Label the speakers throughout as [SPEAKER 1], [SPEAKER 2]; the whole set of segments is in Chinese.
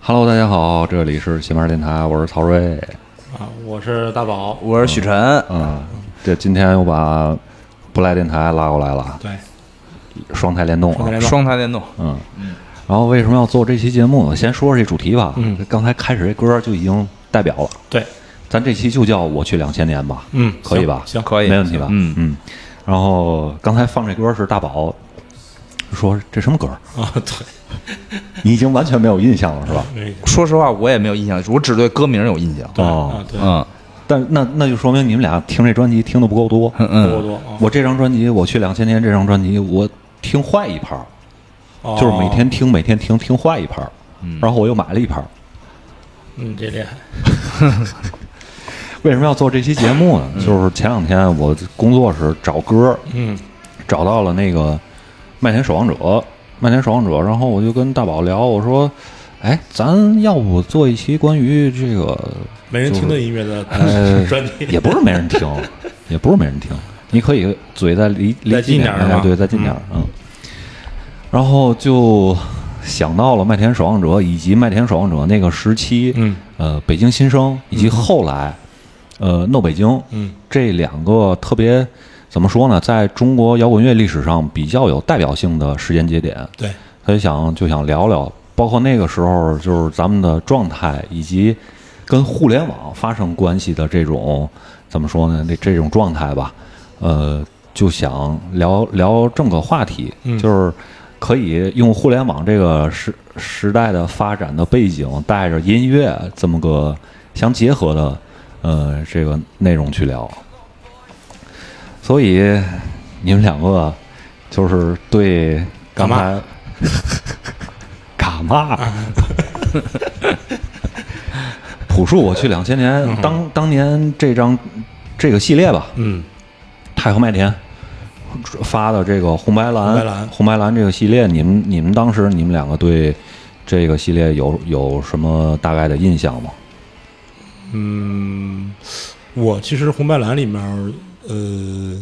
[SPEAKER 1] Hello，大家好，这里是喜马拉雅电台，我是曹睿。
[SPEAKER 2] 啊，我是大宝。
[SPEAKER 3] 我是许晨，
[SPEAKER 1] 啊、这今天又把不赖电台拉过来了，
[SPEAKER 2] 对，
[SPEAKER 1] 双台联动啊。
[SPEAKER 2] 联动
[SPEAKER 3] 双台电动，
[SPEAKER 1] 嗯，然后为什么要做这期节目呢？先说说这主题吧。
[SPEAKER 2] 嗯，
[SPEAKER 1] 刚才开始这歌就已经代表了，
[SPEAKER 2] 对，
[SPEAKER 1] 咱这期就叫我去两千年吧。
[SPEAKER 2] 嗯，
[SPEAKER 1] 可以吧？
[SPEAKER 2] 行，行
[SPEAKER 3] 可以
[SPEAKER 1] 没问题吧？
[SPEAKER 3] 嗯
[SPEAKER 1] 嗯。然后刚才放这歌是大宝说这什么歌？
[SPEAKER 2] 啊，对，
[SPEAKER 1] 你已经完全没有印象了是吧？
[SPEAKER 2] 没
[SPEAKER 3] 说实话，我也没有印象，我只对歌名有印象。
[SPEAKER 1] 哦
[SPEAKER 2] 啊，对，
[SPEAKER 3] 嗯，
[SPEAKER 1] 但那那就说明你们俩听这专辑听的不够多。
[SPEAKER 3] 嗯
[SPEAKER 2] 多多啊，
[SPEAKER 1] 我这张专辑，我去两千年这张专辑，我听坏一盘儿，
[SPEAKER 2] 哦
[SPEAKER 1] 嗯就是每天，听，每天听，听坏一盘儿，然后我又买了一盘儿。
[SPEAKER 2] 嗯，这厉害，
[SPEAKER 1] 为什么要做这期节目呢？就是前两天我工作时找歌，
[SPEAKER 2] 嗯
[SPEAKER 1] 找到了那个《麦田守望者》，《麦田守望者》，然后我就跟大宝聊，我说：“哎，咱要不做一期关于这个，
[SPEAKER 2] 没人听的音乐的
[SPEAKER 1] 呃
[SPEAKER 2] 专辑，
[SPEAKER 1] 也不是没人 听，也不是没人听，你可以嘴再离离
[SPEAKER 2] 再近点儿
[SPEAKER 1] 哎
[SPEAKER 2] 是吧
[SPEAKER 1] 对，再近点儿，嗯。然后就想到了《麦田守望者》以及《麦田守望者》那个时期，
[SPEAKER 2] 嗯
[SPEAKER 1] 呃，北京新生以及后来，呃，闹北京，
[SPEAKER 2] 嗯，
[SPEAKER 1] 这两个特别怎么说呢，在中国摇滚乐历史上比较有代表性的时间节点，
[SPEAKER 2] 对，
[SPEAKER 1] 所以想就想聊聊，包括那个时候就是咱们的状态以及跟互联网发生关系的这种怎么说呢？那这种状态吧，呃，就想聊聊这么个话题，
[SPEAKER 2] 嗯
[SPEAKER 1] 就是可以用互联网这个时时代的发展的背景，带着音乐这么个相结合的呃这个内容去聊。所以你们两个就是对刚才嘎嘛 朴树，我去两千年当当年这张这个系列吧，
[SPEAKER 2] 嗯，
[SPEAKER 1] 太和麦田发的这个红白蓝
[SPEAKER 2] 红白蓝
[SPEAKER 1] 红白蓝这个系列，你们你们当时你们两个对这个系列有有什么大概的印象吗？
[SPEAKER 2] 嗯，我其实红白蓝里面，呃，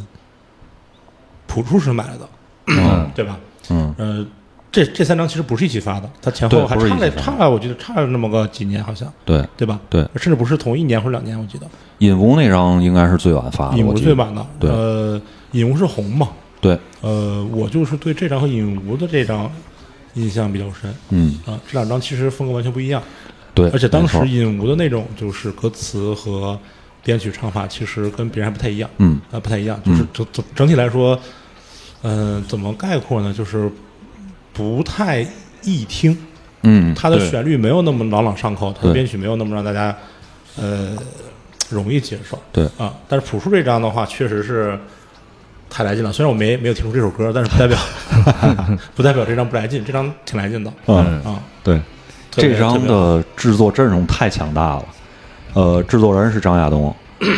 [SPEAKER 2] 朴树是买了的，
[SPEAKER 1] 嗯
[SPEAKER 2] 对吧？
[SPEAKER 1] 嗯
[SPEAKER 2] 呃，这这三张其实不是一起发的，它前后
[SPEAKER 1] 对
[SPEAKER 2] 还
[SPEAKER 1] 不是
[SPEAKER 2] 差
[SPEAKER 1] 一起
[SPEAKER 2] 了
[SPEAKER 1] 发的
[SPEAKER 2] 差了，我记得差了那么个几年，好像，
[SPEAKER 1] 对，
[SPEAKER 2] 对吧？
[SPEAKER 1] 对
[SPEAKER 2] 甚至不是同一年或者两年，我记得。
[SPEAKER 1] 尹吴那张应该是最晚发的，
[SPEAKER 2] 影
[SPEAKER 1] 啊我
[SPEAKER 2] 无
[SPEAKER 1] 记得
[SPEAKER 2] 最晚的，
[SPEAKER 1] 对
[SPEAKER 2] 呃，影无是红嘛，
[SPEAKER 1] 对，
[SPEAKER 2] 呃，我就是对这张和影无的这张印象比较深
[SPEAKER 1] 嗯
[SPEAKER 2] 啊、这两张其实风格完全不一样，
[SPEAKER 1] 对，
[SPEAKER 2] 而且当时
[SPEAKER 1] 没错
[SPEAKER 2] 影无的那种就是歌词和编曲唱法其实跟别人还不太一样，
[SPEAKER 1] 嗯
[SPEAKER 2] 啊、不太一样，就是整整整体来说，嗯、怎么概括呢？就是不太易听，
[SPEAKER 1] 嗯，
[SPEAKER 2] 它的
[SPEAKER 1] 对
[SPEAKER 2] 旋律没有那么朗朗上口，它
[SPEAKER 1] 对
[SPEAKER 2] 的编曲没有那么让大家呃容易接受。
[SPEAKER 1] 对
[SPEAKER 2] 啊，但是朴树这张的话，确实是太来劲了。虽然我没没有听出这首歌，但是不代 表不代表这张不来劲，这张挺来劲的
[SPEAKER 1] 嗯
[SPEAKER 2] 啊。
[SPEAKER 1] 对，
[SPEAKER 2] 特别
[SPEAKER 1] 这张的制作阵容太强大了，呃，制作人是张亚 东，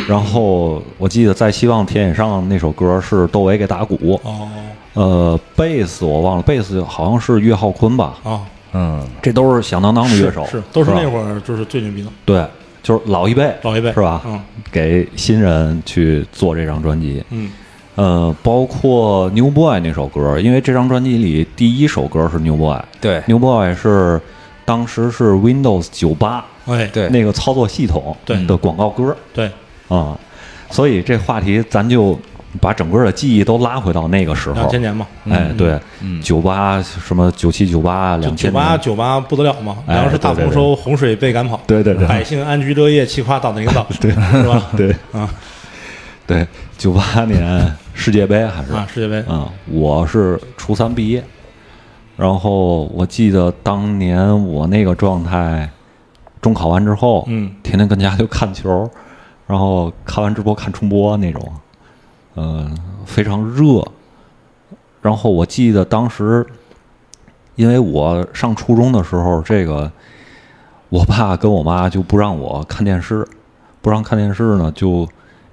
[SPEAKER 1] 然后我记得在《希望田野上》那首歌是窦唯给打鼓，
[SPEAKER 2] 哦
[SPEAKER 1] 呃，贝斯我忘了，贝斯好像是岳浩坤吧，
[SPEAKER 2] 哦，
[SPEAKER 3] 嗯，
[SPEAKER 1] 这都是响当当的乐手，
[SPEAKER 2] 是都是
[SPEAKER 1] 吧
[SPEAKER 2] 那会儿就是最牛逼的
[SPEAKER 1] 对，就是老一辈，
[SPEAKER 2] 老一辈
[SPEAKER 1] 是吧？
[SPEAKER 2] 嗯
[SPEAKER 1] 给新人去做这张专辑，
[SPEAKER 2] 嗯
[SPEAKER 1] 呃，包括《New Boy》那首歌，因为这张专辑里第一首歌是《New Boy》，
[SPEAKER 3] 对
[SPEAKER 1] 《New Boy》是当时是 Windows 九八。
[SPEAKER 2] 哎
[SPEAKER 3] 对
[SPEAKER 1] 那个操作系统
[SPEAKER 2] 对
[SPEAKER 1] 的广告歌
[SPEAKER 2] 对
[SPEAKER 1] 啊、所以这话题咱就把整个的记忆都拉回到那个时
[SPEAKER 2] 两
[SPEAKER 1] 候
[SPEAKER 2] 千。年嘛，
[SPEAKER 1] 哎，对，九八什么九七九八
[SPEAKER 2] 就
[SPEAKER 1] 两
[SPEAKER 2] 嗯九
[SPEAKER 1] 千
[SPEAKER 2] 八九八不得了嘛，
[SPEAKER 1] 哎
[SPEAKER 2] 粮食大
[SPEAKER 1] 对对对
[SPEAKER 2] 丰收，洪水被赶跑，
[SPEAKER 1] 对对对
[SPEAKER 2] 百姓安居乐业，其夸党的领导，对，是吧？
[SPEAKER 1] 对
[SPEAKER 2] 啊
[SPEAKER 1] 对九八年世界杯还是
[SPEAKER 2] 啊，世界杯，
[SPEAKER 1] 嗯，我是初三毕业，然后我记得当年我那个状态，中考完之后，
[SPEAKER 2] 嗯，
[SPEAKER 1] 天天跟家就看球，然后看完直播看重播那种，嗯，非常热。然后我记得当时，因为我上初中的时候，这个我爸跟我妈就不让我看电视，不让看电视呢，就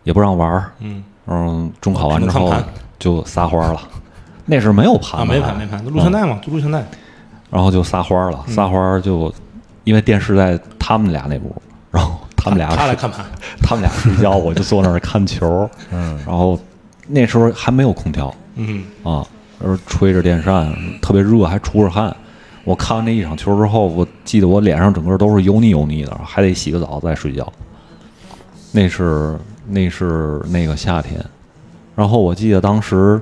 [SPEAKER 1] 也不让玩儿，
[SPEAKER 2] 嗯。
[SPEAKER 1] 嗯，中考完之
[SPEAKER 2] 只能
[SPEAKER 1] 后
[SPEAKER 2] 看盘
[SPEAKER 1] 就撒欢儿了， 那是没有盘嗯
[SPEAKER 2] 啊，
[SPEAKER 1] 的
[SPEAKER 2] 没盘没盘，就录像带嘛，就录像带。
[SPEAKER 1] 然后就撒欢儿了，撒欢儿就因为电视在他们俩那屋，然后他们俩
[SPEAKER 2] 他来
[SPEAKER 1] 睡
[SPEAKER 2] 看盘，
[SPEAKER 1] 他们俩睡觉，我就坐那儿看球，嗯，然后那时候还没有空调
[SPEAKER 2] 嗯，
[SPEAKER 1] 啊，而吹着电扇，特别热，还出着汗，我看完那一场球之后，我记得我脸上整个都是油腻油腻的，还得洗个澡再睡觉。那是那是那个夏天，然后我记得当时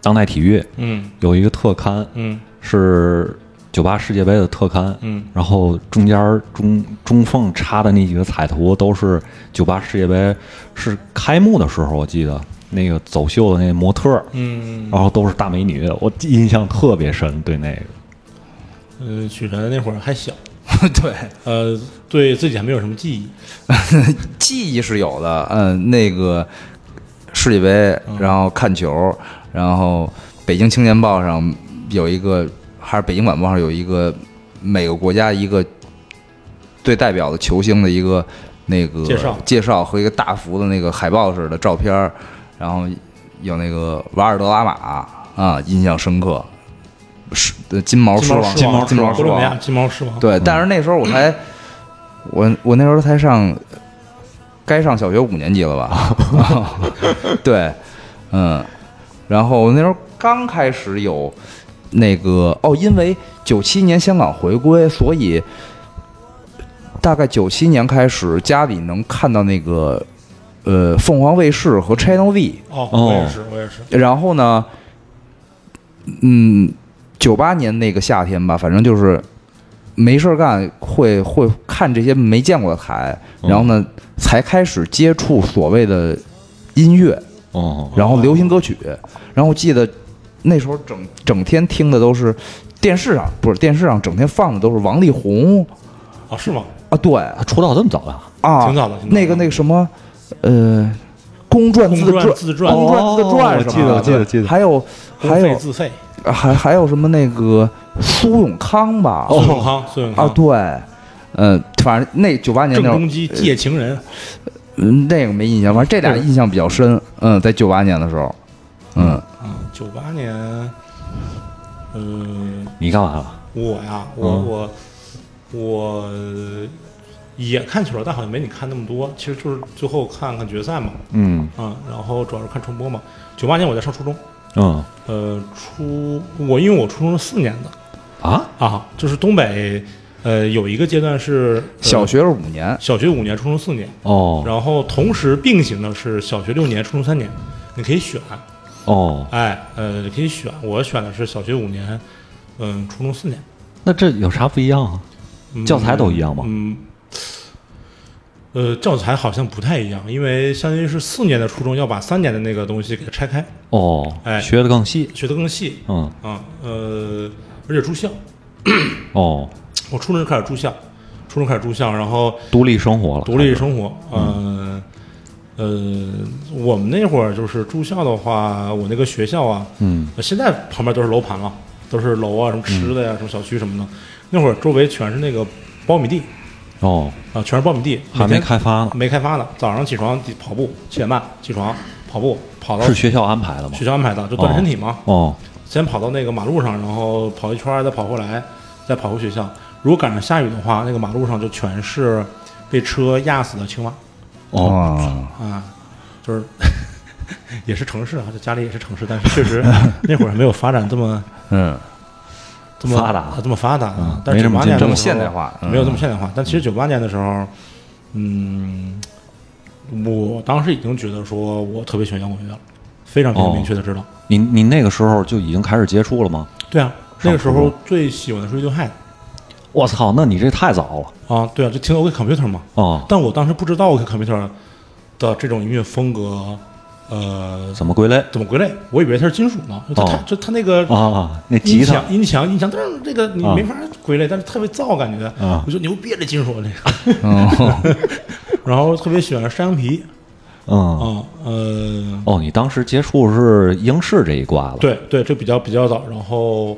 [SPEAKER 1] 当代体育
[SPEAKER 2] 嗯
[SPEAKER 1] 有一个特刊
[SPEAKER 2] 嗯
[SPEAKER 1] 是九八世界杯的特刊，
[SPEAKER 2] 嗯
[SPEAKER 1] 然后中间儿中中缝插的那几个彩图都是九八世界杯是开幕的时候，我记得那个走秀的那模特儿，
[SPEAKER 2] 嗯
[SPEAKER 1] 然后都是大美女，我印象特别深，对那个。
[SPEAKER 2] 嗯，许晨那会儿还小，
[SPEAKER 3] 对，
[SPEAKER 2] 呃，对自己还没有什么记忆。
[SPEAKER 3] 记忆是有的，嗯，那个世界杯，然后看球，然后北京青年报上有一个，还是北京晚报上有一个每个国家一个最代表的球星的一个那个
[SPEAKER 2] 介绍
[SPEAKER 3] 介绍和一个大幅的那个海报似的照片儿，然后有那个瓦尔德拉马啊，印象深刻，是呃金毛狮王，
[SPEAKER 2] 金毛狮
[SPEAKER 3] 金
[SPEAKER 2] 王，
[SPEAKER 3] 毛
[SPEAKER 2] 哥
[SPEAKER 3] 狮
[SPEAKER 2] 伦比
[SPEAKER 3] 王
[SPEAKER 2] 亚，金毛狮王。
[SPEAKER 3] 对，但是那时候我才，我我那时候才上，该上小学五年级了吧？ 对，嗯，然后那时候刚开始有那个哦，因为九七年香港回归，所以大概九七年开始家里能看到那个呃凤凰卫视和 Channel V，
[SPEAKER 2] 哦，
[SPEAKER 1] 哦
[SPEAKER 2] 我也是，我也是。
[SPEAKER 3] 然后呢，嗯，九八年那个夏天吧，反正就是没事儿干，会会看这些没见过的台，
[SPEAKER 1] 嗯
[SPEAKER 3] 然后呢，才开始接触所谓的音乐，
[SPEAKER 1] 哦，
[SPEAKER 3] 然后流行歌曲，然后记得那时候整整天听的都是电视上不是电视上整天放的都是王力宏
[SPEAKER 2] 哦，是吗？
[SPEAKER 3] 啊，对
[SPEAKER 1] 他出道这么早的啊？
[SPEAKER 3] 啊，
[SPEAKER 2] 挺早的挺早的
[SPEAKER 3] 那个那个什么，呃。公转自
[SPEAKER 2] 公转
[SPEAKER 3] 传，
[SPEAKER 2] 自传
[SPEAKER 3] 公转自传
[SPEAKER 1] 哦
[SPEAKER 3] 什么
[SPEAKER 1] 我记得
[SPEAKER 3] 的，
[SPEAKER 1] 我记得记得
[SPEAKER 3] 还有
[SPEAKER 2] 公
[SPEAKER 3] 还
[SPEAKER 2] 费
[SPEAKER 3] 有
[SPEAKER 2] 自费，
[SPEAKER 3] 还还有什么那个苏永康吧？
[SPEAKER 2] 孙永康，孙永
[SPEAKER 3] 啊，
[SPEAKER 2] 康，
[SPEAKER 3] 对，嗯、反正那九八年呃
[SPEAKER 2] 郑
[SPEAKER 3] 那会
[SPEAKER 2] 中
[SPEAKER 3] 儿，
[SPEAKER 2] 基借情人，
[SPEAKER 3] 嗯，那个没印象，反正这俩
[SPEAKER 2] 对
[SPEAKER 3] 印象比较深。嗯，在九八年的时候，嗯，
[SPEAKER 2] 嗯，九八年，嗯，
[SPEAKER 1] 你干嘛了？
[SPEAKER 2] 我呀，我、
[SPEAKER 1] 嗯
[SPEAKER 2] 我我呃也看球，但好像没你看那么多。其实就是最后看看决赛嘛，
[SPEAKER 1] 嗯
[SPEAKER 2] 嗯，然后主要是看重播嘛。九八年我在上初中，
[SPEAKER 1] 嗯
[SPEAKER 2] 呃，初我因为我初中是四年的
[SPEAKER 1] 啊
[SPEAKER 2] 啊，就是东北，呃，有一个阶段是、呃
[SPEAKER 3] 小学是五年，
[SPEAKER 2] 小学五年，初中四年，
[SPEAKER 1] 哦
[SPEAKER 2] 然后同时并行的是小学六年，初中三年，你可以选，
[SPEAKER 1] 哦，
[SPEAKER 2] 哎，呃，你可以选，我选的是小学五年，嗯，初中四年。
[SPEAKER 1] 那这有啥不一样啊？
[SPEAKER 2] 嗯
[SPEAKER 1] 教材都一样吗
[SPEAKER 2] 嗯，呃，教材好像不太一样，因为相当于是四年的初中要把三年的那个东西给它拆开，
[SPEAKER 1] 哦，
[SPEAKER 2] 哎
[SPEAKER 1] 学的更细。
[SPEAKER 2] 学得更细
[SPEAKER 1] 嗯
[SPEAKER 2] 啊。呃，而且住校，
[SPEAKER 1] 哦，
[SPEAKER 2] 我初中就开始住校，初中开始住校，然后
[SPEAKER 1] 独立生活了，
[SPEAKER 2] 独立生活。嗯、呃，我们那会儿就是住校的话，我那个学校啊，
[SPEAKER 1] 嗯
[SPEAKER 2] 呃现在旁边都是楼盘了，都是楼啊，什么吃的呀、
[SPEAKER 1] 嗯
[SPEAKER 2] 什么小区什么的。那会儿周围全是那个苞米地
[SPEAKER 1] 哦，
[SPEAKER 2] 啊，全是苞米地，
[SPEAKER 1] 还
[SPEAKER 2] 每
[SPEAKER 1] 没
[SPEAKER 2] 天
[SPEAKER 1] 开发呢，
[SPEAKER 2] 没开发呢。早上起床得跑步，七点半起床跑步，跑到
[SPEAKER 1] 哦是学校安排的吗
[SPEAKER 2] 学？校安排的，就锻炼身体嘛。
[SPEAKER 1] 哦
[SPEAKER 2] 先跑到那个马路上，然后跑一圈儿，再跑回来，再跑回学校。如果赶上下雨的话，那个马路上就全是被车压死的青蛙
[SPEAKER 1] 哦，
[SPEAKER 3] 哦，
[SPEAKER 2] 啊，就是 也是城市啊，这家里也是城市， 但是确实那会儿还没有发展这么
[SPEAKER 3] 嗯，
[SPEAKER 2] 这么
[SPEAKER 1] 发达
[SPEAKER 2] 啊这么发达啊
[SPEAKER 1] 嗯。
[SPEAKER 2] 但
[SPEAKER 1] 没
[SPEAKER 2] 是
[SPEAKER 1] 这
[SPEAKER 2] 九
[SPEAKER 1] 么
[SPEAKER 2] 八
[SPEAKER 1] 竞
[SPEAKER 2] 年的
[SPEAKER 1] 争
[SPEAKER 2] 时候
[SPEAKER 3] 现代化嗯
[SPEAKER 2] 没有这么现代化。但其实九八年的时候，嗯，我当时已经觉得说我特别喜欢摇滚乐了，非常非常
[SPEAKER 1] 哦
[SPEAKER 2] 明确的知道。
[SPEAKER 1] 你你那个时候就已经开始接触了吗？
[SPEAKER 2] 对啊，那个时
[SPEAKER 1] 上初
[SPEAKER 2] 候
[SPEAKER 1] 中
[SPEAKER 2] 最喜欢的是 Radiohead
[SPEAKER 1] 我操，那你这太早了
[SPEAKER 2] 啊，对啊，就听 OK Computer 嘛。
[SPEAKER 1] 哦，
[SPEAKER 2] 但我当时不知道 OK Computer 的这种音乐风格，呃，
[SPEAKER 1] 怎么归类
[SPEAKER 2] 怎么归类？我以为它是金属呢，就它
[SPEAKER 1] 哦
[SPEAKER 2] 它就它那个
[SPEAKER 1] 啊？那吉
[SPEAKER 2] 音
[SPEAKER 1] 他
[SPEAKER 2] 响音响音响，但是这个你
[SPEAKER 1] 啊
[SPEAKER 2] 没法归类，但是特别燥感觉
[SPEAKER 1] 啊。
[SPEAKER 2] 我就牛逼了，这金属这个，
[SPEAKER 3] 哦，
[SPEAKER 2] 然后特别喜欢山羊皮
[SPEAKER 1] 嗯
[SPEAKER 2] 啊，呃，
[SPEAKER 1] 哦，你当时接触是英式这一挂了，
[SPEAKER 2] 对对，这比较比较早。然后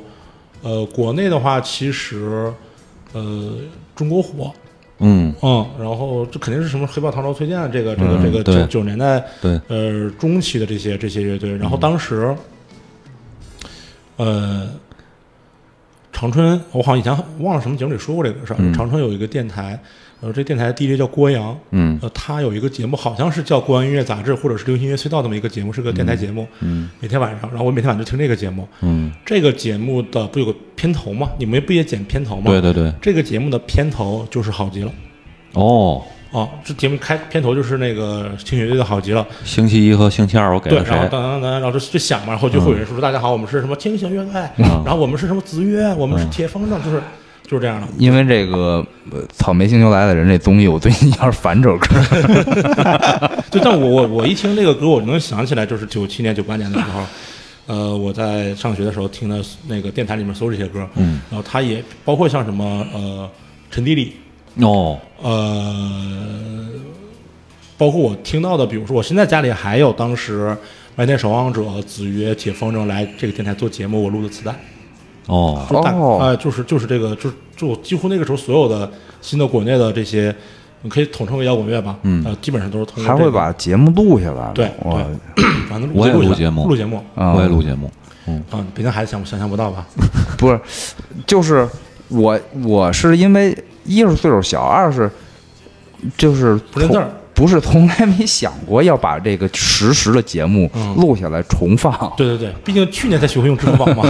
[SPEAKER 2] 呃，国内的话，其实呃，中国火。
[SPEAKER 1] 嗯
[SPEAKER 2] 嗯，然后这肯定是什么黑豹、唐朝、崔健啊这个这个这
[SPEAKER 1] 嗯
[SPEAKER 2] 个
[SPEAKER 1] 对
[SPEAKER 2] 九九十年代
[SPEAKER 1] 对
[SPEAKER 2] 呃中期的这些这些乐队，然后当时，呃，长春，我好像以前忘了什么节目里说过这个事儿。
[SPEAKER 1] 嗯
[SPEAKER 2] 长春有一个电台，呃，这电台的 DJ 叫郭阳，
[SPEAKER 1] 嗯
[SPEAKER 2] 呃，他有一个节目，好像是叫《国安音乐杂志》或者是《流行音乐隧道》这么一个节目，是个电台节目。
[SPEAKER 1] 嗯
[SPEAKER 2] 每天晚上，然后我每天晚上就听这个节目。
[SPEAKER 1] 嗯，
[SPEAKER 2] 这个节目的不有个片头吗？你们不也剪片头吗？
[SPEAKER 1] 对对对，
[SPEAKER 2] 这个节目的片头就是好极了。
[SPEAKER 1] 哦，
[SPEAKER 2] 哦，这节目开片头就是那个轻喜乐队的好极了，
[SPEAKER 1] 星期一和星期二我给
[SPEAKER 2] 对，
[SPEAKER 1] 了
[SPEAKER 2] 然后
[SPEAKER 1] 谁？
[SPEAKER 2] 当当当，然后就就响嘛，然后就会有人说大家好，我们是什么轻型乐队，
[SPEAKER 1] 嗯
[SPEAKER 2] 然后我们是什么子乐，我们是铁风筝，就是就是这样的。
[SPEAKER 3] 因为这个呃草莓星球来的人这综艺，我最近要是烦这首歌，
[SPEAKER 2] 就但我我我一听这个歌，我能想起来，就是九七年九八年的时候，呃，我在上学的时候听的那个电台里面搜这些歌，
[SPEAKER 1] 嗯，
[SPEAKER 2] 然后它也包括像什么呃陈迪丽，
[SPEAKER 1] 哦，
[SPEAKER 2] 呃，包括我听到的，比如说我现在家里还有当时《白天守望者》《子曰》《铁风筝》来这个电台做节目我录的磁带，
[SPEAKER 1] 哦，
[SPEAKER 2] 就大
[SPEAKER 3] 哦
[SPEAKER 2] 呃，就是就是这个，就就我几乎那个时候所有的新的国内的这些，你可以统称为摇滚乐吧，
[SPEAKER 1] 嗯
[SPEAKER 2] 呃，基本上都是通
[SPEAKER 3] 还
[SPEAKER 2] 过、这
[SPEAKER 3] 会
[SPEAKER 2] 个、
[SPEAKER 3] 把节目录下来。
[SPEAKER 2] 对
[SPEAKER 3] 我
[SPEAKER 2] 对，反正
[SPEAKER 1] 我也录
[SPEAKER 2] 录
[SPEAKER 1] 节目
[SPEAKER 2] 录节目
[SPEAKER 3] 啊
[SPEAKER 1] 我也录节目，嗯
[SPEAKER 2] 啊，北京孩子想想象不到吧？
[SPEAKER 3] 不是，就是我我是因为一是岁数小，二是就是
[SPEAKER 2] 不认字儿
[SPEAKER 3] 从不是从来没想过要把这个实时的节目
[SPEAKER 2] 嗯
[SPEAKER 3] 录下来重放，
[SPEAKER 2] 对对对，毕竟去年才学会用支付宝嘛，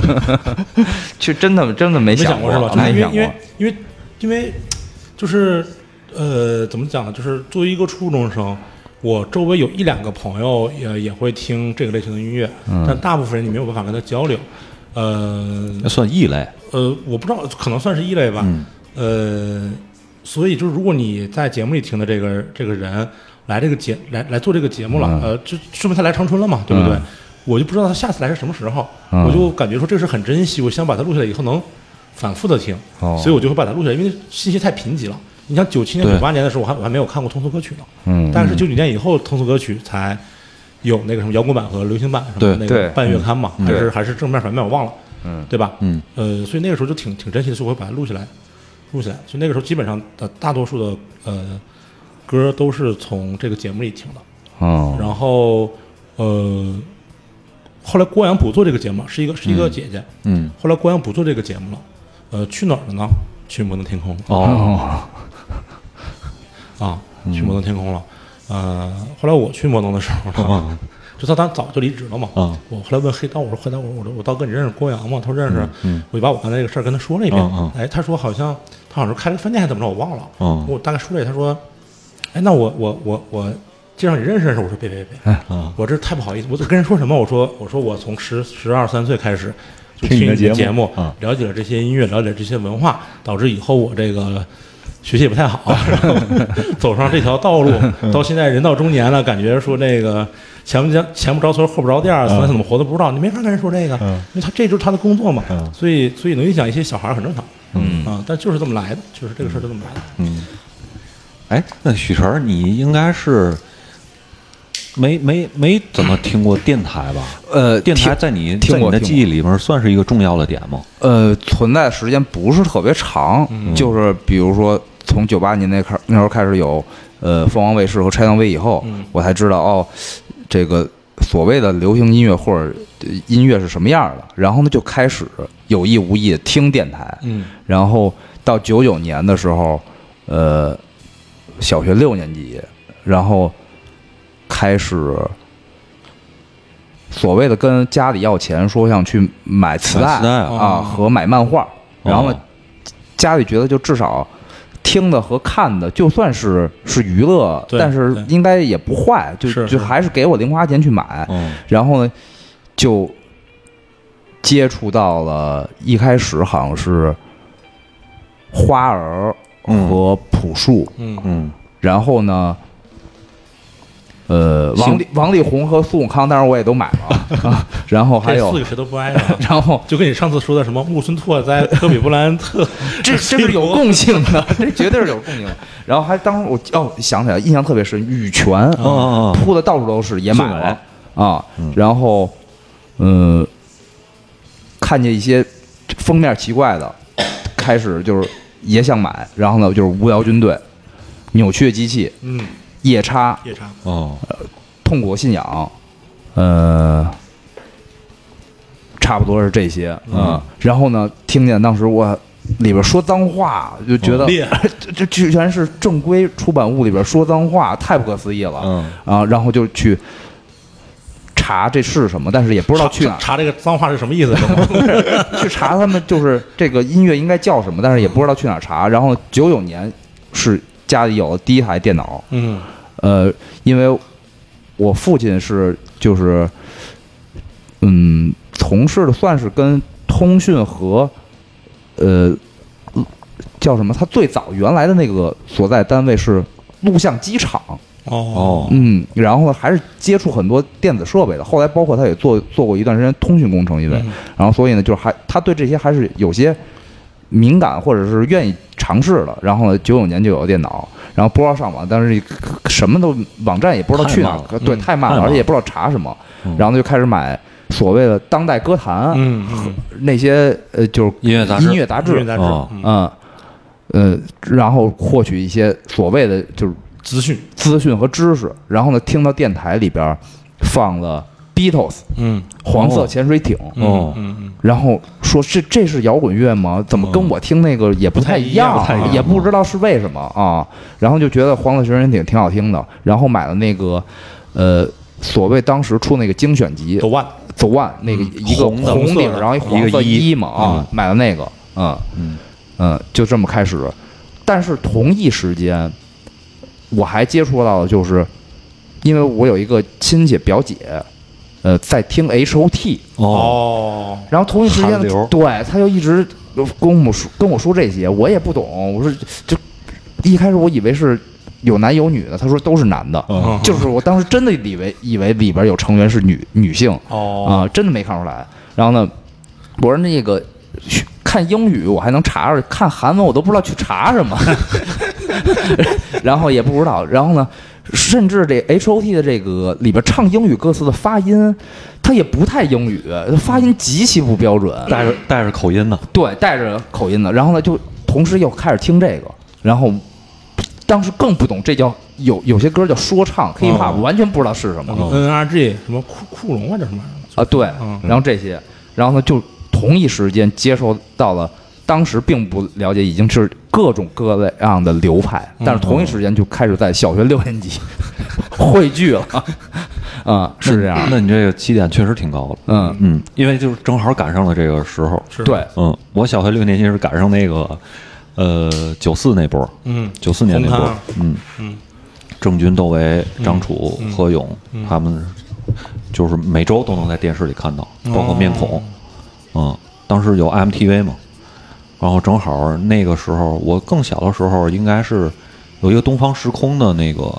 [SPEAKER 3] 就真的真的
[SPEAKER 2] 没
[SPEAKER 3] 没想
[SPEAKER 2] 过是吧？就是因
[SPEAKER 3] 没
[SPEAKER 2] 为
[SPEAKER 3] 想
[SPEAKER 2] 因
[SPEAKER 3] 过
[SPEAKER 2] 为。因为因为就是呃，怎么讲呢？就是作为一个初中生，我周围有一两个朋友也也会听这个类型的音乐，
[SPEAKER 3] 嗯
[SPEAKER 2] 但大部分人你没有办法跟他交流。呃
[SPEAKER 1] 那算异类，
[SPEAKER 2] 呃，我不知道，可能算是异类吧。
[SPEAKER 1] 嗯
[SPEAKER 2] 呃，所以就是如果你在节目里听的这个这个人来这个节来来做这个节目了，呃，就说明他来长春了嘛，对不对？
[SPEAKER 3] 嗯
[SPEAKER 2] 我就不知道他下次来是什么时候，
[SPEAKER 3] 嗯
[SPEAKER 2] 我就感觉说这个是很珍惜，我想把它录下来以后能反复的听，
[SPEAKER 3] 哦
[SPEAKER 2] 所以我就会把它录下来，因为信息太贫瘠了。你像九七年、
[SPEAKER 1] 对
[SPEAKER 2] 九八年的时候，我还我还没有看过通俗歌曲呢，
[SPEAKER 3] 嗯
[SPEAKER 2] 但是九九年以后通俗歌曲才有那个什么摇滚版和流行版什么
[SPEAKER 1] 对
[SPEAKER 2] 的那
[SPEAKER 3] 对
[SPEAKER 2] 个半月刊嘛，
[SPEAKER 1] 嗯
[SPEAKER 2] 还
[SPEAKER 3] 对
[SPEAKER 2] 是还是正面反面我忘了，
[SPEAKER 3] 嗯，
[SPEAKER 2] 对吧？
[SPEAKER 1] 嗯
[SPEAKER 2] 呃，所以那个时候就挺挺珍惜的，所以我会把它录下来，录下来。所以那个时候基本上的大多数的呃歌都是从这个节目里听的。
[SPEAKER 3] 哦，
[SPEAKER 2] 然后呃，后来郭阳不做这个节目，是一个是一个姐姐。
[SPEAKER 1] 嗯，
[SPEAKER 2] 后来郭阳不做这个节目了，呃，去哪儿了呢？去摩登天空了
[SPEAKER 1] 哦，
[SPEAKER 2] 啊，
[SPEAKER 1] 嗯
[SPEAKER 2] 去摩登天空了。呃，后来我去摩登的时候呢，
[SPEAKER 1] 嗯
[SPEAKER 2] 就他当时早就离职了嘛。
[SPEAKER 1] 嗯
[SPEAKER 2] 我后来问黑刀，我说黑刀，我我我刀哥你认识郭阳吗？他说认识。
[SPEAKER 1] 嗯
[SPEAKER 2] 我就把我刚才那个事儿跟他说了一遍。
[SPEAKER 1] 嗯
[SPEAKER 2] 哎，他说好像他好像是开了个饭店还是怎么着，我忘了。
[SPEAKER 1] 嗯
[SPEAKER 2] 我大概说了一下，他说，哎，那我我我我介绍你认识认识。我说别别别，
[SPEAKER 1] 嗯，
[SPEAKER 2] 我这太不好意思，我跟人说什么？我说我说我从十十二三岁开始就
[SPEAKER 1] 听你
[SPEAKER 2] 听
[SPEAKER 1] 的
[SPEAKER 2] 的
[SPEAKER 1] 节目
[SPEAKER 2] 节目
[SPEAKER 1] 啊，
[SPEAKER 2] 了解了这些音乐，了解了这些文化，导致以后我这个学习也不 太好，然后走上这条道路，到现在人到中年了，感觉说这个前不着前不着村后不着店儿，
[SPEAKER 1] 嗯
[SPEAKER 2] 怎么活都不知道，你没法跟人说这个，
[SPEAKER 1] 嗯
[SPEAKER 2] 因为他这就是他的工作嘛
[SPEAKER 1] 嗯，
[SPEAKER 2] 所以所以能影响一些小孩儿很正常。
[SPEAKER 3] 嗯
[SPEAKER 2] 啊，但就是这么来的，就是这个事儿就这么来的。
[SPEAKER 1] 嗯，哎，那许晨儿，你应该是没没没怎么听过电台吧？
[SPEAKER 3] 呃，
[SPEAKER 1] 电台
[SPEAKER 3] 听
[SPEAKER 1] 在你
[SPEAKER 3] 听
[SPEAKER 1] 在你
[SPEAKER 3] 过
[SPEAKER 1] 的
[SPEAKER 3] 听
[SPEAKER 1] 记忆里面算是一个重要的点吗？
[SPEAKER 3] 呃存在的时间不是特别长，就是比如说从九八年那开那时候开始有呃凤凰卫视和拆档卫以后，
[SPEAKER 2] 嗯
[SPEAKER 3] 我才知道哦，这个所谓的流行音乐或者呃音乐是什么样的，然后呢就开始有意无意地听电台，
[SPEAKER 2] 嗯
[SPEAKER 3] 然后到九九年的时候，呃，小学六年级，然后开始所谓的跟家里要钱，说想去买磁带
[SPEAKER 1] 买磁带啊
[SPEAKER 3] 啊、
[SPEAKER 2] 哦
[SPEAKER 3] 和买漫画，然后呢
[SPEAKER 1] 哦
[SPEAKER 3] 家里觉得就至少。听的和看的，就算是是娱乐，
[SPEAKER 2] 对
[SPEAKER 3] 但是
[SPEAKER 2] 对
[SPEAKER 3] 应该也不坏，就是就是还是给我零花钱去买。
[SPEAKER 1] 嗯
[SPEAKER 3] 然后呢，就接触到了一开始好像是花儿和朴树，
[SPEAKER 2] 嗯
[SPEAKER 1] 嗯
[SPEAKER 3] 然后呢，呃，王力王力宏和孙悟空，当然我也都买了啊，然后还
[SPEAKER 2] 这四
[SPEAKER 3] 有
[SPEAKER 2] 个，谁都不挨着啊。
[SPEAKER 3] 然后
[SPEAKER 2] 就跟你上次说的什么木村拓哉、科比布莱恩特，
[SPEAKER 3] 这这是有共性的， 这绝对是有共性的。然后还当时我哦想起来，印象特别深，羽泉
[SPEAKER 1] 哦哦哦，
[SPEAKER 3] 铺的到处都是，也买
[SPEAKER 1] 是
[SPEAKER 3] 了啊
[SPEAKER 1] 嗯。
[SPEAKER 3] 然后，嗯，看见一些封面奇怪的，开始就是也想买。然后呢，就是无聊军队、扭曲的机器、
[SPEAKER 2] 嗯，
[SPEAKER 3] 夜叉、
[SPEAKER 2] 夜叉，
[SPEAKER 1] 哦
[SPEAKER 3] 痛苦的信仰，呃，差不多是这些嗯，然后呢，听见当时我里边说脏话，就觉得、
[SPEAKER 2] 哦厉
[SPEAKER 3] 这这居然是正规出版物里边说脏话，太不可思议了。
[SPEAKER 1] 嗯
[SPEAKER 3] 啊，然后就去查这是什么，但是也不知道去哪
[SPEAKER 2] 查
[SPEAKER 3] 儿
[SPEAKER 2] 查这个脏话是什么意思？真的
[SPEAKER 3] 去查他们就是这个音乐应该叫什么，但是也不知道去哪儿查。然后九九年是家里有了第一台电脑，
[SPEAKER 2] 嗯
[SPEAKER 3] 呃，因为我父亲是就是，嗯，从事的算是跟通讯和呃叫什么，他最早原来的那个所在单位是录像机厂，
[SPEAKER 2] 哦
[SPEAKER 1] 哦
[SPEAKER 3] 嗯，然后还是接触很多电子设备的。后来包括他也做做过一段时间通讯工程，因为、
[SPEAKER 2] 嗯
[SPEAKER 3] 然后所以呢，就是还他对这些还是有些敏感或者是愿意尝试的。然后呢，九九年就有了电脑，然后不知道上网，但是什么都网站也不知道去
[SPEAKER 1] 太
[SPEAKER 3] 哪
[SPEAKER 1] 慢
[SPEAKER 3] 儿，对，
[SPEAKER 2] 嗯
[SPEAKER 3] 太慢
[SPEAKER 1] 太
[SPEAKER 3] 了，
[SPEAKER 1] 慢
[SPEAKER 3] 而且也不知道查什么
[SPEAKER 1] 嗯，
[SPEAKER 3] 然后就开始买所谓的当代歌坛、
[SPEAKER 2] 嗯嗯，
[SPEAKER 3] 那些呃，就是
[SPEAKER 1] 音乐杂志
[SPEAKER 3] 音乐杂
[SPEAKER 2] 音乐
[SPEAKER 3] 志，
[SPEAKER 2] 杂志
[SPEAKER 1] 哦
[SPEAKER 2] 嗯
[SPEAKER 3] 嗯呃，然后获取一些所谓的就是。
[SPEAKER 2] 资讯，
[SPEAKER 3] 资讯和知识，然后呢，听到电台里边儿放了 Beatles
[SPEAKER 2] 嗯
[SPEAKER 3] 黄色潜水艇，
[SPEAKER 2] 嗯
[SPEAKER 1] 哦
[SPEAKER 2] 嗯嗯
[SPEAKER 3] 然后说这这是摇滚乐吗？怎么跟我听那个也不太一样啊
[SPEAKER 2] 不太一样不太一啊样
[SPEAKER 3] 也不知道是为什么啊。然后就觉得黄色潜水艇挺好听的，然后买了那个呃所谓当时出那个精选集
[SPEAKER 2] ，The One，
[SPEAKER 3] The One 那个一个
[SPEAKER 1] 红的
[SPEAKER 2] 嗯
[SPEAKER 3] 红
[SPEAKER 2] 红
[SPEAKER 3] 顶
[SPEAKER 2] 色，的
[SPEAKER 3] 然后一黄色一嘛啊，买了那个，嗯
[SPEAKER 1] 嗯
[SPEAKER 3] 嗯，就这么开始。但是同一时间，我还接触到的就是，因为我有一个亲戚表姐，呃，在听 HOT，
[SPEAKER 1] 哦
[SPEAKER 2] 哦，
[SPEAKER 3] 然后同一时间
[SPEAKER 1] 韩流
[SPEAKER 3] 呢，对，他就一直跟我说跟我说这些，我也不懂，我说就一开始我以为是有男有女的，他说都是男的，
[SPEAKER 1] 嗯
[SPEAKER 3] 就是我当时真的以为以为里边有成员是女女性，
[SPEAKER 2] 哦
[SPEAKER 3] 啊，真的没看出来。然后呢，我说那个去看英语我还能查着，看韩文我都不知道去查什么， 然后也不知道。然后呢，甚至这 H O T 的这个里边唱英语歌词的发音，它也不太英语，发音极其不标准，
[SPEAKER 1] 带着带着口音呢，
[SPEAKER 3] 对，带着口音的。然后呢，就同时又开始听这个，然后当时更不懂这叫。有有些歌叫说唱 K-pop，、完全不知道是什么。
[SPEAKER 2] 哦，NRG 什么库库龙啊，这什么玩意儿？
[SPEAKER 3] 啊，对
[SPEAKER 2] 嗯，
[SPEAKER 3] 然后这些，然后呢，就同一时间接收到了，当时并不了解，已经是各种各样的流派，但是同一时间就开始在小学六年级 汇聚了，啊，是这样，
[SPEAKER 1] 那你这个起点确实挺高的，
[SPEAKER 3] 嗯，
[SPEAKER 1] 嗯，因为就是正好赶上了这个时候，
[SPEAKER 2] 是，
[SPEAKER 3] 对，
[SPEAKER 1] 嗯，我小学六年级是赶上那个，呃，九四那波，
[SPEAKER 2] 嗯
[SPEAKER 1] 九四年那
[SPEAKER 2] 红
[SPEAKER 1] 波
[SPEAKER 2] 勘，
[SPEAKER 1] 嗯
[SPEAKER 2] 嗯，
[SPEAKER 1] 郑钧、窦唯、张楚、何勇，
[SPEAKER 2] 嗯
[SPEAKER 1] 他们就是每周都能在电视里看到，
[SPEAKER 2] 哦
[SPEAKER 1] 包括面孔，嗯，当时有 MTV 嘛，然后正好那个时候，我更小的时候应该是有一个东方时空的那个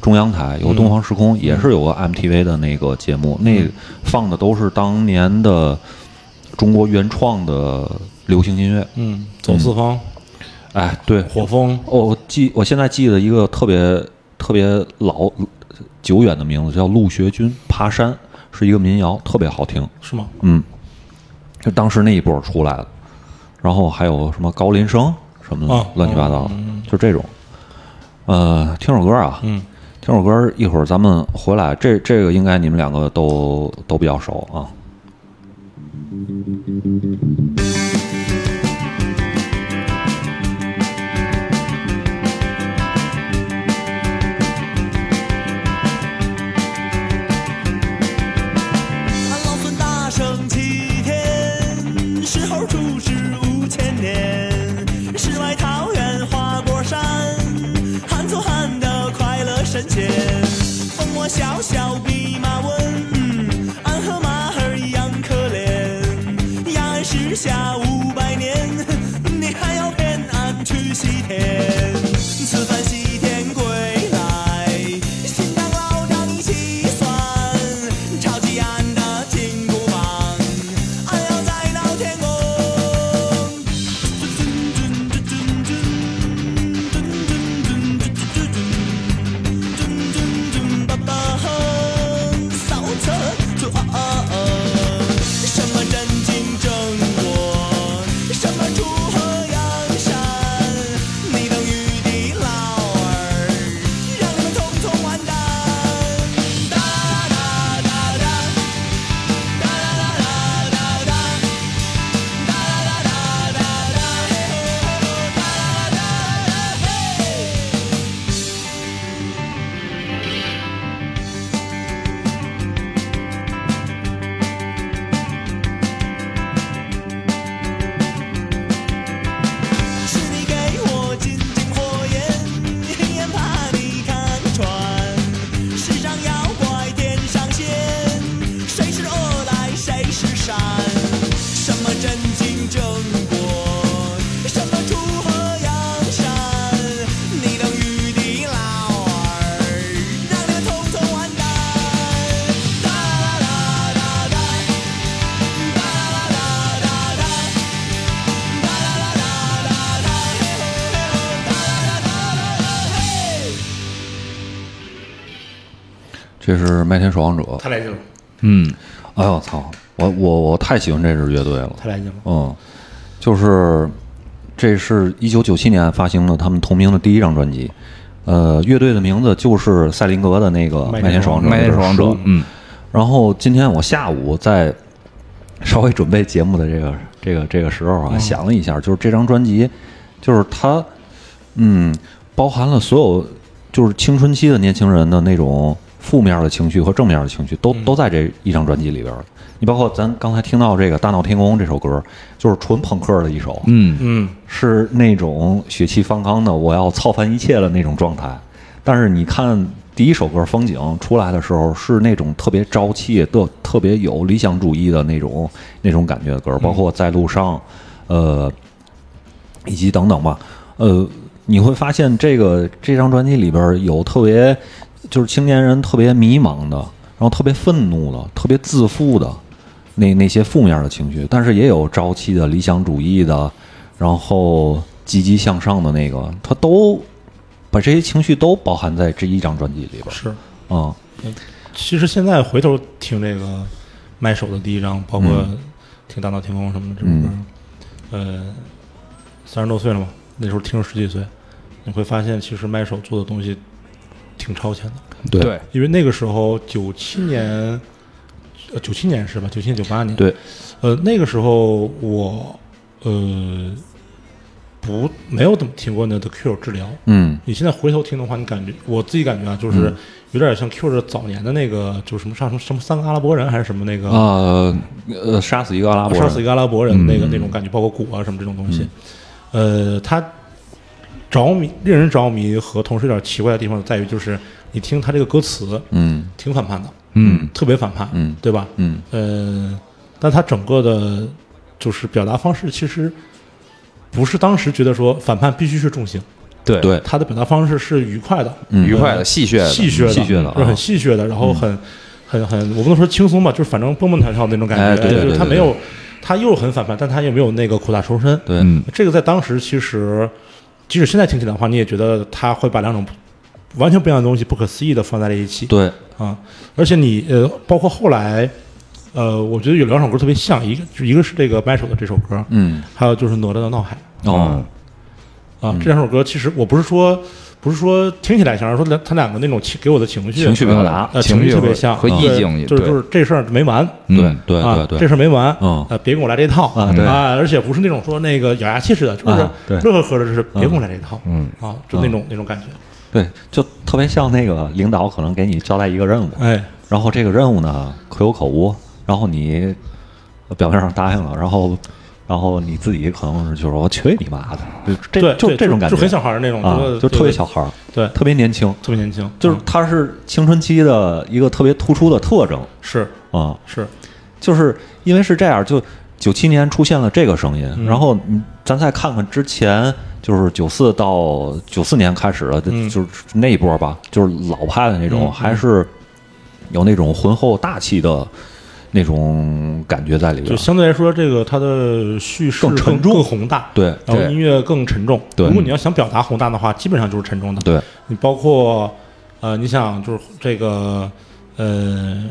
[SPEAKER 1] 中央台，有东方时空，
[SPEAKER 2] 嗯
[SPEAKER 1] 也是有个 MTV 的那个节目，那放的都是当年的中国原创的流行音乐。
[SPEAKER 2] 嗯，走四方，
[SPEAKER 1] 哎，对，
[SPEAKER 2] 火风，
[SPEAKER 1] 哦我我记我现在记得一个特别特别老久远的名字，叫陆学军《爬山》，是一个民谣，特别好听。
[SPEAKER 2] 是吗？
[SPEAKER 1] 嗯，就当时那一波出来的，然后还有什么高林生什么
[SPEAKER 2] 啊
[SPEAKER 1] 的，乱七八糟的，就这种。呃，听首歌啊，
[SPEAKER 2] 嗯，
[SPEAKER 1] 听首歌，一会儿咱们回来。这这个应该你们两个都都比较熟啊。
[SPEAKER 4] 俺老孙大圣齐天，石猴出世五千年，世外桃源花果山，汉族汉的快乐神仙。风魔小小弼马温，俺和马儿一样可怜。压俺时下五百年，你还要骗俺去西天？此番西天归来，新当老张一起算，抄起俺的金箍棒，俺要再闹天宫。爸爸哼，扫厕就啊啊啊！什么真经正果，什么锄禾阳山，你等与身经正果，什么楚河阳山，你等玉帝老儿，让你们统统完蛋！哒啦啦啦哒，哒啦啦啦哒，哒啦啦啦啦哒，嘿，哒啦啦啦啦嘿。
[SPEAKER 1] 这是麦田守望者。
[SPEAKER 2] 太来劲了，
[SPEAKER 3] 嗯，
[SPEAKER 1] 哎呦我操！我我我太喜欢这支乐队了。
[SPEAKER 2] 太来劲了。
[SPEAKER 1] 嗯，就是这是一九九七年发行的他们同名的第一张专辑。呃，乐队的名字就是赛林格的那个
[SPEAKER 2] 麦
[SPEAKER 1] 《
[SPEAKER 2] 田
[SPEAKER 1] 麦田守望者》。
[SPEAKER 3] 麦田守望者，嗯，
[SPEAKER 1] 然后今天我下午在稍微准备节目的这个这个这个时候啊，
[SPEAKER 3] 嗯
[SPEAKER 1] 想了一下，就是这张专辑，就是它，嗯，包含了所有就是青春期的年轻人的那种负面的情绪和正面的情绪，都都在这一张专辑里边儿。你包括咱刚才听到这个《大闹天宫》这首歌，就是纯朋克的一首，
[SPEAKER 3] 嗯，
[SPEAKER 2] 嗯，
[SPEAKER 1] 是那种血气方刚的，我要操翻一切的那种状态。但是你看第一首歌《风景》出来的时候，是那种特别朝气、特特别有理想主义的那种那种感觉的歌，包括在路上，呃，以及等等吧，呃，你会发现这个这张专辑里边有特别就是青年人特别迷茫的，然后特别愤怒的，特别自负的那那些负面的情绪，但是也有朝气的、理想主义的，然后积极向上的那个，他都把这些情绪都包含在这一张专辑里边儿
[SPEAKER 2] 是。
[SPEAKER 1] 啊、
[SPEAKER 2] 其实现在回头听这个麦手的第一张，包括听《大闹天宫》什么的这首歌，呃，三十多岁了嘛，那时候听十几岁，你会发现其实麦手做的东西挺超前的，
[SPEAKER 1] 对
[SPEAKER 3] 对，
[SPEAKER 2] 因为那个时候九七年，呃，九七年是吧？九七九八年，
[SPEAKER 1] 对，
[SPEAKER 2] 呃，那个时候我呃不没有怎么听过那 The Cure 治疗，
[SPEAKER 1] 嗯，
[SPEAKER 2] 你现在回头听的话，你感觉我自己感觉啊，就是有点像 Q 的早年的那个，就是什么上什么什么三个阿拉伯人还是什么那个，
[SPEAKER 1] 呃呃，杀死一个阿拉伯人，
[SPEAKER 2] 杀死一个阿拉伯人的那个
[SPEAKER 1] 嗯
[SPEAKER 2] 那种感觉，包括鼓啊什么这种东西。呃，他着迷，令人着迷和同时有点奇怪的地方在于，就是你听他这个歌词
[SPEAKER 1] 嗯
[SPEAKER 2] 挺反叛的，
[SPEAKER 3] 嗯，
[SPEAKER 2] 特别反叛，
[SPEAKER 1] 嗯
[SPEAKER 2] 对吧？
[SPEAKER 1] 嗯
[SPEAKER 2] 呃，但他整个的就是表达方式其实不是当时觉得说反叛必须是重刑，
[SPEAKER 3] 对
[SPEAKER 1] 对
[SPEAKER 2] 他的表达方式是愉快的，
[SPEAKER 1] 嗯
[SPEAKER 3] 愉快的、戏谑的，
[SPEAKER 2] 戏谑的，
[SPEAKER 1] 戏谑嗯的啊
[SPEAKER 2] 就是很戏谑的，然后很、很很，我不能说轻松吧，就是反正蹦蹦跳跳的那种感觉，
[SPEAKER 1] 哎对对
[SPEAKER 2] 就是他
[SPEAKER 1] 对对
[SPEAKER 2] 没有，他又很反叛，但他又没有那个苦大仇深。
[SPEAKER 1] 对，
[SPEAKER 3] 嗯，
[SPEAKER 2] 这个在当时其实，即使现在听起来的话，你也觉得他会把两种完全不一样的东西不可思议的放在了一起。
[SPEAKER 1] 对，
[SPEAKER 2] 啊，而且你呃，包括后来，呃，我觉得有两首歌特别像，一个就一个是这个掰手的这首歌，
[SPEAKER 1] 嗯
[SPEAKER 2] 还有就是哪吒的闹海。嗯
[SPEAKER 1] 哦，嗯
[SPEAKER 2] 啊，这两首歌其实我不是说不是说听起来像，而是说他两个那种情给我的情绪
[SPEAKER 1] 情绪表达，
[SPEAKER 2] 呃
[SPEAKER 3] 情
[SPEAKER 2] 情
[SPEAKER 3] 绪
[SPEAKER 2] 绪特别
[SPEAKER 3] 和
[SPEAKER 2] 像
[SPEAKER 3] 和意
[SPEAKER 2] 对
[SPEAKER 3] 境也
[SPEAKER 2] 就是
[SPEAKER 3] 对
[SPEAKER 2] 就是这事儿没完。
[SPEAKER 1] 对
[SPEAKER 3] 嗯
[SPEAKER 1] 对
[SPEAKER 2] 啊
[SPEAKER 1] 对，对，
[SPEAKER 2] 这事儿没完，
[SPEAKER 1] 嗯
[SPEAKER 2] 呃，别跟我来这套
[SPEAKER 1] 啊对
[SPEAKER 2] 啊，而且不是那种说那个咬牙切齿的，就是
[SPEAKER 1] 啊对
[SPEAKER 2] 乐呵呵的，就是别跟我来这套，
[SPEAKER 3] 嗯
[SPEAKER 2] 啊，就那种那种感觉，
[SPEAKER 1] 对，就特别像那个领导可能给你交代一个任务，
[SPEAKER 2] 哎，
[SPEAKER 1] 然后这个任务呢可有可无，然后你表面上答应了，然后然后你自己可能是就说我去你妈的，就这
[SPEAKER 2] 对，
[SPEAKER 1] 就
[SPEAKER 2] 对
[SPEAKER 1] 这种感觉，
[SPEAKER 2] 就很小孩儿那种，
[SPEAKER 1] 啊，
[SPEAKER 2] 是
[SPEAKER 1] 就特别小，孩儿，嗯
[SPEAKER 2] 对，对
[SPEAKER 1] 特别年轻，
[SPEAKER 2] 特别年轻，
[SPEAKER 1] 就是
[SPEAKER 2] 嗯
[SPEAKER 1] 他是青春期的一个特别突出的特征
[SPEAKER 2] 是
[SPEAKER 1] 啊，
[SPEAKER 2] 是，
[SPEAKER 1] 就是因为是这样，就九七年出现了这个声音，
[SPEAKER 2] 嗯
[SPEAKER 1] 然后你咱再看看之前，就是九四到九四年开始的，就
[SPEAKER 2] 嗯
[SPEAKER 1] 就是那一波吧，就是老派的那种，
[SPEAKER 2] 嗯嗯
[SPEAKER 1] 还是有那种浑厚大气的那种感觉在里边
[SPEAKER 2] 就。相对来说，这个它的叙事
[SPEAKER 1] 啊更沉重
[SPEAKER 2] 更宏大，
[SPEAKER 1] 对
[SPEAKER 2] 然后
[SPEAKER 3] 对
[SPEAKER 2] 音乐更沉重。
[SPEAKER 1] 对嗯
[SPEAKER 2] 如果你要想表达宏大的话，基本上就是沉重的。
[SPEAKER 1] 对，
[SPEAKER 2] 你包括呃，你想就是这个呃，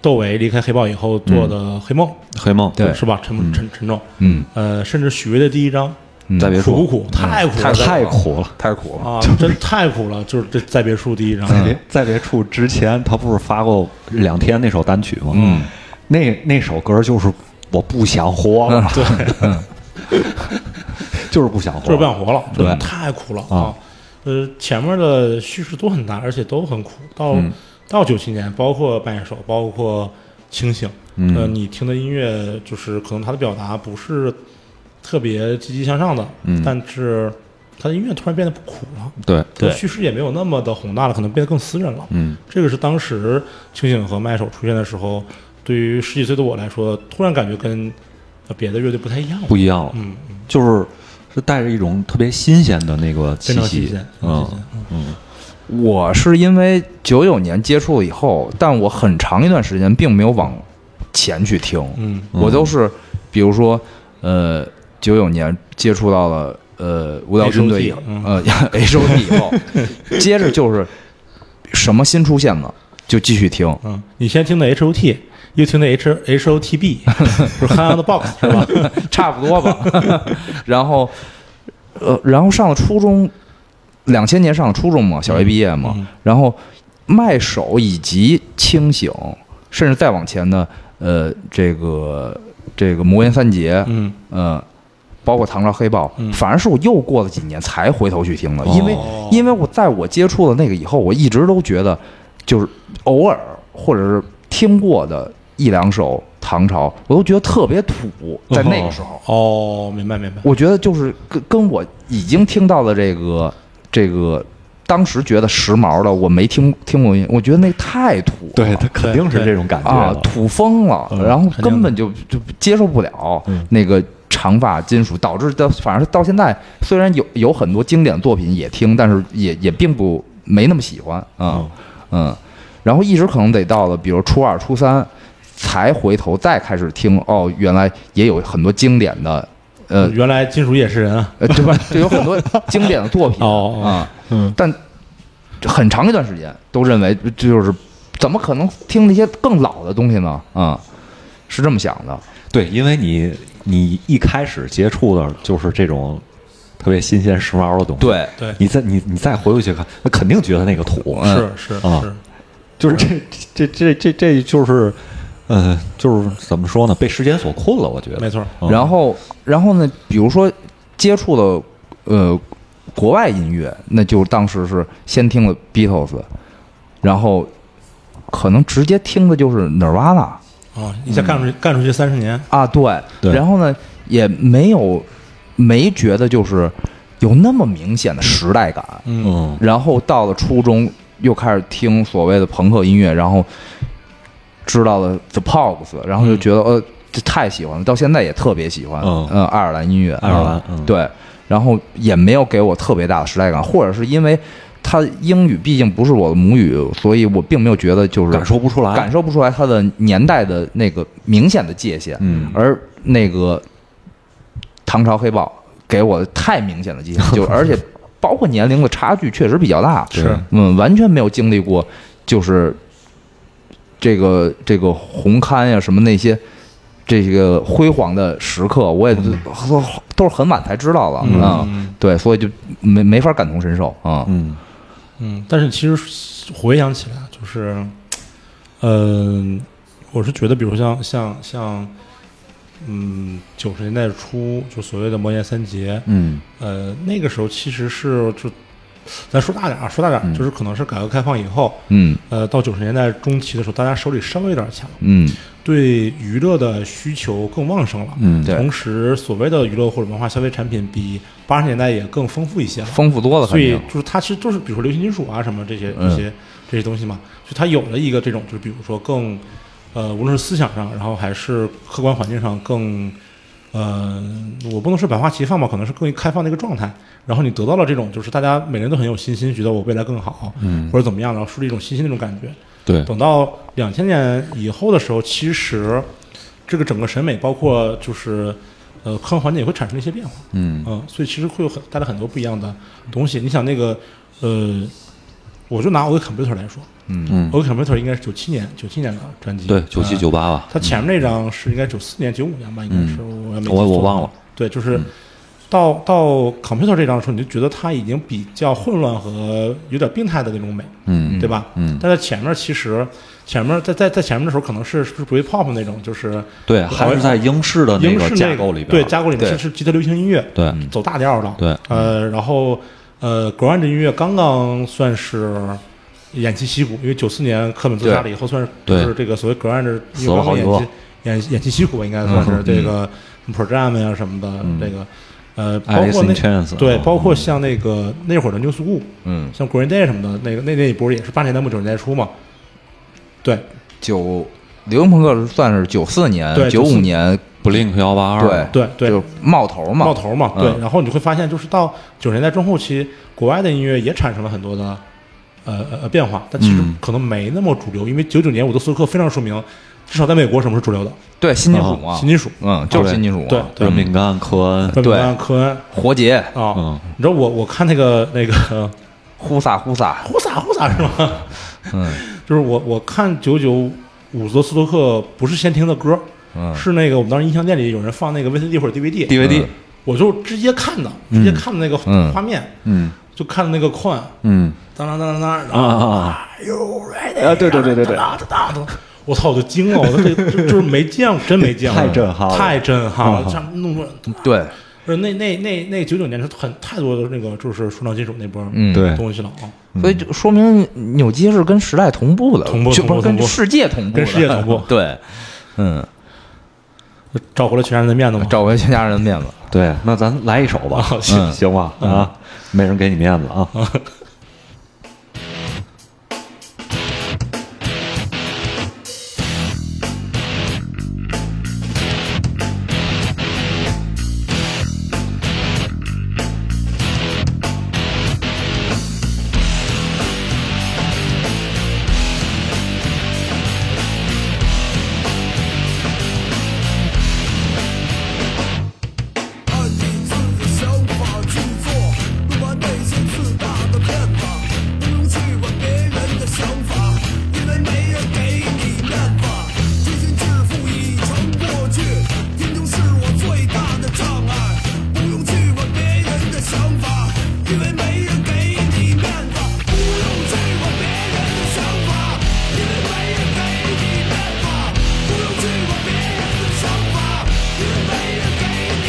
[SPEAKER 2] 窦唯离开黑豹以后做的《黑梦》
[SPEAKER 1] 黑梦，
[SPEAKER 3] 嗯对
[SPEAKER 2] 是吧？沉沉沉重。
[SPEAKER 3] 嗯，
[SPEAKER 2] 呃，甚至许巍的第一章
[SPEAKER 3] 嗯
[SPEAKER 1] 再别
[SPEAKER 2] 苦不
[SPEAKER 1] 说
[SPEAKER 2] 苦？太苦
[SPEAKER 3] 太
[SPEAKER 2] 了，
[SPEAKER 1] 太苦了。
[SPEAKER 3] 太苦了，
[SPEAKER 2] 啊，真太苦了。就是这《再别处》第一章，
[SPEAKER 1] 再别再别处之前，他不是发过两天那首单曲吗？嗯，那那首歌就是我不想活了，对，嗯 就是不想活了，
[SPEAKER 2] 就是不想活了，
[SPEAKER 1] 哦对
[SPEAKER 2] 真的太苦了
[SPEAKER 1] 啊！
[SPEAKER 2] 呃，前面的叙事都很大，而且都很苦。到、
[SPEAKER 1] 嗯
[SPEAKER 2] 到九七年，包括半夜手，包括清醒，
[SPEAKER 1] 嗯
[SPEAKER 2] 呃，你听的音乐就是可能他的表达不是特别积极向上的，
[SPEAKER 1] 嗯
[SPEAKER 2] 但是他的音乐突然变得不苦了，
[SPEAKER 1] 对
[SPEAKER 2] 它的叙事也没有那么的宏大了，可能变得更私人了。
[SPEAKER 1] 嗯，
[SPEAKER 2] 这个是当时清醒和麦手出现的时候，对于十几岁的我来说，突然感觉跟呃别的乐队不太一样了。
[SPEAKER 1] 不一样了，
[SPEAKER 2] 嗯，嗯
[SPEAKER 1] 就是是带着一种特别新鲜的那个
[SPEAKER 2] 非
[SPEAKER 1] 气
[SPEAKER 2] 常新
[SPEAKER 1] 息
[SPEAKER 2] 鲜，，非常
[SPEAKER 1] 嗯
[SPEAKER 2] 新鲜嗯
[SPEAKER 1] 嗯
[SPEAKER 3] 我是因为九九年接触以后，但我很长一段时间并没有往前去听，
[SPEAKER 2] 嗯
[SPEAKER 3] 我都是比如说呃九九年接触到了呃无聊军队以后
[SPEAKER 2] HOT，嗯
[SPEAKER 3] 呃 H O T 以 后，接着就是什么新出现的就继续听，
[SPEAKER 2] 嗯，你先听的 H O T，又听的 H H O T B，不是 Hang on the Box 是吧？
[SPEAKER 3] 差不多吧。然后，呃，然后上了初中，两千年上了初中嘛，小学毕业嘛，
[SPEAKER 2] 嗯
[SPEAKER 3] 然后麦手以及清醒，甚至再往前的，呃，这个这个魔岩三杰，
[SPEAKER 2] 嗯，
[SPEAKER 3] 呃。包括唐朝黑豹，
[SPEAKER 2] 嗯
[SPEAKER 3] 反而是我又过了几年才回头去听的，因为
[SPEAKER 2] 哦
[SPEAKER 3] 因为我在我接触了那个以后，我一直都觉得，就是偶尔或者是听过的一两首唐朝，我都觉得特别土，在那个时候，
[SPEAKER 2] 哦，明白明白，
[SPEAKER 3] 我觉得就是跟跟我已经听到的这个这个，当时觉得时髦的，我没听听过，我觉得那太土了，
[SPEAKER 1] 对他肯定是
[SPEAKER 2] 对
[SPEAKER 1] 这种感觉
[SPEAKER 3] 啊
[SPEAKER 1] 了，
[SPEAKER 3] 土疯了，
[SPEAKER 2] 嗯
[SPEAKER 3] 然后
[SPEAKER 2] 肯定的
[SPEAKER 3] 根本就就接受不了
[SPEAKER 1] 嗯
[SPEAKER 3] 那个长发金属，导致到反正到现在，虽然有有很多经典作品也听，但是也也并不没那么喜欢啊
[SPEAKER 1] 嗯，
[SPEAKER 3] 嗯，然后一直可能得到了，比如初二、初三，才回头再开始听，哦，原来也有很多经典的，呃，
[SPEAKER 2] 原来金属也是人啊，
[SPEAKER 3] 呃，对吧？ 就有很多经典的作品
[SPEAKER 2] 哦哦
[SPEAKER 3] 啊，
[SPEAKER 1] 嗯，
[SPEAKER 3] 但很长一段时间都认为这就是怎么可能听那些更老的东西呢？啊，是这么想的，
[SPEAKER 1] 对，因为你你一开始接触的就是这种特别新鲜时髦的东西，
[SPEAKER 3] 对
[SPEAKER 2] 对，
[SPEAKER 1] 你再你你再回过去看，那肯定觉得那个土，
[SPEAKER 3] 嗯
[SPEAKER 2] 是是
[SPEAKER 1] 啊
[SPEAKER 2] 是，
[SPEAKER 1] 就是这这这这这就是，呃，就是怎么说呢？被时间所困了，我觉得。
[SPEAKER 2] 没错，
[SPEAKER 1] 嗯
[SPEAKER 3] 然后，然后呢，比如说接触了呃国外音乐，那就当时是先听了 Beatles，然后可能直接听的就是 Nirvana，
[SPEAKER 2] 啊，一下
[SPEAKER 1] 嗯
[SPEAKER 2] 干出去干出去三十年，
[SPEAKER 3] 啊，对，
[SPEAKER 1] 对
[SPEAKER 3] 然后呢，也没有没觉得就是有那么明显的时代感。
[SPEAKER 2] 嗯
[SPEAKER 1] 嗯，
[SPEAKER 3] 然后到了初中，又开始听所谓的朋克音乐，然后知道了 The Pogs，然后就觉得、呃，这太喜欢了，到现在也特别喜欢。
[SPEAKER 1] 嗯
[SPEAKER 3] 呃爱尔兰音乐，
[SPEAKER 1] 爱尔兰
[SPEAKER 3] 啊
[SPEAKER 1] 嗯
[SPEAKER 3] 对，然后也没有给我特别大的时代感，或者是因为它英语毕竟不是我的母语，所以我并没有觉得就是
[SPEAKER 1] 感受不出来，
[SPEAKER 3] 感受不出来它的年代的那个明显的界限。
[SPEAKER 1] 嗯
[SPEAKER 3] 而那个唐朝黑豹给我的太明显的界限， 就而且包括年龄的差距确实比较大，
[SPEAKER 1] 对
[SPEAKER 2] 是
[SPEAKER 3] 嗯，完全没有经历过就是这个这个红勘呀、什么那些。这个辉煌的时刻，我也都都是很晚才知道了
[SPEAKER 2] 嗯
[SPEAKER 3] 啊、
[SPEAKER 2] 嗯
[SPEAKER 3] 对，所以就没没法感同身受啊、
[SPEAKER 1] 嗯
[SPEAKER 2] 嗯，但是其实回想起来，就是，嗯、我是觉得，比如像像像，嗯，九十年代初就所谓的魔岩三杰，
[SPEAKER 1] 嗯
[SPEAKER 2] 呃，那个时候其实是就，咱说大点儿啊，说大点儿，就是可能是改革开放以后，
[SPEAKER 3] 嗯
[SPEAKER 2] 呃，到九十年代中期的时候，大家手里稍微有点钱了，
[SPEAKER 3] 嗯，
[SPEAKER 2] 对娱乐的需求更旺盛了。
[SPEAKER 1] 嗯，
[SPEAKER 3] 对
[SPEAKER 2] 同时，所谓的娱乐或者文化消费产品比八十年代也更丰富一些了。
[SPEAKER 3] 丰富多了，
[SPEAKER 2] 所
[SPEAKER 3] 肯
[SPEAKER 2] 以
[SPEAKER 3] 定。
[SPEAKER 2] 就是它其实都是比如说流行金属啊什么这些
[SPEAKER 3] 嗯
[SPEAKER 2] 这些、这些东西嘛，就它有了一个这种就是比如说更呃无论是思想上，然后还是客观环境上更呃我不能说百花齐放吧，可能是更开放的一个状态。然后你得到了这种就是大家每个人都很有信心，觉得我未来更好，嗯，或者怎么样，然后树立一种新兴的那种感觉。
[SPEAKER 1] 对，
[SPEAKER 2] 等到两千年以后的时候，其实这个整个审美，包括就是呃客观环境也会产生一些变化，
[SPEAKER 1] 嗯
[SPEAKER 2] 嗯、所以其实会有很带来很多不一样的东西。你想那个呃，我就拿 OK Computer 来说、
[SPEAKER 1] 嗯，啊
[SPEAKER 2] o k Computer 应该是九七年九七年的专辑，
[SPEAKER 1] 对，九七
[SPEAKER 3] 嗯
[SPEAKER 2] 呃
[SPEAKER 1] 九八吧，
[SPEAKER 2] 他前面那张是应该九四年、九五年吧，应该是我要没记
[SPEAKER 1] 嗯我我
[SPEAKER 2] 错
[SPEAKER 1] 忘了。嗯
[SPEAKER 2] 对，就是到到 computer 这张的时候，你就觉得它已经比较混乱和有点病态的那种美，
[SPEAKER 1] 嗯
[SPEAKER 2] 对吧？
[SPEAKER 1] 嗯
[SPEAKER 2] 但在前面其实前面在在在前面的时候，可能是是 Britpop 那种，就是
[SPEAKER 1] 对，还是在英式的那
[SPEAKER 2] 英式
[SPEAKER 1] 个
[SPEAKER 2] 那个
[SPEAKER 1] 架构里边，
[SPEAKER 2] 对架构里面
[SPEAKER 3] 对
[SPEAKER 2] 是是吉他流行音乐，
[SPEAKER 1] 对
[SPEAKER 3] 嗯
[SPEAKER 2] 走大调的，
[SPEAKER 1] 嗯对
[SPEAKER 2] 呃，然后呃，grunge 音乐刚刚算是。偃旗息鼓，因为九四年科本自杀了以后，算是就
[SPEAKER 1] 对
[SPEAKER 2] 是这个所谓 grunge
[SPEAKER 1] 死了好几嗯个
[SPEAKER 2] 偃偃旗息鼓吧，应该算是这个 program 呀什么的，这个呃，包括
[SPEAKER 1] 嗯 Alice in
[SPEAKER 2] 那
[SPEAKER 1] Chains，
[SPEAKER 2] 对，
[SPEAKER 1] 嗯
[SPEAKER 2] 包括像那个那会儿的 New School，
[SPEAKER 3] 嗯
[SPEAKER 2] 像 Green Day 什么的，那个那那一波也是八十年代末九十年代初嘛，对，
[SPEAKER 3] 九流行朋克是算是九四年
[SPEAKER 2] 对、
[SPEAKER 3] 九五年
[SPEAKER 1] Blink 幺八二，
[SPEAKER 3] 对
[SPEAKER 2] 对对
[SPEAKER 3] 就冒头嘛，
[SPEAKER 2] 冒头嘛，
[SPEAKER 3] 嗯
[SPEAKER 2] 对。然后你会发现，就是到九十年代中后期，国外的音乐也产生了很多的呃呃呃变化，但其实
[SPEAKER 1] 嗯
[SPEAKER 2] 可能没那么主流，因为九九年伍德斯托克非常出名，至少在美国什么是主流的？
[SPEAKER 3] 对新金属嘛，
[SPEAKER 2] 啊新金属，
[SPEAKER 3] 嗯，就是
[SPEAKER 1] 对
[SPEAKER 3] 新金属嘛，
[SPEAKER 2] 对对
[SPEAKER 1] 软饼干、科恩，
[SPEAKER 2] 范
[SPEAKER 3] 对
[SPEAKER 2] 伟安、科恩
[SPEAKER 3] 活结，
[SPEAKER 2] 啊。
[SPEAKER 1] 嗯
[SPEAKER 2] 你知道我我看那个那个
[SPEAKER 3] 呼撒呼撒，
[SPEAKER 2] 呼撒呼撒是吗？
[SPEAKER 3] 嗯
[SPEAKER 2] 就是我我看九九伍德斯托克不是先听的歌，
[SPEAKER 3] 嗯
[SPEAKER 2] 是那个我们当时音像店里有人放那个 VCD 或者 DVD，
[SPEAKER 1] ，DVD，
[SPEAKER 2] 我就直接看的，直接看的那个画面，
[SPEAKER 1] 嗯
[SPEAKER 2] 就看那个矿，
[SPEAKER 1] 嗯
[SPEAKER 2] 当当当当当，
[SPEAKER 1] 啊啊啊，
[SPEAKER 3] 啊，对对对对对，
[SPEAKER 2] 哒哒哒哒，我操，我就惊了，我说这这就是没见过，真没见过，
[SPEAKER 1] 太震撼了嗯
[SPEAKER 2] 太震撼了，像弄出来，
[SPEAKER 3] 嗯对，
[SPEAKER 2] 不是那那那那九九年是很太多的那个就是说唱金属那波
[SPEAKER 3] 嗯
[SPEAKER 1] 对
[SPEAKER 2] 东西了啊，
[SPEAKER 3] 所以就说明纽基是跟时代同步的，
[SPEAKER 2] 同步
[SPEAKER 3] 就不
[SPEAKER 2] 同
[SPEAKER 3] 是
[SPEAKER 2] 步
[SPEAKER 3] 跟
[SPEAKER 2] 同步
[SPEAKER 3] 世界同步的，
[SPEAKER 2] 跟世界同步
[SPEAKER 3] 对，嗯，
[SPEAKER 2] 找回了全家人的面子嘛，
[SPEAKER 3] 找回全家人的面子。
[SPEAKER 1] 对，那咱来一首吧，
[SPEAKER 2] 哦
[SPEAKER 1] 行行吧，
[SPEAKER 2] 嗯
[SPEAKER 1] 啊，没人给你面子啊，
[SPEAKER 5] 按你自己想法去做，别把内心自大的骗吧，不用去管别人的想法，因为没人给你面子。追寻致富已成过去，贫穷是我最大的障碍，不用去管别人的想法，因为没人给你面子。不用去管别人的想法，因为没人给你面子。不用去管别人的想法，因为没人给你面子，没人给你面子，没人给你面子，没人给你面子，没人给你面子。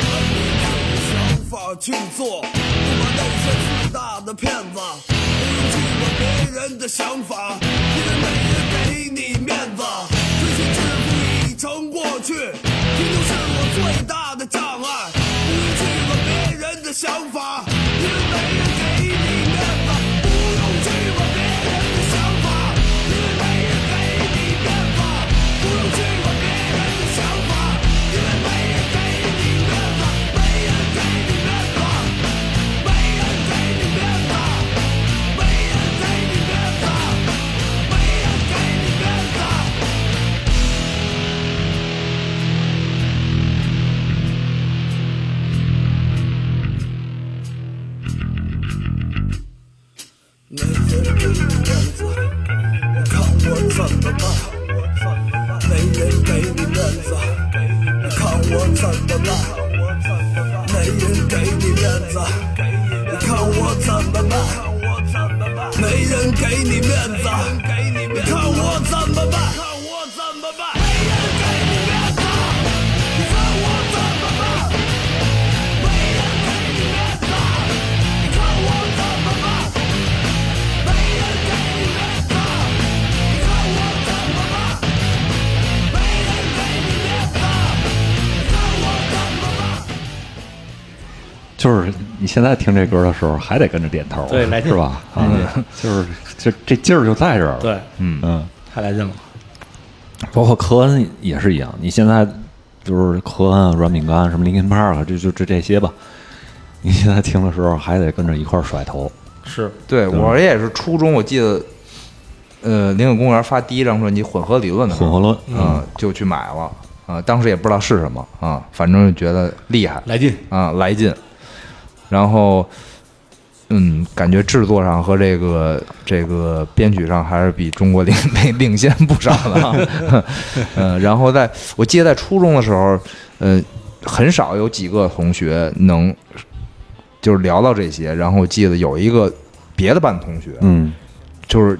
[SPEAKER 5] 想法去做，不把那些自大的骗子，不用去管别人的想法，因为没人给你面子。追求致富已成过去，贫穷是我最大的障碍，不用去管别人的想法，因为没人给你面子。不用去管别人的想法，因为没人给你面子。不用去管别人的想法，因为没人给你面子。没人给你面子，没人给你面子，没人给你面子，没人给你面子。那些人的面子，我看我怎么办？没人给你面子，你看我怎么办？没人给你面子，你看我怎么办？没人给你面子，你看我怎么办？没人给你面子，你看我怎么办？没人给你面子，你看我怎么办？没人给你面子，你看我怎么办？没人给你面子，你看我怎么办？
[SPEAKER 1] 就是你现在听这歌的时候，还得跟着点头，
[SPEAKER 2] 对来劲
[SPEAKER 1] 是吧？啊，就是这这劲儿就在这儿了，
[SPEAKER 2] 对，
[SPEAKER 1] 嗯嗯。
[SPEAKER 2] 太来劲了，
[SPEAKER 1] 包括科恩也是一样，你现在就是科恩啊、软饼干什么 Linkin Park，啊这就这这些吧。你现在听的时候还得跟着一块儿甩头，
[SPEAKER 2] 是
[SPEAKER 3] 对我也是初中，我记得，呃，林肯公园发第一张专辑《混合理论》的时
[SPEAKER 1] 混合
[SPEAKER 3] 候，
[SPEAKER 1] 论，
[SPEAKER 3] 嗯，就去买了，啊，当时也不知道是什么啊，反正就觉得厉害，
[SPEAKER 2] 来劲，
[SPEAKER 3] 啊，来劲。然后，嗯，感觉制作上和这个这个编曲上还是比中国领 领领先不少的、啊。 嗯，然后在我记得在初中的时候，呃，很少有几个同学能就是聊到这些。然后我记得有一个别的班同学，
[SPEAKER 1] 嗯，
[SPEAKER 3] 就是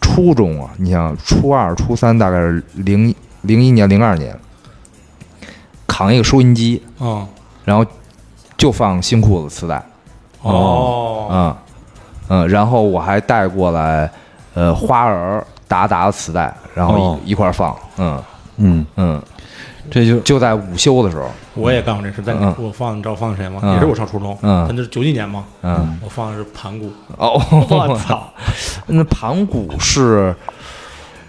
[SPEAKER 3] 初中啊，你想初二、初三大概是零零一年、零二年，扛一个收音机，
[SPEAKER 1] 哦
[SPEAKER 2] 嗯，
[SPEAKER 3] 然后就放新裤子磁带，
[SPEAKER 1] 啊
[SPEAKER 2] 哦，
[SPEAKER 3] 嗯嗯，然后我还带过来，呃，花儿达达的磁带，然后一,、
[SPEAKER 1] 哦
[SPEAKER 3] 一块儿放，嗯
[SPEAKER 1] 嗯，
[SPEAKER 3] 嗯，
[SPEAKER 1] 这就
[SPEAKER 3] 就在午休的时候，
[SPEAKER 2] 我也干过这事，但
[SPEAKER 3] 嗯
[SPEAKER 2] 我放，你知道我放谁吗？
[SPEAKER 3] 嗯
[SPEAKER 2] 也是我上初中，
[SPEAKER 3] 嗯
[SPEAKER 2] 但就是九几年嘛，
[SPEAKER 3] 嗯，
[SPEAKER 2] 我放的是盘古，
[SPEAKER 3] 哦，
[SPEAKER 2] 我操，
[SPEAKER 3] 那盘古是，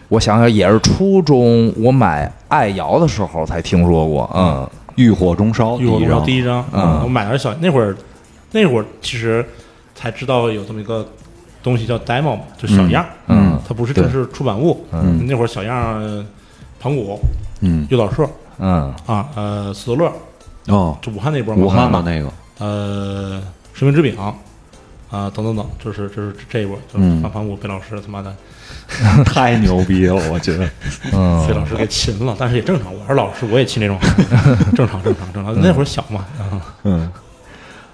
[SPEAKER 3] 我想想也是初中我买爱瑶的时候才听说过，嗯
[SPEAKER 1] 浴火中烧，
[SPEAKER 2] 玉火中烧
[SPEAKER 1] 第一
[SPEAKER 2] 第一张，
[SPEAKER 3] 嗯
[SPEAKER 2] 我买的是小那会儿，那会儿其实才知道有这么一个东西叫 demo 嘛，就小样儿，
[SPEAKER 3] 嗯嗯
[SPEAKER 2] 它不是正式出版物，
[SPEAKER 1] 嗯
[SPEAKER 2] 那会儿小样儿，盘古、
[SPEAKER 1] 张，
[SPEAKER 2] 诱导社
[SPEAKER 3] 嗯
[SPEAKER 2] 啊，呃，斯多勒，
[SPEAKER 1] 嗯，哦，
[SPEAKER 2] 就武汉那波嘛，
[SPEAKER 1] 武汉的
[SPEAKER 2] 嘛，
[SPEAKER 1] 那个，
[SPEAKER 2] 呃，神明之饼啊、等等等，就是就是这一波，就是
[SPEAKER 1] 嗯
[SPEAKER 2] 范盘古被老师他妈的
[SPEAKER 1] 太牛逼了，我觉得，
[SPEAKER 3] 嗯
[SPEAKER 2] 被老师给擒了，但是也正常，我是老师我也擒这种， 正常正常正常，那会儿小嘛，啊
[SPEAKER 1] 嗯，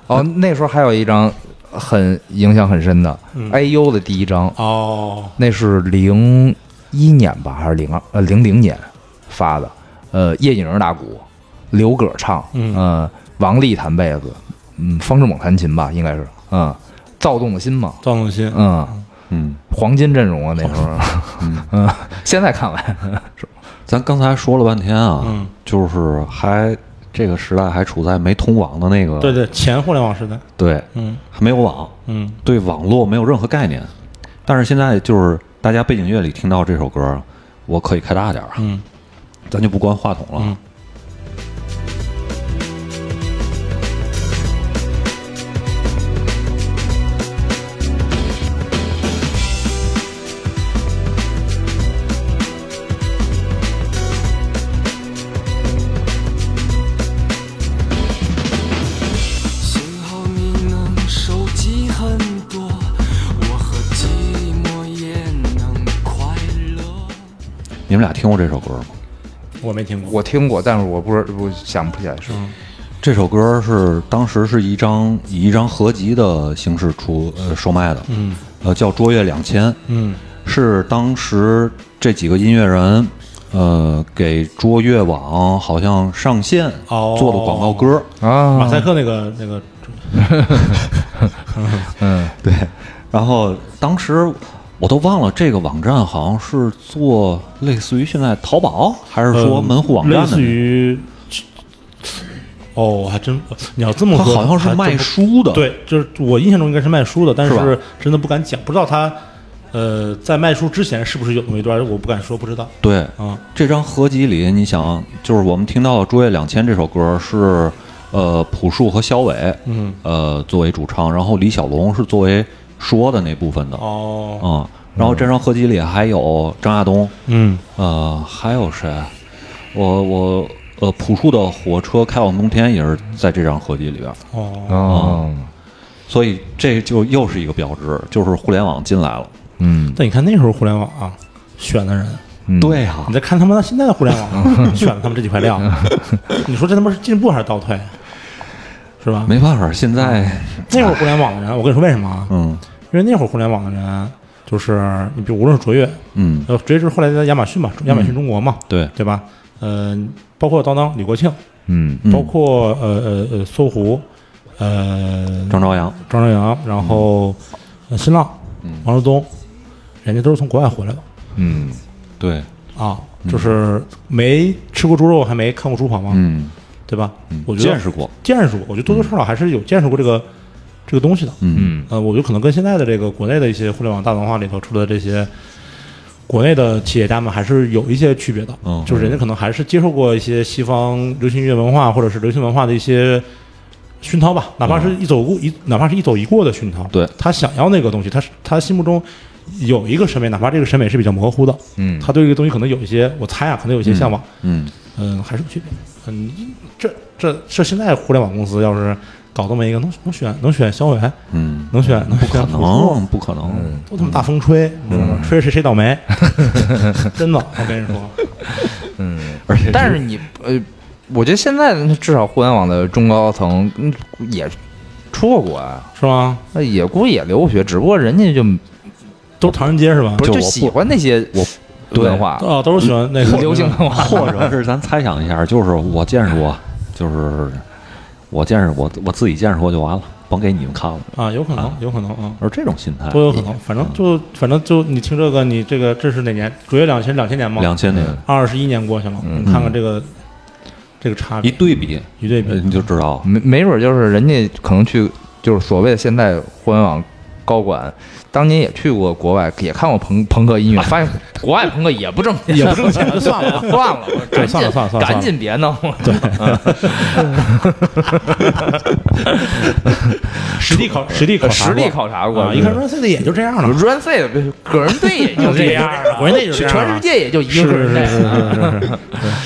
[SPEAKER 3] 哦，那时候还有一张很影响很深的
[SPEAKER 2] 嗯
[SPEAKER 3] IU 的第一张，
[SPEAKER 2] 哦，
[SPEAKER 3] 那是零一年吧，还是零二呃零零年发的？呃，叶颖儿打鼓，刘葛唱，
[SPEAKER 2] 嗯
[SPEAKER 3] 呃，王丽弹贝斯，嗯，方志猛弹琴吧，应该是，嗯，躁动的心嘛，
[SPEAKER 2] 赵动心，
[SPEAKER 3] 嗯，
[SPEAKER 1] 嗯，
[SPEAKER 3] 黄金嗯阵容啊，那时候，
[SPEAKER 1] 嗯
[SPEAKER 3] 嗯， 现在看来，
[SPEAKER 1] 咱刚才说了半天啊，
[SPEAKER 2] 嗯
[SPEAKER 1] 就是还这个时代还处在没通网的那个，
[SPEAKER 2] 对对，前互联网时代，
[SPEAKER 1] 对
[SPEAKER 2] 嗯
[SPEAKER 1] 还没有网，
[SPEAKER 2] 嗯，
[SPEAKER 1] 对网络没有任何概念。但是现在就是大家背景乐里听到这首歌，我可以开大点儿啊，
[SPEAKER 2] 嗯
[SPEAKER 1] 咱就不关话筒了。
[SPEAKER 2] 嗯
[SPEAKER 6] 幸好你能收集很多，我和寂寞也能快乐。
[SPEAKER 1] 你们俩听过这首歌吗？
[SPEAKER 2] 我没听过，
[SPEAKER 3] 我听过，但是我不知我想不起来是，
[SPEAKER 2] 嗯
[SPEAKER 1] 这首歌是当时是一张以一张合集的形式出呃售卖的，嗯，呃叫《卓越两千》，
[SPEAKER 2] 嗯
[SPEAKER 1] 是当时这几个音乐人，呃，给卓越网好像上线
[SPEAKER 2] 哦
[SPEAKER 1] 做的广告歌，
[SPEAKER 3] 啊，
[SPEAKER 2] 马赛克那个那个，
[SPEAKER 1] 对。 然后当时我都忘了这个网站好像是做类似于现在淘宝还是说
[SPEAKER 2] 呃
[SPEAKER 1] 门户网站的
[SPEAKER 2] 类
[SPEAKER 1] 那
[SPEAKER 2] 似
[SPEAKER 1] 种，
[SPEAKER 2] 于。哦，还真，你要这么
[SPEAKER 1] 它
[SPEAKER 2] 说，
[SPEAKER 1] 好像是
[SPEAKER 2] 还真
[SPEAKER 1] 卖
[SPEAKER 2] 不
[SPEAKER 1] 书的，，
[SPEAKER 2] 对，就是我印象中应该是卖书的，但
[SPEAKER 1] 是
[SPEAKER 2] 是
[SPEAKER 1] 吧
[SPEAKER 2] 真的不敢讲，不知道他呃在卖书之前是不是有那么一段，我不敢说，不知道。
[SPEAKER 1] 对，
[SPEAKER 2] 嗯
[SPEAKER 1] 这张合集里，你想，就是我们听到的《卓越两千》这首歌是，呃，朴树和肖伟，
[SPEAKER 2] 嗯，
[SPEAKER 1] 呃，作为主唱，然后李小龙是作为说的那部分的，
[SPEAKER 2] 哦，
[SPEAKER 1] 嗯，然后这张合集里还有张亚东，
[SPEAKER 2] 嗯
[SPEAKER 1] 呃，还有谁？我我呃，朴树的《火车开往冬天》也是在这张合集里边，
[SPEAKER 2] 哦，
[SPEAKER 3] 哦，
[SPEAKER 1] 所以这就又是一个标志，就是互联网进来了。
[SPEAKER 3] 嗯，
[SPEAKER 2] 但你看那时候互联网啊，选的人，
[SPEAKER 3] 嗯，
[SPEAKER 1] 对呀、
[SPEAKER 2] 你再看他们现在的互联 网啊选的他们这几块料，你说这他妈是进步还是倒退？啊是吧？
[SPEAKER 1] 没办法，现在，
[SPEAKER 2] 那会儿互联网的人，我跟你说为什么啊？
[SPEAKER 1] 嗯
[SPEAKER 2] 因为那会儿互联网的人，啊就是你比如无论是卓越，
[SPEAKER 1] 嗯，
[SPEAKER 2] 呃，卓越就是后来的亚马逊嘛，亚马逊中国嘛，
[SPEAKER 1] 对，
[SPEAKER 2] 对吧？呃，包括当当、李国庆，
[SPEAKER 3] 嗯
[SPEAKER 1] 嗯
[SPEAKER 2] 包括呃呃呃搜狐，呃
[SPEAKER 1] 张朝阳，
[SPEAKER 2] 张朝阳，然后呃新浪，
[SPEAKER 1] 嗯
[SPEAKER 2] 王志东，人家都是从国外回来的
[SPEAKER 3] 嗯
[SPEAKER 1] 对，
[SPEAKER 2] 啊，就是没吃过猪肉还没看过猪跑嘛，
[SPEAKER 1] 嗯，
[SPEAKER 2] 对吧？我觉得
[SPEAKER 1] 见识过，嗯
[SPEAKER 2] 见识过，我觉得多多少少还是有见识过这个这个东西的。
[SPEAKER 3] 嗯
[SPEAKER 2] 呃，我觉得可能跟现在的这个国内的一些互联网大文化里头出的这些国内的企业家们还是有一些区别的。
[SPEAKER 1] 嗯
[SPEAKER 2] 就是人家可能还是接受过一些西方流行音乐文化或者是流行文化的一些熏陶吧，哪怕是一走过一，哪怕是一走一过的熏陶。
[SPEAKER 1] 嗯对
[SPEAKER 2] 他想要那个东西，他是他心目中。有一个审美，哪怕这个审美是比较模糊的，
[SPEAKER 3] 嗯
[SPEAKER 2] 他对这个东西可能有一些，我猜啊，可能有一些向往，
[SPEAKER 1] 嗯，
[SPEAKER 2] 嗯，还是有区别。嗯，这这这现在互联网公司要是搞这么一个，能能选能选小伟，
[SPEAKER 1] 嗯，
[SPEAKER 2] 能选能
[SPEAKER 1] 不可
[SPEAKER 2] 选朴树嗯
[SPEAKER 1] 能，不可能，
[SPEAKER 2] 都他妈大风吹，你知道吗？吹谁谁倒霉，真的，我跟你说，
[SPEAKER 1] 而且
[SPEAKER 3] 但是你呃，我觉得现在至少互联网的中高层嗯也出过国啊，
[SPEAKER 2] 是吗？
[SPEAKER 3] 那也估计也留过学，只不过人家就
[SPEAKER 2] 都是唐人街是吧
[SPEAKER 3] 不？是
[SPEAKER 1] 就
[SPEAKER 3] 就
[SPEAKER 1] 我
[SPEAKER 3] 喜
[SPEAKER 1] 不
[SPEAKER 3] 欢那些
[SPEAKER 1] 我对
[SPEAKER 3] 文化，
[SPEAKER 2] 啊，都是喜欢那个
[SPEAKER 3] 嗯流行文 化，
[SPEAKER 1] 或者是咱猜想一下，就是我见识过，就是我见识我我自己见识过就完了，甭给你们看了，
[SPEAKER 2] 啊，有可能，有可能啊，
[SPEAKER 1] 而这种心态
[SPEAKER 2] 都有可能。反正就反正就你听这个，你这个这是哪年？九月两千两千年吗？
[SPEAKER 1] 两千年
[SPEAKER 2] 二十一年过去了，你看看这个这个差
[SPEAKER 1] 一
[SPEAKER 2] 别
[SPEAKER 1] 对比，
[SPEAKER 2] 一对
[SPEAKER 1] 呃
[SPEAKER 2] 比，
[SPEAKER 1] 你就知道
[SPEAKER 3] 没没准儿就是人家可能去就是所谓的现代互联网高管，当年也去过国外，也看过朋朋克音乐，发现国外朋克也不挣钱，
[SPEAKER 2] 也不挣钱
[SPEAKER 3] 算 了算了，
[SPEAKER 2] 对算了算了算了
[SPEAKER 3] 赶紧别弄了。对，
[SPEAKER 2] 实地考实地考察
[SPEAKER 3] 嗯实地
[SPEAKER 2] 过
[SPEAKER 3] 考察过
[SPEAKER 2] 啊，一看说现在也就这样了，，
[SPEAKER 3] Run C 个人队也就这样了
[SPEAKER 2] 国人队就这样了
[SPEAKER 3] 全世界也就一
[SPEAKER 2] 是
[SPEAKER 3] 个
[SPEAKER 2] 是是
[SPEAKER 3] 人队。
[SPEAKER 2] 是是 是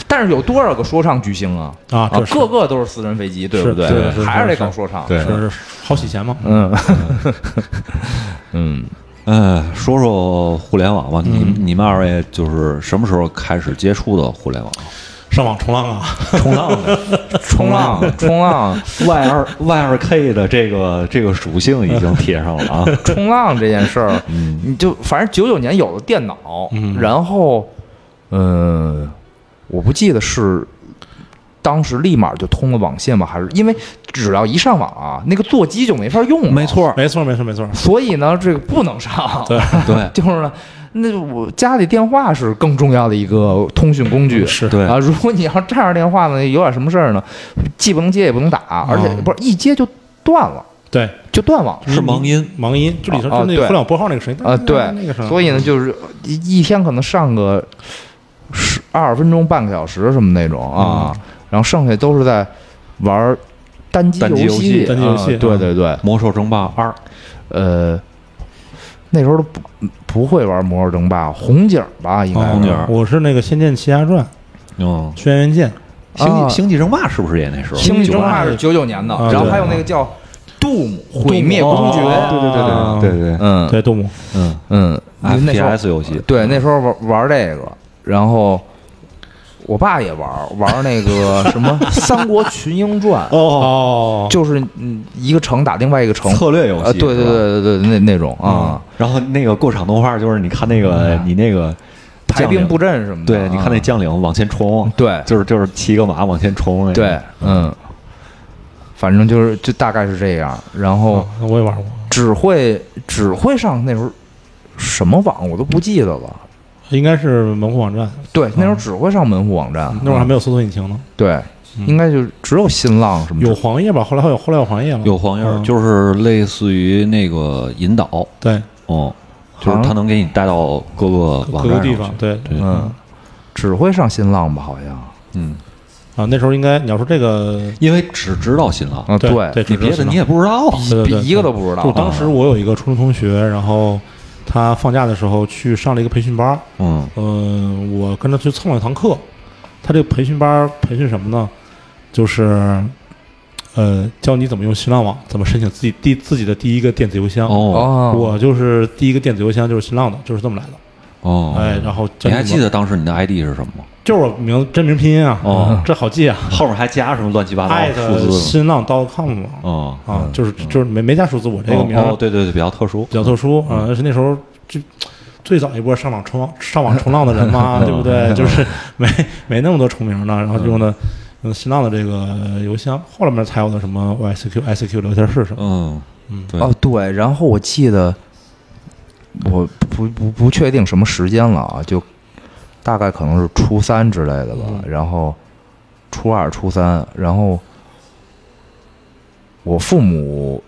[SPEAKER 3] 但是有多少个说唱巨星啊？
[SPEAKER 2] 啊这是
[SPEAKER 3] 个个都是私人飞机，对不
[SPEAKER 2] 是对是是
[SPEAKER 3] 还是得
[SPEAKER 2] 是
[SPEAKER 3] 搞说唱。
[SPEAKER 1] 对
[SPEAKER 2] 是是好洗钱吗？
[SPEAKER 3] 嗯嗯，
[SPEAKER 1] 呃，说说互联网吧，你们你们二位就是什么时候开始接触的互联网？
[SPEAKER 2] 上网 冲浪啊，
[SPEAKER 1] 冲浪的
[SPEAKER 3] 冲浪 冲浪
[SPEAKER 1] Y 二 Y 二 K 的这个这个属性已经贴上了 啊，
[SPEAKER 3] 冲浪这件事儿，
[SPEAKER 2] 嗯
[SPEAKER 3] 你就反正九九年有了电脑，然后嗯，我不记得是。当时立马就通了网线吗？还是因为只要一上网啊，那个座机就没法用了。
[SPEAKER 1] 没错，
[SPEAKER 2] 没错没错没错，
[SPEAKER 3] 所以呢，这个不能上。
[SPEAKER 2] 对
[SPEAKER 1] 对
[SPEAKER 3] 就是呢，那我家里电话是更重要的一个通讯工具。
[SPEAKER 2] 嗯是
[SPEAKER 1] 对
[SPEAKER 3] 啊，如果你要占着电话呢，有点什么事儿呢，既不能接也不能打，而且
[SPEAKER 2] 嗯
[SPEAKER 3] 不是一接就断了，
[SPEAKER 2] 对，
[SPEAKER 3] 就断网了。
[SPEAKER 1] 是盲音，
[SPEAKER 2] 盲音，就里头
[SPEAKER 3] 啊
[SPEAKER 2] 就那
[SPEAKER 3] 对
[SPEAKER 2] 个互联网拨嗯号那个声音
[SPEAKER 3] 啊，对
[SPEAKER 2] 那个声，音，
[SPEAKER 3] 所以呢，就是一一天可能上个十二十分钟、半个小时什么那种啊，
[SPEAKER 2] 嗯
[SPEAKER 3] 然后剩下都是在玩儿单机
[SPEAKER 1] 单机游戏
[SPEAKER 3] 戏，
[SPEAKER 2] 单机游
[SPEAKER 3] 啊
[SPEAKER 2] 戏
[SPEAKER 3] 对
[SPEAKER 2] 嗯
[SPEAKER 3] 对对，
[SPEAKER 1] 魔兽争霸二，
[SPEAKER 3] 呃，那时候都不不会玩《魔兽争霸》，红警吧，应该是、
[SPEAKER 1] 红警
[SPEAKER 2] 哦我是那个《仙剑奇侠传》
[SPEAKER 1] 嗯，
[SPEAKER 2] 《轩辕剑》，
[SPEAKER 1] 星
[SPEAKER 3] 啊
[SPEAKER 1] 际星际争霸是不是也那时候？
[SPEAKER 3] 星际争霸
[SPEAKER 2] 霸
[SPEAKER 3] 是
[SPEAKER 2] 是
[SPEAKER 3] 九九年的，
[SPEAKER 2] 啊
[SPEAKER 3] 然后
[SPEAKER 2] 对
[SPEAKER 3] 还有那个叫《Doom》毁灭公爵，
[SPEAKER 2] 哦对对对对
[SPEAKER 1] 啊对对对，
[SPEAKER 3] 嗯
[SPEAKER 2] 对，杜牧，
[SPEAKER 1] 嗯
[SPEAKER 3] 嗯，那时候
[SPEAKER 1] ，FPS 游戏，
[SPEAKER 3] 对那时候玩玩这个，然后我爸也玩玩那个什么《三国群英传》，
[SPEAKER 2] 哦，
[SPEAKER 3] 就是嗯一个城打另外一个城，
[SPEAKER 1] 策略游
[SPEAKER 3] 啊，
[SPEAKER 1] 戏，
[SPEAKER 3] 对对
[SPEAKER 1] 是吧
[SPEAKER 3] 对对对，那那种啊，
[SPEAKER 1] 然后那个过场动画就是你看那个你那个
[SPEAKER 3] 嗯排
[SPEAKER 1] 将领
[SPEAKER 3] 兵布，阵什么的啊，
[SPEAKER 1] 对，你看那将领往前冲，
[SPEAKER 3] 对
[SPEAKER 1] 就是就是骑个马往前冲，那个
[SPEAKER 3] 对，嗯，反正就是就大概是这样，然后
[SPEAKER 2] 哦我也玩过，
[SPEAKER 3] 只会只会上那时候什么网我都不记得了。
[SPEAKER 2] 应该是门户网站，
[SPEAKER 3] 对，那时候只会上门户网站，
[SPEAKER 2] 嗯那会儿还没有搜索引擎呢，
[SPEAKER 3] 对，应该就只有新浪什么之
[SPEAKER 2] 有黄页吧？后来还有后来有黄页了，
[SPEAKER 1] 有黄页儿，
[SPEAKER 2] 嗯
[SPEAKER 1] 就是类似于那个引导，
[SPEAKER 2] 对
[SPEAKER 1] 哦，就是
[SPEAKER 3] 好
[SPEAKER 1] 它
[SPEAKER 3] 像
[SPEAKER 1] 能给你带到各个网
[SPEAKER 2] 各个
[SPEAKER 1] 站
[SPEAKER 2] 地
[SPEAKER 1] 上
[SPEAKER 2] 方，
[SPEAKER 1] 去，
[SPEAKER 2] 对
[SPEAKER 1] 对
[SPEAKER 3] 嗯，只会上新浪吧，好像
[SPEAKER 1] 嗯，
[SPEAKER 2] 啊，那时候应该你要说这个，
[SPEAKER 1] 因为只知道新浪，
[SPEAKER 3] 啊，
[SPEAKER 2] 对对
[SPEAKER 1] 你别的你也不知道，
[SPEAKER 2] 对对
[SPEAKER 3] 比
[SPEAKER 2] 对
[SPEAKER 3] 一个都不知道
[SPEAKER 2] 就。当
[SPEAKER 1] 哦
[SPEAKER 2] 时我有一个初中同学，然后他放假的时候去上了一个培训班儿，
[SPEAKER 1] 嗯
[SPEAKER 2] 嗯、我跟他去蹭了一堂课。他这个培训班儿培训什么呢？就是，呃，教你怎么用新浪网，怎么申请自己第自己的第一个电子邮箱。，
[SPEAKER 1] 哦
[SPEAKER 3] 哦，
[SPEAKER 2] 我就是第一个电子邮箱就是新浪的，就是这么来的。
[SPEAKER 1] 哦，
[SPEAKER 2] 哎，然后教
[SPEAKER 1] 你还
[SPEAKER 2] 怎
[SPEAKER 1] 记
[SPEAKER 2] 么？
[SPEAKER 1] 得当时你的 ID 是什么吗？
[SPEAKER 2] 就是我名真名拼音啊，
[SPEAKER 1] 哦
[SPEAKER 2] 这好记啊，
[SPEAKER 1] 后面还加什么乱七八糟
[SPEAKER 2] 艾
[SPEAKER 1] 的
[SPEAKER 2] 特
[SPEAKER 1] 数字吗？
[SPEAKER 2] 新浪 .com 嘛
[SPEAKER 1] 哦
[SPEAKER 2] 啊，就是就是没没加数字，我这个名儿
[SPEAKER 1] 哦，对对对，比较特殊
[SPEAKER 2] 比，较特殊啊，而且那时候就最早一波上网冲浪上网冲浪的人嘛，对不对？就是没没那么多重名的，然后用的用新浪的这个邮箱，后面才有的什么 YSQ、ICQ 聊天室什么。
[SPEAKER 1] 嗯
[SPEAKER 2] 嗯
[SPEAKER 1] 对
[SPEAKER 3] 哦，对，然后我记得，我不不不确定什么时间了啊，就大概可能是初三之类的吧，然后初二、初三，然后我父母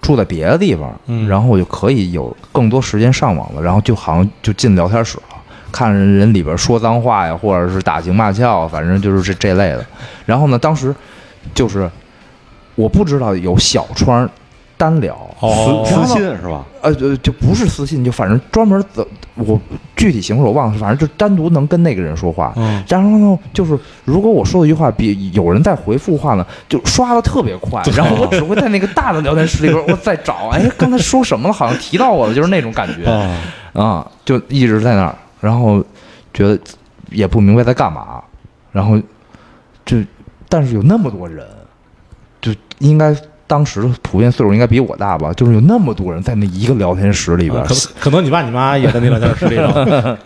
[SPEAKER 3] 住在别的地方，
[SPEAKER 2] 嗯
[SPEAKER 3] 然后我就可以有更多时间上网了，然后就好像就进聊天室了。看人人里边说脏话呀，或者是打情骂俏，反正就是这这类的。然后呢，当时就是我不知道有小窗单聊，
[SPEAKER 2] 哦
[SPEAKER 1] 私私信是吧？
[SPEAKER 3] 呃，就就不是私信，就反正专门的，我具体形式我忘了，反正就单独能跟那个人说话。
[SPEAKER 2] 嗯，
[SPEAKER 3] 然后呢，就是如果我说的一句话比有人在回复话呢，就刷的特别快，然后我只会在那个大的聊天室里边，我再找，哎，刚才说什么了？好像提到我了，就是那种感觉
[SPEAKER 2] 哦
[SPEAKER 1] 啊，
[SPEAKER 3] 啊，就一直在那儿，然后觉得也不明白在干嘛，然后就但是有那么多人，就应该当时普遍岁数应该比我大吧，就是有那么多人在那一个聊天室里边
[SPEAKER 2] 啊，可可能你爸你妈也在那聊天室里头，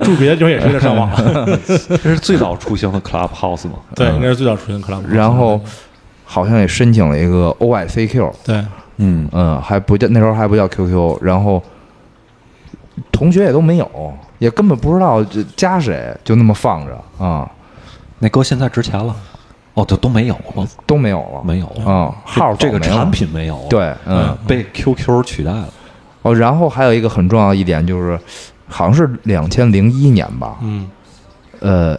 [SPEAKER 2] 住别的地方也是为了上网。
[SPEAKER 1] 这是最早出行的 Clubhouse 嘛？
[SPEAKER 2] 对，应该是最早出现 club。
[SPEAKER 3] 然后好像也申请了一个 OICQ，
[SPEAKER 2] 对，
[SPEAKER 1] 嗯，
[SPEAKER 3] 嗯，还不叫那时候还不叫 QQ，然后同学也都没有，也根本不知道这加谁，就那么放着啊、
[SPEAKER 1] 那歌现在值钱了，哦，都都没有了，
[SPEAKER 3] 都没有了，
[SPEAKER 1] 没有了，
[SPEAKER 3] 啊、号
[SPEAKER 1] 这这个
[SPEAKER 3] 早没了
[SPEAKER 1] 产品没有了，
[SPEAKER 3] 对，嗯
[SPEAKER 2] 嗯
[SPEAKER 1] 被 QQ 取代了。
[SPEAKER 3] 哦，然后还有一个很重要的一点就是，好像是两千零一年吧，
[SPEAKER 2] 嗯，
[SPEAKER 3] 呃，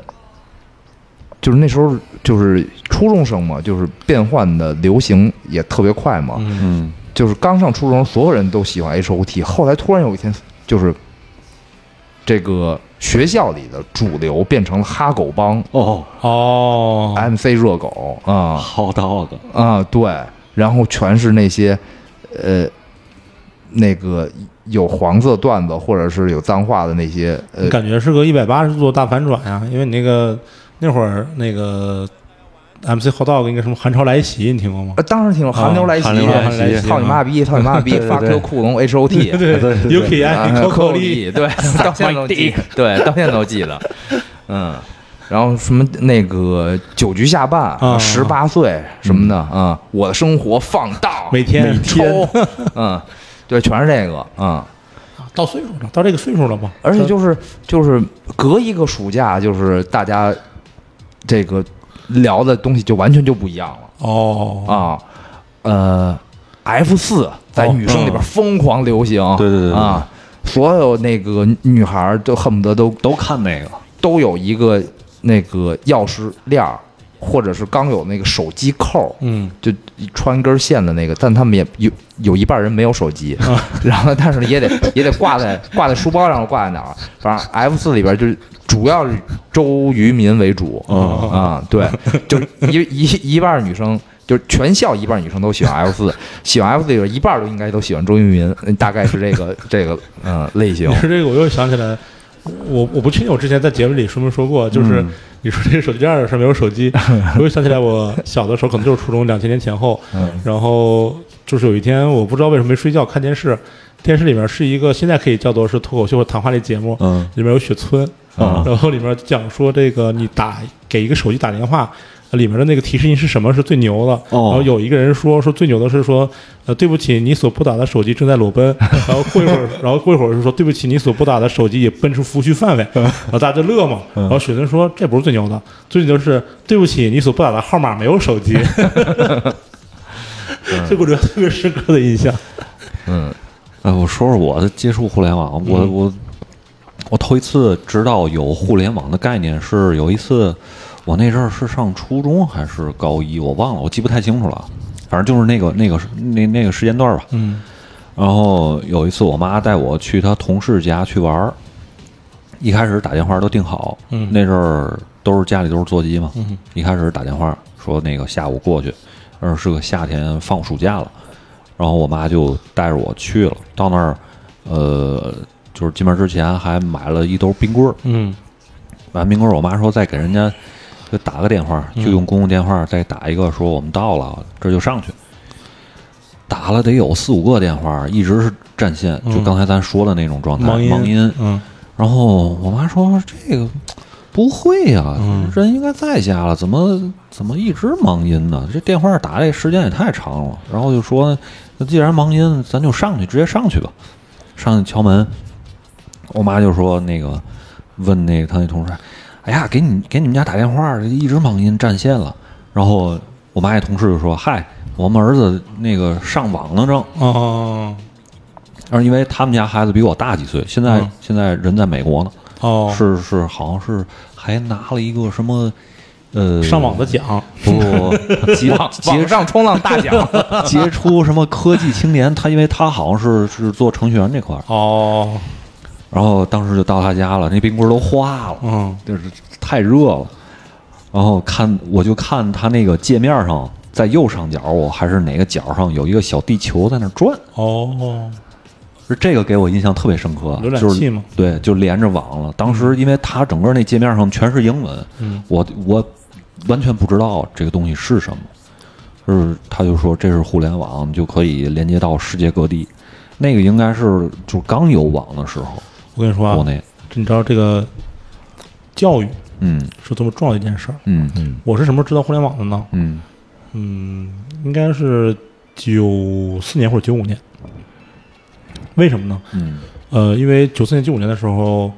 [SPEAKER 3] 就是那时候就是初中生嘛，就是变换的流行也特别快嘛，
[SPEAKER 2] 嗯
[SPEAKER 1] 嗯，
[SPEAKER 3] 就是刚上初中，所有人都喜欢 H O T，后来突然有一天，就是这个学校里的主流变成了哈狗帮、
[SPEAKER 1] 哦
[SPEAKER 2] 哦，
[SPEAKER 3] M C 热狗啊
[SPEAKER 1] ，Hot Dog，
[SPEAKER 3] 啊，对，然后全是那些呃那个有黄色段子或者是有脏话的那些呃
[SPEAKER 2] 感觉是个一百八十度大反转呀，因为你那个那会儿那个 MC Hot Dog 应该什么寒潮来袭，你听过吗
[SPEAKER 3] 啊，？当时听了
[SPEAKER 2] 啊
[SPEAKER 3] 寒流来袭呃
[SPEAKER 1] 寒流来袭，
[SPEAKER 3] 操你妈逼，操你妈逼
[SPEAKER 1] 对对
[SPEAKER 3] ，fuck
[SPEAKER 1] 对
[SPEAKER 3] you 库龙 H O T，
[SPEAKER 2] 对，Yuki
[SPEAKER 3] 啊
[SPEAKER 2] and
[SPEAKER 3] 扣
[SPEAKER 2] Coco
[SPEAKER 3] 扣
[SPEAKER 2] Lee，
[SPEAKER 3] 力，对，到现在都记，对，到现在都记得，嗯。然后什么那个酒局下
[SPEAKER 2] 啊
[SPEAKER 3] 半，十八岁什么的啊，我的生活放荡，
[SPEAKER 2] 每天
[SPEAKER 3] 每抽，嗯，对，全是这个，嗯，
[SPEAKER 2] 到岁数了，到这个岁数了吧？
[SPEAKER 3] 而且就是就是隔一个暑假，就是大家这个聊的东西就完全就不一样了
[SPEAKER 2] 哦，
[SPEAKER 3] 啊，呃，F 四在
[SPEAKER 2] 哦
[SPEAKER 3] 女生里边疯狂流行，
[SPEAKER 1] 嗯对对对对
[SPEAKER 3] 啊，所有那个女孩儿都恨不得都
[SPEAKER 1] 都看那个，
[SPEAKER 3] 都有一个那个钥匙链儿，或者是刚有那个手机扣，
[SPEAKER 2] 嗯，
[SPEAKER 3] 就穿根线的那个，但他们也有有一半人没有手机，然后但是也得也得挂在挂在书包上，挂在哪儿？反正 F 四里边就是主要是周渝民为主，啊、
[SPEAKER 1] 哦
[SPEAKER 3] 对，就一一一半儿女生。就是全校一半儿女生都喜欢 F 四，喜欢 F 四里边一半儿都应该都喜欢周渝民，大概是这个这个嗯、呃类 型
[SPEAKER 2] 你。说这个，我又想起来，我我不确定我之前在节目里说没说过，就是你说这个手机链儿上面有手机，我又想起来我小的时候，可能就是初中两千年前后，然后就是有一天我不知道为什么没睡觉看电视，电视里面是一个现在可以叫做是脱口秀或谈话类节目，
[SPEAKER 1] 嗯
[SPEAKER 2] 里面有雪村，
[SPEAKER 1] 嗯
[SPEAKER 2] 然后里面讲说这个你打给一个手机打电话。里面的那个提示音是什么是最牛的？
[SPEAKER 1] 哦
[SPEAKER 2] 然后有一个人说说最牛的是说，呃，对不起，你所拨打的手机正在裸奔。 然后过一会儿，然后过一会儿是说对不起，你所拨打的手机也奔出服务区范围。
[SPEAKER 1] 嗯
[SPEAKER 2] 然后大家就乐嘛。然后雪村说这不是最牛的，最牛的是对不起，你所拨打的号码没有手机。
[SPEAKER 1] 嗯
[SPEAKER 2] 这给我留下特别深刻的印象。
[SPEAKER 1] 哎，我说说我的接触互联网，我、我我头一次知道有互联网的概念是有一次，我那阵儿是上初中还是高一，我忘了，我记不太清楚了，反正就是那个那个那那个时间段吧。
[SPEAKER 2] 嗯
[SPEAKER 1] 然后有一次，我妈带我去她同事家去玩儿，一开始打电话都定好，
[SPEAKER 2] 嗯
[SPEAKER 1] 那阵儿都是家里都是座机嘛，
[SPEAKER 2] 嗯
[SPEAKER 1] 一开始打电话说那个下午过去，而是个夏天放暑假了，然后我妈就带着我去了，到那儿，呃，就是进门之前还买了一兜冰棍儿，
[SPEAKER 2] 嗯
[SPEAKER 1] 买完冰棍儿，我妈说再给人家就打个电话，
[SPEAKER 2] 嗯
[SPEAKER 1] 就用公共电话再打一个，说我们到了，这就上去。打了得有四五个电话，一直是占线，就刚才咱说的那种状态，
[SPEAKER 2] 盲嗯音
[SPEAKER 1] 盲音。
[SPEAKER 2] 嗯
[SPEAKER 1] 然后我妈说这个不会呀、
[SPEAKER 2] 嗯
[SPEAKER 1] 人应该在家了，怎么怎么一直忙音呢？这电话打这时间也太长了。然后就说，那既然忙音，咱就上去，直接上去吧。上去敲门，我妈就说那个问那个她那同事，哎呀，给你给你们家打电话，一直忙音占线了。然后我妈那同事就说，嗨，我们儿子那个上网呢正。
[SPEAKER 2] 哦
[SPEAKER 1] 但是因为他们家孩子比我大几岁，现在、
[SPEAKER 2] 嗯
[SPEAKER 1] 现在人在美国呢。
[SPEAKER 2] 哦，
[SPEAKER 1] 是是，好像是还拿了一个什么，呃，
[SPEAKER 2] 上网的奖。
[SPEAKER 1] 不不 不杰杰
[SPEAKER 3] 网上冲浪大奖，
[SPEAKER 1] 杰出什么科技青年，他因为他好像是是做程序员这块儿，
[SPEAKER 2] 哦，
[SPEAKER 1] 然后当时就到他家了，那冰棍儿都化了，
[SPEAKER 2] 嗯
[SPEAKER 1] 就是太热了，然后看我就看他那个界面上，在右上角我还是哪个角上有一个小地球在那儿转，
[SPEAKER 2] 哦，
[SPEAKER 1] 是这个给我印象特别深刻，
[SPEAKER 2] 浏览
[SPEAKER 1] 就是
[SPEAKER 2] 器吗
[SPEAKER 1] 对，就连着网了。当时因为它整个那界
[SPEAKER 2] 嗯
[SPEAKER 1] 面上全是英文，我我完全不知道这个东西是什么。就是他就说这是互联网，你就可以连接到世界各地。那个应该是就刚有网的时候，
[SPEAKER 2] 我跟你说啊
[SPEAKER 1] 国，内，
[SPEAKER 2] 你知道这个教育
[SPEAKER 1] 嗯
[SPEAKER 2] 是多么重要的一件事儿。
[SPEAKER 1] 嗯嗯
[SPEAKER 2] 我是什么时候知道互联网的呢？
[SPEAKER 1] 嗯
[SPEAKER 2] 嗯，应该是九四年或者九五年。为什么呢？
[SPEAKER 1] 嗯
[SPEAKER 2] 呃，因为九四年、九五年的时候，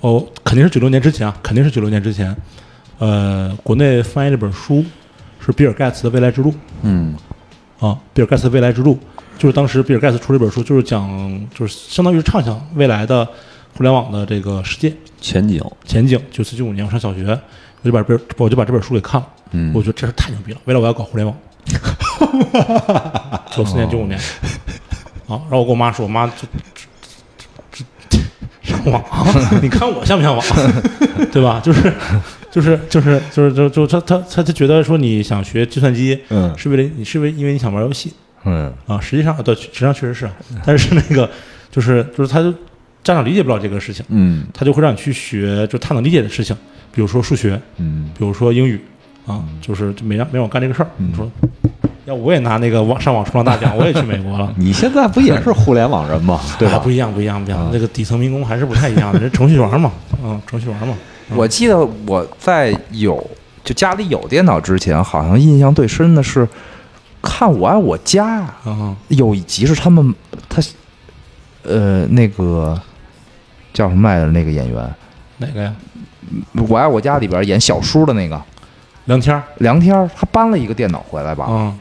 [SPEAKER 2] 哦，肯定是九六年之前啊，肯定是九六年之前。呃，国内翻译了本书，是比尔盖茨的《未来之路》
[SPEAKER 1] 嗯
[SPEAKER 2] 啊，比尔盖茨《未来之路》就是当时比尔盖茨出了一本书，就是讲，就是相当于是畅想未来的互联网的这个世界
[SPEAKER 1] 前景，
[SPEAKER 2] 前景。九四九五年我上小学，我就把这本我就把这本书给看了，
[SPEAKER 1] 嗯
[SPEAKER 2] 我觉得这事儿太牛逼了，未来我要搞 互联网。九四年九五年，
[SPEAKER 1] 哦
[SPEAKER 2] 啊，然后我跟我妈说，我妈就就就就上 网，你看我像不像网， 对吧？就是就是就是就是就就他他他他觉得说你想学计算机，
[SPEAKER 1] 嗯
[SPEAKER 2] 是为了你是为因为你想玩游戏，
[SPEAKER 3] 嗯
[SPEAKER 2] 啊，实际上对，实际上确实是啊，但是那个就是就是他就家长理解不了这个事情，
[SPEAKER 1] 嗯
[SPEAKER 2] 他就会让你去学就他能理解的事情，比如说数学，
[SPEAKER 1] 嗯
[SPEAKER 2] 比如说英语，啊，就是就没让没让我干这个事儿。
[SPEAKER 1] 嗯。
[SPEAKER 2] 你说，要我也拿那个网上网冲浪大奖，我也去美国了
[SPEAKER 1] 你现在不也是互联网 人吗？对
[SPEAKER 2] 啊
[SPEAKER 1] 吧
[SPEAKER 2] 不？一样，不一样，不一样。那个底层民工还是不太一样的，人程序员嘛，嗯，程序员嘛。
[SPEAKER 3] 我记得我在有就家里有电脑之前，好像印象最深的是看《我爱我家》，
[SPEAKER 2] 啊，
[SPEAKER 3] 有一集是他们他呃那个叫什么来着？那个演员，
[SPEAKER 2] 哪个呀？
[SPEAKER 3] 《我爱我家》里边演小叔的那个
[SPEAKER 2] 梁天儿
[SPEAKER 3] 梁天儿，他搬了一个电脑回来吧？
[SPEAKER 2] 啊，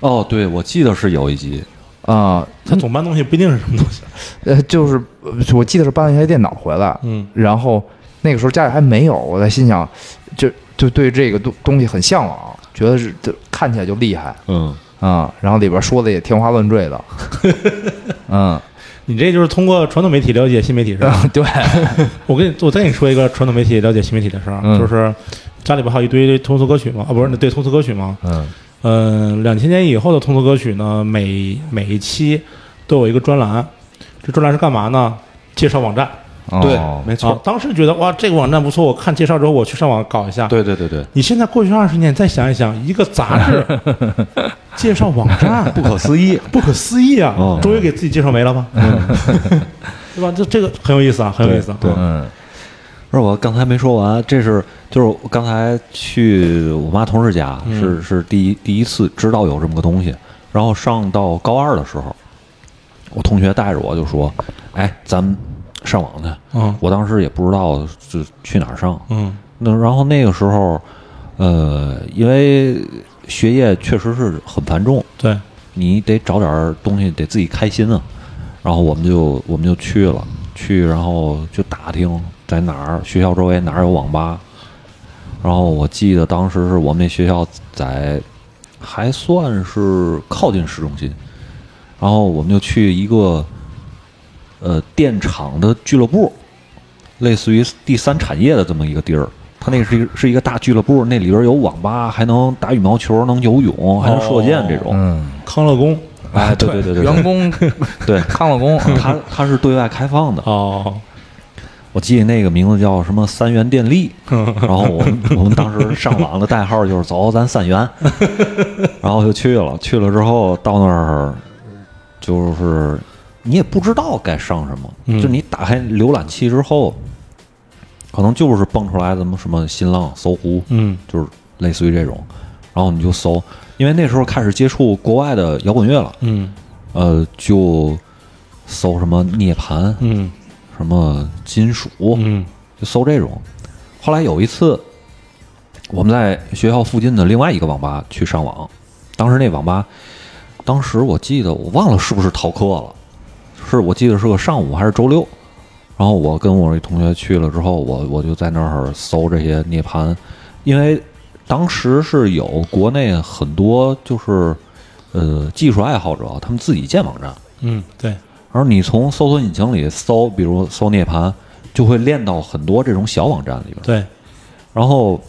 [SPEAKER 1] 哦，对，我记得是有一集，
[SPEAKER 3] 啊、
[SPEAKER 2] 他总搬东西不一定是什么东西。
[SPEAKER 3] 呃，就是呃我记得是搬了一台电脑回来，
[SPEAKER 2] 嗯
[SPEAKER 3] 然后那个时候家里还没有，我在心想，就就对这个东东西很向往，觉得是这看起来就厉害
[SPEAKER 1] 嗯
[SPEAKER 3] 啊、然后里边说的也天花乱坠的，嗯，
[SPEAKER 2] 你这就是通过传统媒体了解新媒体是吧？
[SPEAKER 3] 对，
[SPEAKER 2] 我跟你，我再跟你说一个传统媒体了解新媒体的事儿啊，
[SPEAKER 3] 嗯
[SPEAKER 2] 就是家里不还有一堆通俗歌曲吗？啊，不是，对通俗歌曲吗？
[SPEAKER 3] 嗯
[SPEAKER 2] 嗯，两千年以后的通俗歌曲呢，每每一期都有一个专栏，这专栏是干嘛呢？介绍网站。
[SPEAKER 3] 哦
[SPEAKER 1] 没
[SPEAKER 2] 啊，当时觉得哇，这个网站不错，我看介绍之后我去上网搞一下。，
[SPEAKER 1] 对对对对，
[SPEAKER 2] 你现在过去二十年再想一想，一个杂志 介绍网站，
[SPEAKER 1] 不可思议，
[SPEAKER 2] 不可思议啊
[SPEAKER 1] 哦！嗯
[SPEAKER 2] 终于给自己介绍没了吧？ 对吧？这这个很有意思啊，很有意思啊。
[SPEAKER 1] 对对
[SPEAKER 3] 嗯
[SPEAKER 1] 不是我刚才没说完，这是就是我刚才去我妈同事家，
[SPEAKER 2] 嗯
[SPEAKER 1] 是是第一第一次知道有这么个东西，然后上到高二的时候，我同学带着我就说，哎，咱们上网去。
[SPEAKER 2] 嗯
[SPEAKER 1] 我当时也不知道就去哪儿上，
[SPEAKER 2] 嗯
[SPEAKER 1] 那然后那个时候，呃，因为学业确实是很繁重，
[SPEAKER 2] 对，
[SPEAKER 1] 你得找点儿东西，得自己开心啊。然后我们就我们就去了，去然后就打听在哪儿学校周围哪儿有网吧。然后我记得当时是我们那学校在还算是靠近市中心，然后我们就去一个呃电厂的俱乐部，类似于第三产业的这么一个地儿。它那是一个是一个大俱乐部，那里边有网吧，还能打羽毛球，能游泳，还能射箭这种。
[SPEAKER 3] 嗯，
[SPEAKER 2] 康乐宫
[SPEAKER 1] 哎，对对对对，
[SPEAKER 3] 员工
[SPEAKER 1] 对，
[SPEAKER 3] 康乐工，嗯
[SPEAKER 1] 它它是对外开放的。
[SPEAKER 2] 哦，
[SPEAKER 1] 我记得那个名字叫什么三元电力，然后我们我们当时上网的代号就是走，咱三元，然后就去了。去了之后到那儿，就是你也不知道该上什么，
[SPEAKER 2] 嗯
[SPEAKER 1] 就你打开浏览器之后，可能就是蹦出来什么什么新浪、搜狐，
[SPEAKER 2] 嗯
[SPEAKER 1] 就是类似于这种，然后你就搜，因为那时候开始接触国外的摇滚乐了，
[SPEAKER 2] 嗯
[SPEAKER 1] 呃，就搜什么涅槃，
[SPEAKER 2] 嗯
[SPEAKER 1] 什么金属，
[SPEAKER 2] 嗯
[SPEAKER 1] 就搜这种。后来有一次，我们在学校附近的另外一个网吧去上网，当时那网吧，当时我记得我忘了是不是逃课了，是我记得是个上午还是周六。然后我跟我一同学去了之后，我我就在那儿搜这些涅槃，因为当时是有国内很多就是呃技术爱好者，他们自己建网站，
[SPEAKER 2] 嗯，对，
[SPEAKER 1] 而你从搜索引擎里搜，比如搜涅槃，就会练到很多这种小网站里边。
[SPEAKER 2] 对，
[SPEAKER 1] 然后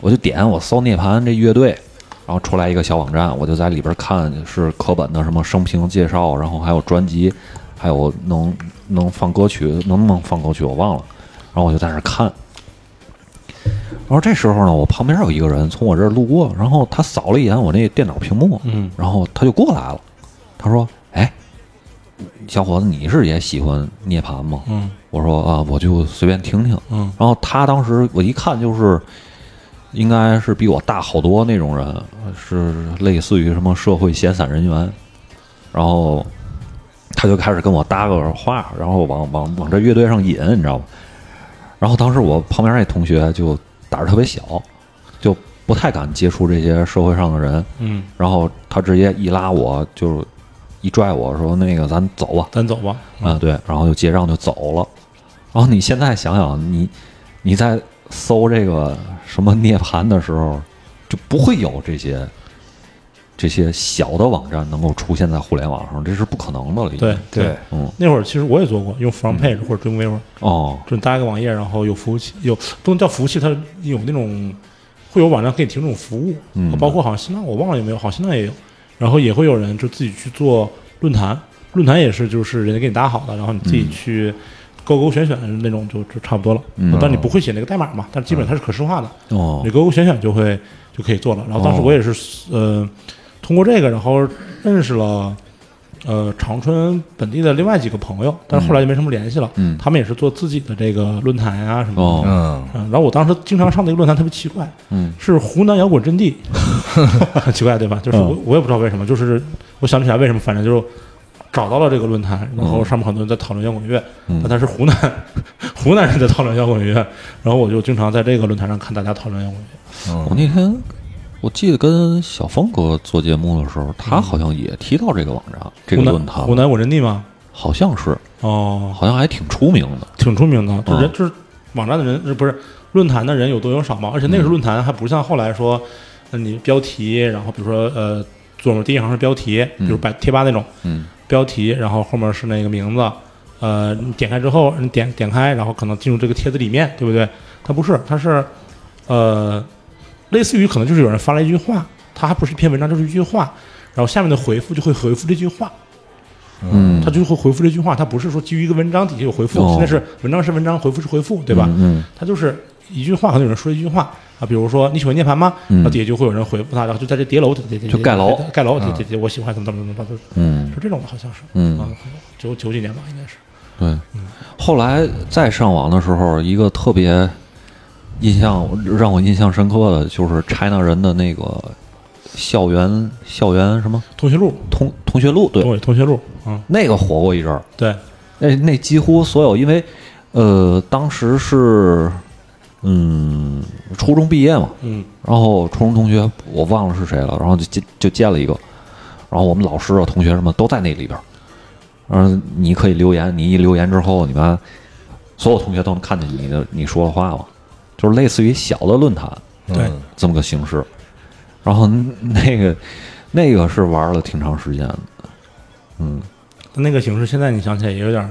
[SPEAKER 1] 我就点我搜涅槃这乐队，然后出来一个小网站，我就在里边看是课本的什么生平介绍，然后还有专辑，还有能能放歌曲，能不能放歌曲我忘了。然后我就在那儿看，然后这时候呢，我旁边有一个人从我这儿路过，然后他扫了一眼我那电脑屏幕，
[SPEAKER 2] 嗯
[SPEAKER 1] 然后他就过来了，他说：“哎，小伙子，你是也喜欢涅槃吗？”
[SPEAKER 2] 嗯
[SPEAKER 1] 我说：“啊，我就随便听听。”
[SPEAKER 2] 嗯
[SPEAKER 1] 然后他当时我一看就是，应该是比我大好多那种人，呃是类似于什么社会闲散人员，然后他就开始跟我搭个话，然后往往往这乐队上引，你知道吗？然后当时我旁边那同学就胆儿特别小，就不太敢接触这些社会上的人，
[SPEAKER 2] 嗯，
[SPEAKER 1] 然后他直接一拉我就一拽我说：“那个咱走吧。”
[SPEAKER 2] 咱走吧。
[SPEAKER 1] 啊，对，然后就结账就走了。然后你现在想想，你你在搜这个什么涅槃的时候，就不会有这些这些小的网站能够出现在互联网上，这是不可能的了。已经
[SPEAKER 2] 对，
[SPEAKER 3] 对，
[SPEAKER 1] 嗯，
[SPEAKER 2] 那会儿其实我也做过，用 From Page 或者 Dreamweaver，
[SPEAKER 1] 哦，
[SPEAKER 2] 就是搭一个网页，然后有服务器，有不能叫服务器，它有那种会有网站可以提供这种服务，
[SPEAKER 1] 嗯
[SPEAKER 2] 包括好像新浪我忘了有没有，好像新浪也有，然后也会有人就自己去做论坛，论坛也是就是人家给你搭好的，然后你自己去勾勾选选那种就就差不多了，
[SPEAKER 1] 嗯
[SPEAKER 2] 但你不会写那个代码嘛，但基本上它是可视化的，
[SPEAKER 1] 哦
[SPEAKER 2] 你，勾勾选选就会就可以做了。然后当时
[SPEAKER 1] 哦
[SPEAKER 2] 我也是，呃，通过这个，然后认识了呃长春本地的另外几个朋友，但是后来就没什么联系了。
[SPEAKER 1] 嗯
[SPEAKER 2] 他们也是做自己的这个论坛啊什么的。
[SPEAKER 1] 哦
[SPEAKER 3] 嗯，
[SPEAKER 2] 嗯，然后我当时经常上的一个论坛特别奇怪，
[SPEAKER 1] 嗯，
[SPEAKER 2] 是湖南摇滚 阵地，很奇怪对吧？就是
[SPEAKER 1] 哦
[SPEAKER 2] 我我也不知道为什么，就是我想不起来为什么，反正就是找到了这个论坛，然后上面很多人在讨论摇滚乐，
[SPEAKER 1] 嗯
[SPEAKER 2] 但它是湖南 湖南人在讨论摇滚乐，然后我就经常在这个论坛上看大家讨论摇滚乐。
[SPEAKER 1] 我那天我记得跟小峰哥做节目的时候，他好像也提到这个网站、这个
[SPEAKER 2] 湖南
[SPEAKER 1] 论坛
[SPEAKER 2] 湖，南我人地吗？
[SPEAKER 1] 好像是，
[SPEAKER 2] 哦，
[SPEAKER 1] 好像还挺出名的。
[SPEAKER 2] 挺出名的，就
[SPEAKER 1] 嗯
[SPEAKER 2] 人、就是网站的人，呃不是论坛的人有多有少嘛？而且
[SPEAKER 1] 嗯
[SPEAKER 2] 那个时候论坛还不像后来说，呃你标题，然后比如说呃左面第一行是标题，比如百贴吧那种
[SPEAKER 1] 嗯
[SPEAKER 2] 标题，然后后面是那个名字，呃，你点开之后，你点点开，然后可能进入这个帖子里面，对不对？它不是，它是呃类似于可能就是有人发了一句话，它还不是一篇文章，就是一句话，然后下面的回复就会回复这句话。
[SPEAKER 1] 嗯，
[SPEAKER 2] 他就会回复这句话，他不是说基于一个文章底下有回复，
[SPEAKER 1] 哦
[SPEAKER 2] 现在是文章是文章，回复是回复，对吧？
[SPEAKER 1] 嗯嗯
[SPEAKER 2] 他就是一句话，可能有人说一句话啊，比如说你喜欢涅槃吗？
[SPEAKER 1] 嗯
[SPEAKER 2] 然后底下就会有人回复他，然后就在这叠楼，叠叠
[SPEAKER 1] 就盖楼啊
[SPEAKER 2] 盖楼，叠叠叠，我喜欢怎么怎么怎么，就是
[SPEAKER 1] 嗯
[SPEAKER 2] 是这种的，好像是，
[SPEAKER 1] 嗯
[SPEAKER 2] 啊，九九几年吧，应该是，
[SPEAKER 1] 对，后来再上网的时候，一个特别印象让我印象深刻的就是 China 人的那个校园校园什么
[SPEAKER 2] 同学录，
[SPEAKER 1] 同同学录，对，
[SPEAKER 2] 对，同学录，嗯，
[SPEAKER 1] 那个火过一阵儿，
[SPEAKER 2] 对，
[SPEAKER 1] 那那几乎所有，因为呃，当时是嗯初中毕业嘛，
[SPEAKER 2] 嗯，
[SPEAKER 1] 然后初中同学我忘了是谁了，然后就见就见了一个，然后我们老师啊、同学什么都在那里边儿，嗯，你可以留言，你一留言之后，你们所有同学都能看见你的你说的话嘛，就是类似于小的论坛
[SPEAKER 2] 对，
[SPEAKER 1] 这么个形式，然后那个那个是玩了挺长时间的，嗯，
[SPEAKER 2] 但那个形式现在你想起来也有点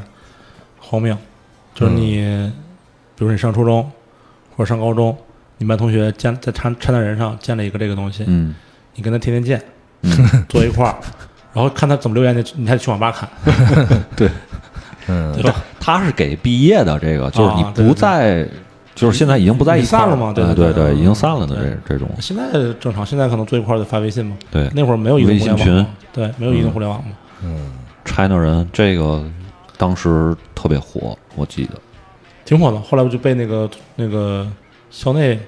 [SPEAKER 2] 荒谬，就是你，
[SPEAKER 1] 嗯
[SPEAKER 2] 比如你上初中或者上高中，你们班同学建在参参战人上建了一个这个东西，
[SPEAKER 1] 嗯
[SPEAKER 2] 你跟他天天见，坐一块儿，然后看他怎么留言，你你还得去网吧看，
[SPEAKER 1] 对，
[SPEAKER 3] 嗯
[SPEAKER 2] 对吧？
[SPEAKER 1] 他是给毕业的这个，就是你
[SPEAKER 2] 啊对对
[SPEAKER 1] 不在，就是现在已经不在一块儿
[SPEAKER 2] 已经散了嘛对
[SPEAKER 1] 对
[SPEAKER 2] 对对
[SPEAKER 1] 对，
[SPEAKER 2] 嗯
[SPEAKER 1] 已经散了的
[SPEAKER 2] 对
[SPEAKER 1] 这这种，
[SPEAKER 2] 现在正常，现在可能坐一块儿就发微信嘛。
[SPEAKER 1] 对
[SPEAKER 2] 那会儿没有移动
[SPEAKER 1] 微
[SPEAKER 2] 互联
[SPEAKER 1] 信
[SPEAKER 2] 网
[SPEAKER 1] 群嗯
[SPEAKER 2] 嘛，对，没有移动互联网嘛。
[SPEAKER 1] China 人这个当时特别火，我记得
[SPEAKER 2] 挺火的。后来我就被那个那个校内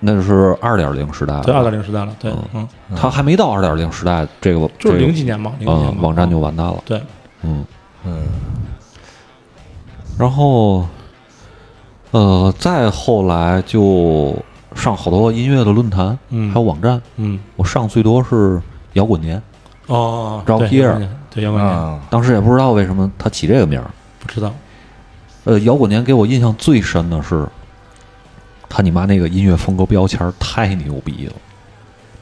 [SPEAKER 1] 那是二点零时代了，
[SPEAKER 2] 对二点零时代了，对，嗯，
[SPEAKER 1] 他还没到二点零时代，这个
[SPEAKER 2] 就
[SPEAKER 1] 这
[SPEAKER 2] 是
[SPEAKER 1] 个
[SPEAKER 2] 零几年嘛，零几
[SPEAKER 1] 嗯
[SPEAKER 2] 年嘛
[SPEAKER 1] 网站就完蛋了，
[SPEAKER 2] 对，
[SPEAKER 1] 嗯然后呃，再后来就上好多音乐的论坛，
[SPEAKER 2] 嗯
[SPEAKER 1] 还有网站，
[SPEAKER 2] 嗯，
[SPEAKER 1] 我上最多是摇滚年，
[SPEAKER 2] 哦，
[SPEAKER 1] Rock
[SPEAKER 2] 对
[SPEAKER 1] Year
[SPEAKER 2] 摇滚年对摇滚年，
[SPEAKER 3] 啊，
[SPEAKER 1] 当时也不知道为什么他起这个名儿。
[SPEAKER 2] 不知道，
[SPEAKER 1] 呃，摇滚年给我印象最深的是，他你妈那个音乐风格标签儿太牛逼了，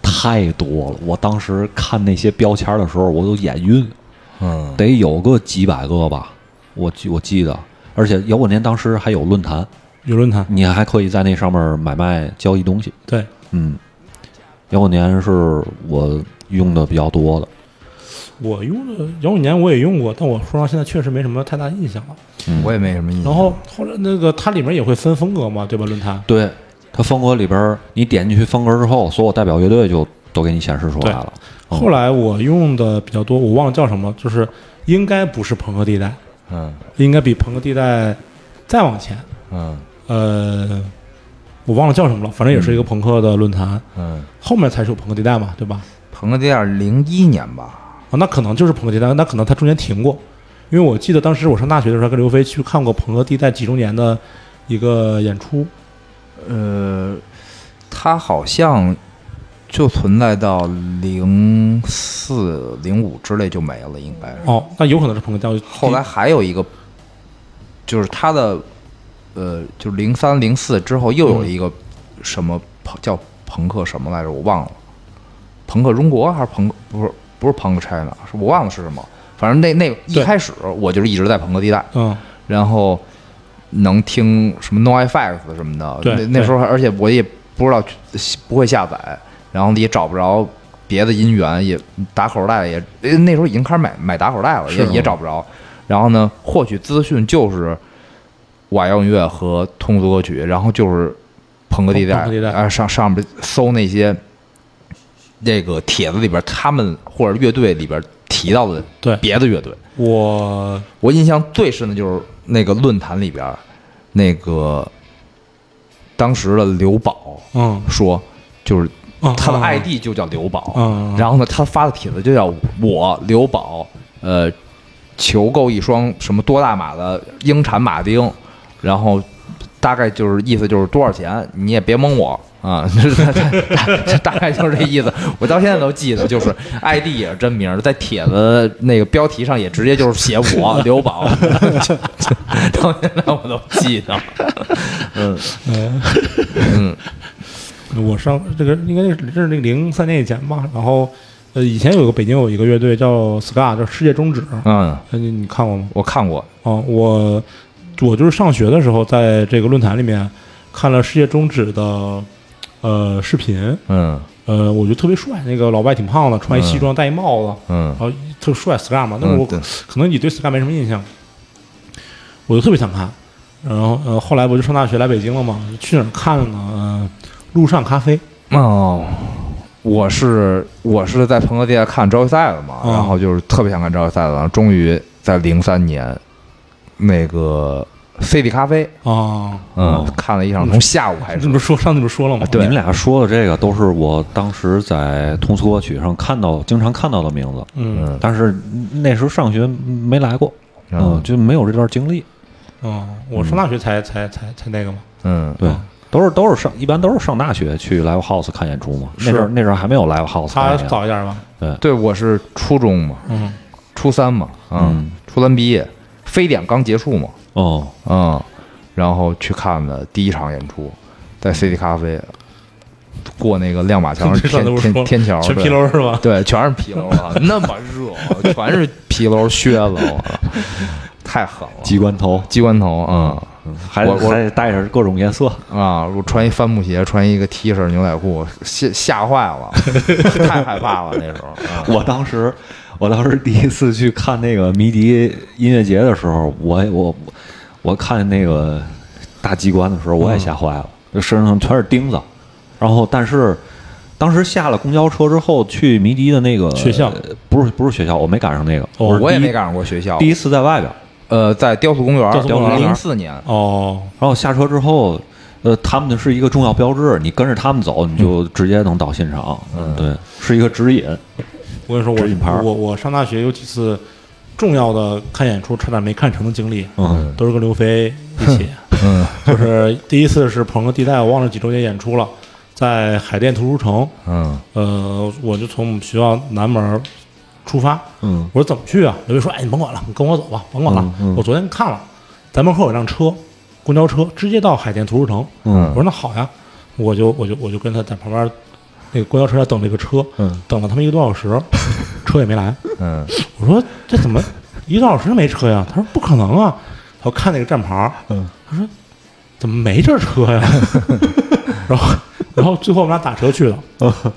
[SPEAKER 1] 太多了。我当时看那些标签儿的时候，我都眼晕，
[SPEAKER 3] 嗯，
[SPEAKER 1] 得有个几百个吧，我记我记得。而且摇滚年当时还有论坛，
[SPEAKER 2] 有论坛，
[SPEAKER 1] 你还可以在那上面买卖交易东西。
[SPEAKER 2] 对，
[SPEAKER 1] 嗯，摇滚年是我用的比较多的。
[SPEAKER 2] 我用的摇滚年我也用过，但我说实话现在确实没什么太大印象了。
[SPEAKER 3] 我也没什么印象。
[SPEAKER 2] 然后后来那个它里面也会分风格嘛，对吧？论坛，
[SPEAKER 1] 对，它风格里边儿，你点进去风格之后，所有代表乐队就都给你显示出来了。
[SPEAKER 3] 哦
[SPEAKER 1] 嗯
[SPEAKER 2] 后来我用的比较多，我忘了叫什么，就是应该不是朋克地带，
[SPEAKER 3] 嗯
[SPEAKER 2] 应该比朋克地带再往前，
[SPEAKER 3] 嗯
[SPEAKER 2] 呃，我忘了叫什么了，反正也是一个朋克的论坛，
[SPEAKER 3] 嗯，
[SPEAKER 2] 后面才是有朋克地带嘛，对吧？
[SPEAKER 3] 朋克地带零一年吧，
[SPEAKER 2] 啊，那可能就是朋克地带，那可能它中间停过，因为我记得当时我上大学的时候跟刘飞去看过朋克地带几周年的一个演出，
[SPEAKER 3] 呃，它好像就存在到零四零五之类就没了，应该是。
[SPEAKER 2] 哦，那有可能是朋克地带。
[SPEAKER 3] 后来还有一个，就是他的，呃，就是零三零四之后又有一个什么朋叫朋克什么来着，我忘了，朋克中国还是朋克不是不是朋克 China，是我忘了是什么，反正那那一
[SPEAKER 2] 对
[SPEAKER 3] 开始我就是一直在朋克地带，
[SPEAKER 2] 嗯，
[SPEAKER 3] 然后能听什么 No FX 什么的，
[SPEAKER 2] 对
[SPEAKER 3] 那那时候还而且我也不知道不会下载，然后也找不着别的音源，也打口袋也呃那时候已经开始买买打口袋了，
[SPEAKER 2] 啊
[SPEAKER 3] 也也找不着。然后呢，获取资讯就是瓦窑音乐和通俗歌曲，然后就是朋克地带，
[SPEAKER 2] 哦朋克地带
[SPEAKER 3] 啊上上面搜那些这个帖子里边他们或者乐队里边提到的
[SPEAKER 2] 对
[SPEAKER 3] 别的乐队。
[SPEAKER 2] 我
[SPEAKER 3] 我印象最深的就是那个论坛里边儿，那个当时的刘宝
[SPEAKER 2] 嗯
[SPEAKER 3] 说，就是
[SPEAKER 2] 嗯
[SPEAKER 3] 他的
[SPEAKER 2] 嗯
[SPEAKER 3] ID 就叫刘宝，
[SPEAKER 2] 嗯嗯
[SPEAKER 3] 然后呢，他发的帖子就叫我刘宝，呃，求购一双什么多大码的英产马丁，然后大概就是意思就是多少钱，你也别蒙我。啊， 大大大概就是这意思。我到现在都记得，就是 ID 也是真名儿，在帖子那个标题上也直接就是写我 刘宝，就就到现在我都记得。嗯
[SPEAKER 2] 哎 我上这个应该是这是那零三年以前吧，然后呃以前有个北京有一个乐队叫 Ska，叫世界终止，
[SPEAKER 3] 嗯，
[SPEAKER 2] 呃你你看过吗？
[SPEAKER 3] 我看过，
[SPEAKER 2] 啊，我我就是上学的时候在这个论坛里面看了世界终止的呃视频，
[SPEAKER 3] 嗯
[SPEAKER 2] 呃我觉得特别帅，那个老外挺胖的，穿一西装戴一帽子，
[SPEAKER 3] 嗯
[SPEAKER 2] 然后特帅 Ska 嘛，但是
[SPEAKER 3] 嗯
[SPEAKER 2] 我
[SPEAKER 3] 对
[SPEAKER 2] 可能你对 Ska 没什么印象，我就特别想看，然后呃后来不就上大学来北京了嘛，去哪儿看呢？呃，路上咖啡。
[SPEAKER 3] 哦，我是我是在朋克地带看招赛了嘛，
[SPEAKER 2] 嗯
[SPEAKER 3] 然后就是特别想看招赛了，然后终于在零三年那个 CD 咖啡，
[SPEAKER 2] 啊，
[SPEAKER 3] 嗯，
[SPEAKER 1] 哦
[SPEAKER 3] 看了一场，从下午开
[SPEAKER 2] 这
[SPEAKER 3] 始
[SPEAKER 2] 不，是说上次不是说了吗？
[SPEAKER 1] 你们俩说的这个都是我当时在通俗歌曲上看到、经常看到的名字，
[SPEAKER 2] 嗯
[SPEAKER 3] 嗯
[SPEAKER 1] 但是那时候上学没来过，嗯，就没有这段经历。
[SPEAKER 2] 嗯，我上大学才才才才那个嘛，
[SPEAKER 3] 嗯，
[SPEAKER 1] 对
[SPEAKER 2] 嗯，
[SPEAKER 1] 都是都是上，一般都是上大学去 live house 看演出嘛。那
[SPEAKER 2] 是
[SPEAKER 1] 阵儿那阵儿还没有 live house，
[SPEAKER 2] 他
[SPEAKER 1] 概念
[SPEAKER 2] 早一点吧，
[SPEAKER 3] 对，我是初中嘛，
[SPEAKER 2] 嗯，
[SPEAKER 3] 初三嘛，
[SPEAKER 1] 嗯，
[SPEAKER 3] 初三毕业，非典刚结束嘛，
[SPEAKER 1] 哦，
[SPEAKER 3] 嗯，然后去看的第一场演出，在 CD 咖啡。过那个亮马桥
[SPEAKER 2] 嗯 这上次
[SPEAKER 3] 天
[SPEAKER 2] 不是说
[SPEAKER 3] 天
[SPEAKER 2] 了
[SPEAKER 3] 天桥，
[SPEAKER 2] 全
[SPEAKER 3] 对
[SPEAKER 2] 皮楼是吧？
[SPEAKER 3] 对，全是皮楼啊，那么热，全是皮楼靴子，我操太狠了，
[SPEAKER 1] 机关头，
[SPEAKER 3] 机关头啊、
[SPEAKER 1] 还
[SPEAKER 3] 我我
[SPEAKER 1] 还得带着各种颜色，
[SPEAKER 3] 啊！我穿一帆布鞋，穿一个 T 恤牛仔裤，吓吓坏了，太害怕了那时候。啊、
[SPEAKER 1] 我当时，我当时第一次去看那个迷笛音乐节的时候，我我我看那个大机关的时候，我也吓坏了，就身上全是钉子。然后，但是当时下了公交车之后，去迷笛的那个
[SPEAKER 2] 学校，
[SPEAKER 1] 不是不是学校，我没赶上那个，
[SPEAKER 2] 哦
[SPEAKER 1] 我是
[SPEAKER 3] 我也
[SPEAKER 1] 第一
[SPEAKER 3] 没赶上过学校
[SPEAKER 1] 第，一次在外边。
[SPEAKER 3] 呃，在雕塑公园，
[SPEAKER 2] 雕塑公园
[SPEAKER 3] 零四年，
[SPEAKER 2] 哦，
[SPEAKER 1] 然后下车之后，呃，他们是一个重要标志，你跟着他们走，你就直接能到现场。嗯，对，是一个指引。
[SPEAKER 2] 我跟你说，
[SPEAKER 1] 指引牌
[SPEAKER 2] 我
[SPEAKER 1] 儿
[SPEAKER 2] 我我上大学有几次重要的看演出差点没看成的经历，
[SPEAKER 1] 嗯
[SPEAKER 2] 都是跟刘飞一起，
[SPEAKER 3] 嗯
[SPEAKER 2] 就是第一次是朋克地带，我忘了几周年演出了，在海淀图书城，
[SPEAKER 3] 嗯
[SPEAKER 2] 呃，我就从我们学校南门儿出发，
[SPEAKER 1] 嗯
[SPEAKER 2] 我说怎么去啊？刘飞说：“哎，你甭管了，你跟我走吧，甭管了。
[SPEAKER 1] 嗯嗯
[SPEAKER 2] 我昨天看了，咱门口有辆车，公交车，直接到海淀图书城。我
[SPEAKER 1] 嗯
[SPEAKER 2] 说：“那好呀，我就我就我就跟他在旁边那个公交车站等这个车，
[SPEAKER 1] 嗯
[SPEAKER 2] 等了他们一个多小时，车也没来。
[SPEAKER 3] 嗯
[SPEAKER 2] 我说这怎么一个多小时没车呀？他说不可能啊。他看那个站牌，
[SPEAKER 1] 嗯，
[SPEAKER 2] 他说怎么没这车呀？ 然后然后最后我们俩打车去的，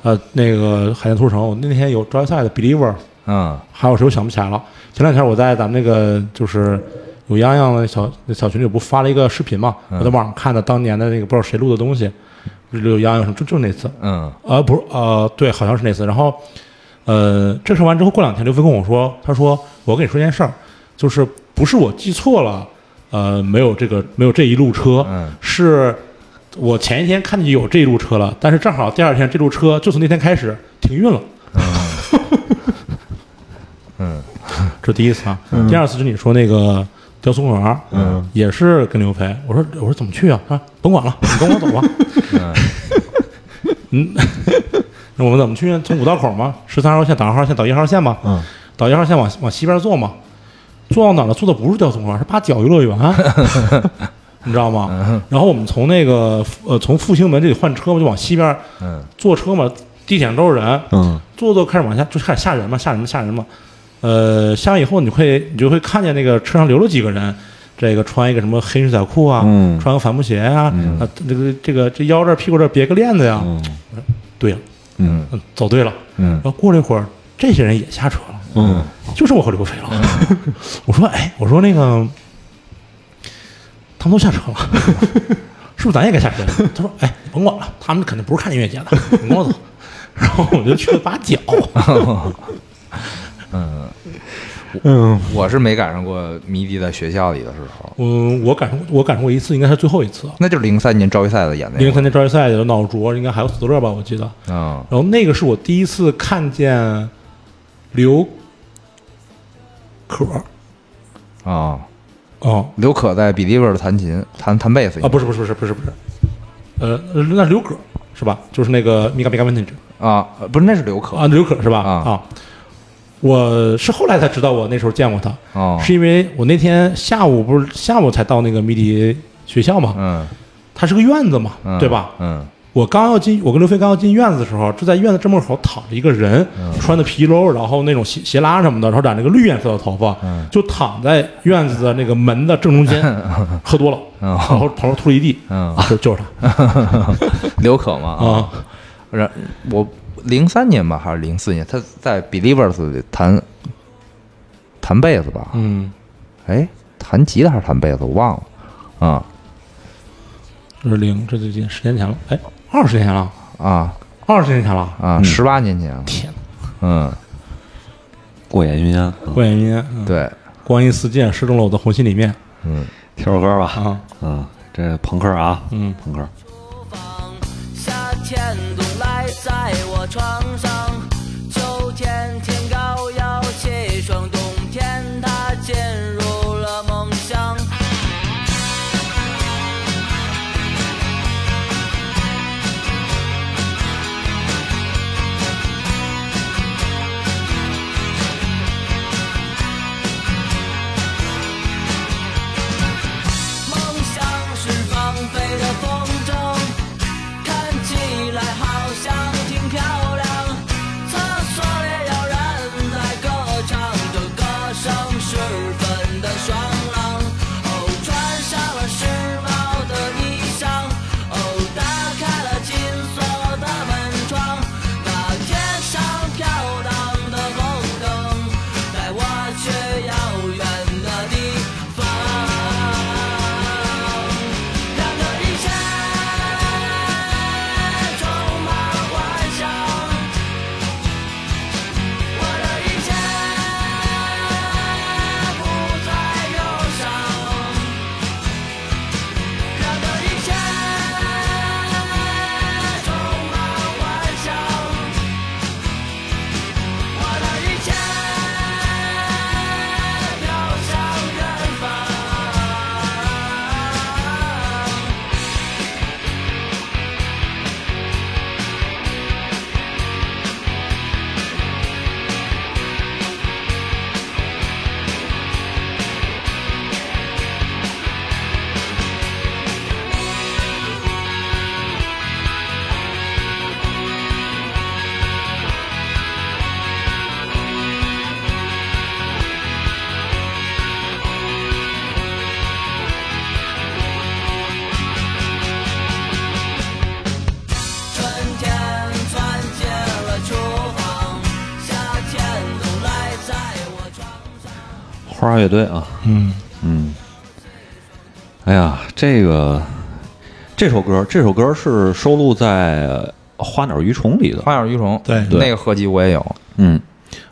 [SPEAKER 2] 呃，那个海淀图书城，我那天有专赛的 Believer。”
[SPEAKER 3] 嗯
[SPEAKER 2] 啊还有谁我想不起来了。前两天我在咱们那个就是有
[SPEAKER 7] 嗯
[SPEAKER 2] 洋洋的小小群里不发了一个视频嘛，我在网上看的当年的那个不知道谁录的东西，日柳央有什么，就就那次，
[SPEAKER 7] 嗯
[SPEAKER 2] 啊，不是，啊，对，好像是那次。然后，呃，这事完之后，过两天刘飞跟我说，他说我跟你说件事儿，就是不是我记错了，呃，没有这个没有这一路车，
[SPEAKER 7] 嗯
[SPEAKER 2] 是我前一天看见有这一路车了，但是正好第二天这路车就从那天开始停运了。
[SPEAKER 7] 嗯
[SPEAKER 2] 这第一次啊，第二次是你说那个雕塑公园儿，
[SPEAKER 7] 嗯
[SPEAKER 2] 也是跟刘飞，我说我说怎么去啊？他说甭管了，你跟我走吧。
[SPEAKER 7] 嗯
[SPEAKER 2] 嗯，那我们怎么去呢？从五道口嘛，十三号线、党号线到一号线嘛，
[SPEAKER 7] 嗯，
[SPEAKER 2] 到一号线往往西边坐嘛，坐到哪儿了？坐的不是雕塑公园，是八角游乐 园，啊你知道
[SPEAKER 1] 嗯
[SPEAKER 2] 吗？然后我们从那个呃从复兴门这里换车嘛，就往西边
[SPEAKER 7] 嗯
[SPEAKER 2] 坐车嘛，地铁上都是人，
[SPEAKER 1] 嗯
[SPEAKER 2] 坐坐开始往下就开始吓人嘛，吓人嘛，吓人嘛。呃，下完以后你会你就会看见那个车上留了几个人，这个穿一个什么黑牛仔裤啊，
[SPEAKER 1] 嗯
[SPEAKER 2] 穿个帆布鞋啊，啊这个这个这腰这儿屁股这儿别个链子呀，
[SPEAKER 1] 嗯
[SPEAKER 2] 对了，
[SPEAKER 1] 嗯
[SPEAKER 2] 嗯，走对了。
[SPEAKER 7] 嗯
[SPEAKER 2] 然后过了一会儿，这些人也下车了，
[SPEAKER 1] 嗯
[SPEAKER 2] 就是我和刘飞了。我说，哎，我说那个，他们都下车了， 是不是咱也该下车呀？他说，哎，你甭管了，他们肯定不是看音乐节的，你跟我走。然后我就去了八角，
[SPEAKER 1] 嗯
[SPEAKER 3] 我是没赶上过迷笛在学校里的时候，
[SPEAKER 2] 嗯，我赶上我赶上过一次，应该是最后一次。
[SPEAKER 3] 那就是零三年赵一赛的演那个。
[SPEAKER 2] 零三年专业赛有脑浊，应该还有死斗乐吧，我记得。
[SPEAKER 3] 嗯
[SPEAKER 2] 然后那个是我第一次看见刘可儿
[SPEAKER 3] 啊，
[SPEAKER 2] 哦
[SPEAKER 3] 刘可在 Believer 弹琴，弹弹贝斯
[SPEAKER 2] 啊，不是不是不是不是不是，呃，呃那是刘可是吧？就是那个米嘎米嘎 vintage
[SPEAKER 3] 啊，呃不是那是刘可
[SPEAKER 2] 啊，刘可是吧？
[SPEAKER 3] 啊
[SPEAKER 2] 啊，我是后来才知道我那时候见过他，
[SPEAKER 3] 哦，
[SPEAKER 2] 是因为我那天下午不是下午才到那个迷笛学校嘛，
[SPEAKER 3] 嗯
[SPEAKER 2] 它是个院子嘛，
[SPEAKER 3] 嗯，
[SPEAKER 2] 对吧？
[SPEAKER 3] 嗯
[SPEAKER 2] 我刚要进，我跟刘飞刚要进院子的时候，就在院子正门口躺着一个人，
[SPEAKER 3] 嗯
[SPEAKER 2] 穿的皮褛，然后那种斜斜拉什么的，然后染着个绿颜色的头发，
[SPEAKER 3] 嗯
[SPEAKER 2] 就躺在院子的那个门的正中间，喝多了，
[SPEAKER 3] 嗯
[SPEAKER 2] 然后头上吐了一地，啊
[SPEAKER 3] 嗯，
[SPEAKER 2] 就就是他
[SPEAKER 3] 刘可嘛啊，
[SPEAKER 2] 啊，
[SPEAKER 3] 然我零三年吧还是零四年，他在 Believers 里弹弹贝斯吧？
[SPEAKER 2] 嗯，
[SPEAKER 3] 哎，弹吉他还是弹贝斯？我忘了啊
[SPEAKER 2] 这是零，这就近十年前了，哎，二十年前了，
[SPEAKER 3] 啊
[SPEAKER 2] 二十年前了，
[SPEAKER 3] 啊！十八年前了，
[SPEAKER 2] 嗯天哪，
[SPEAKER 3] 嗯，
[SPEAKER 1] 过眼云烟。嗯
[SPEAKER 2] 郭艳云，嗯
[SPEAKER 3] 对，
[SPEAKER 2] 光阴似箭，射中了我的红心里面
[SPEAKER 1] 听首歌吧，
[SPEAKER 2] 啊，
[SPEAKER 1] 嗯，这朋克啊，
[SPEAKER 2] 嗯
[SPEAKER 1] 朋克，
[SPEAKER 4] 夏天冬赖在我床上，秋天天高要起霜，冬天它进入了梦乡。梦想是放飞的风筝，看起来好像挺漂亮。厕所里有人在歌唱，这歌声十分的爽朗。哦，穿上了时髦的衣裳，哦，打开了金锁的门窗，那天上飘荡的红灯，带我去遥远的地方。让这一切充满幻想，我的一切不再忧伤。让这一切充满幻想，我的一切飘向远方。春天钻进了厨房，夏天总赖在我床上。
[SPEAKER 1] 花儿乐队啊，
[SPEAKER 2] 嗯，
[SPEAKER 1] 哎呀，这个这首歌，这首歌是收录在《花鸟鱼虫》里的。
[SPEAKER 3] 花样鱼虫，
[SPEAKER 2] 对
[SPEAKER 3] 那个合集我也有，
[SPEAKER 1] 嗯，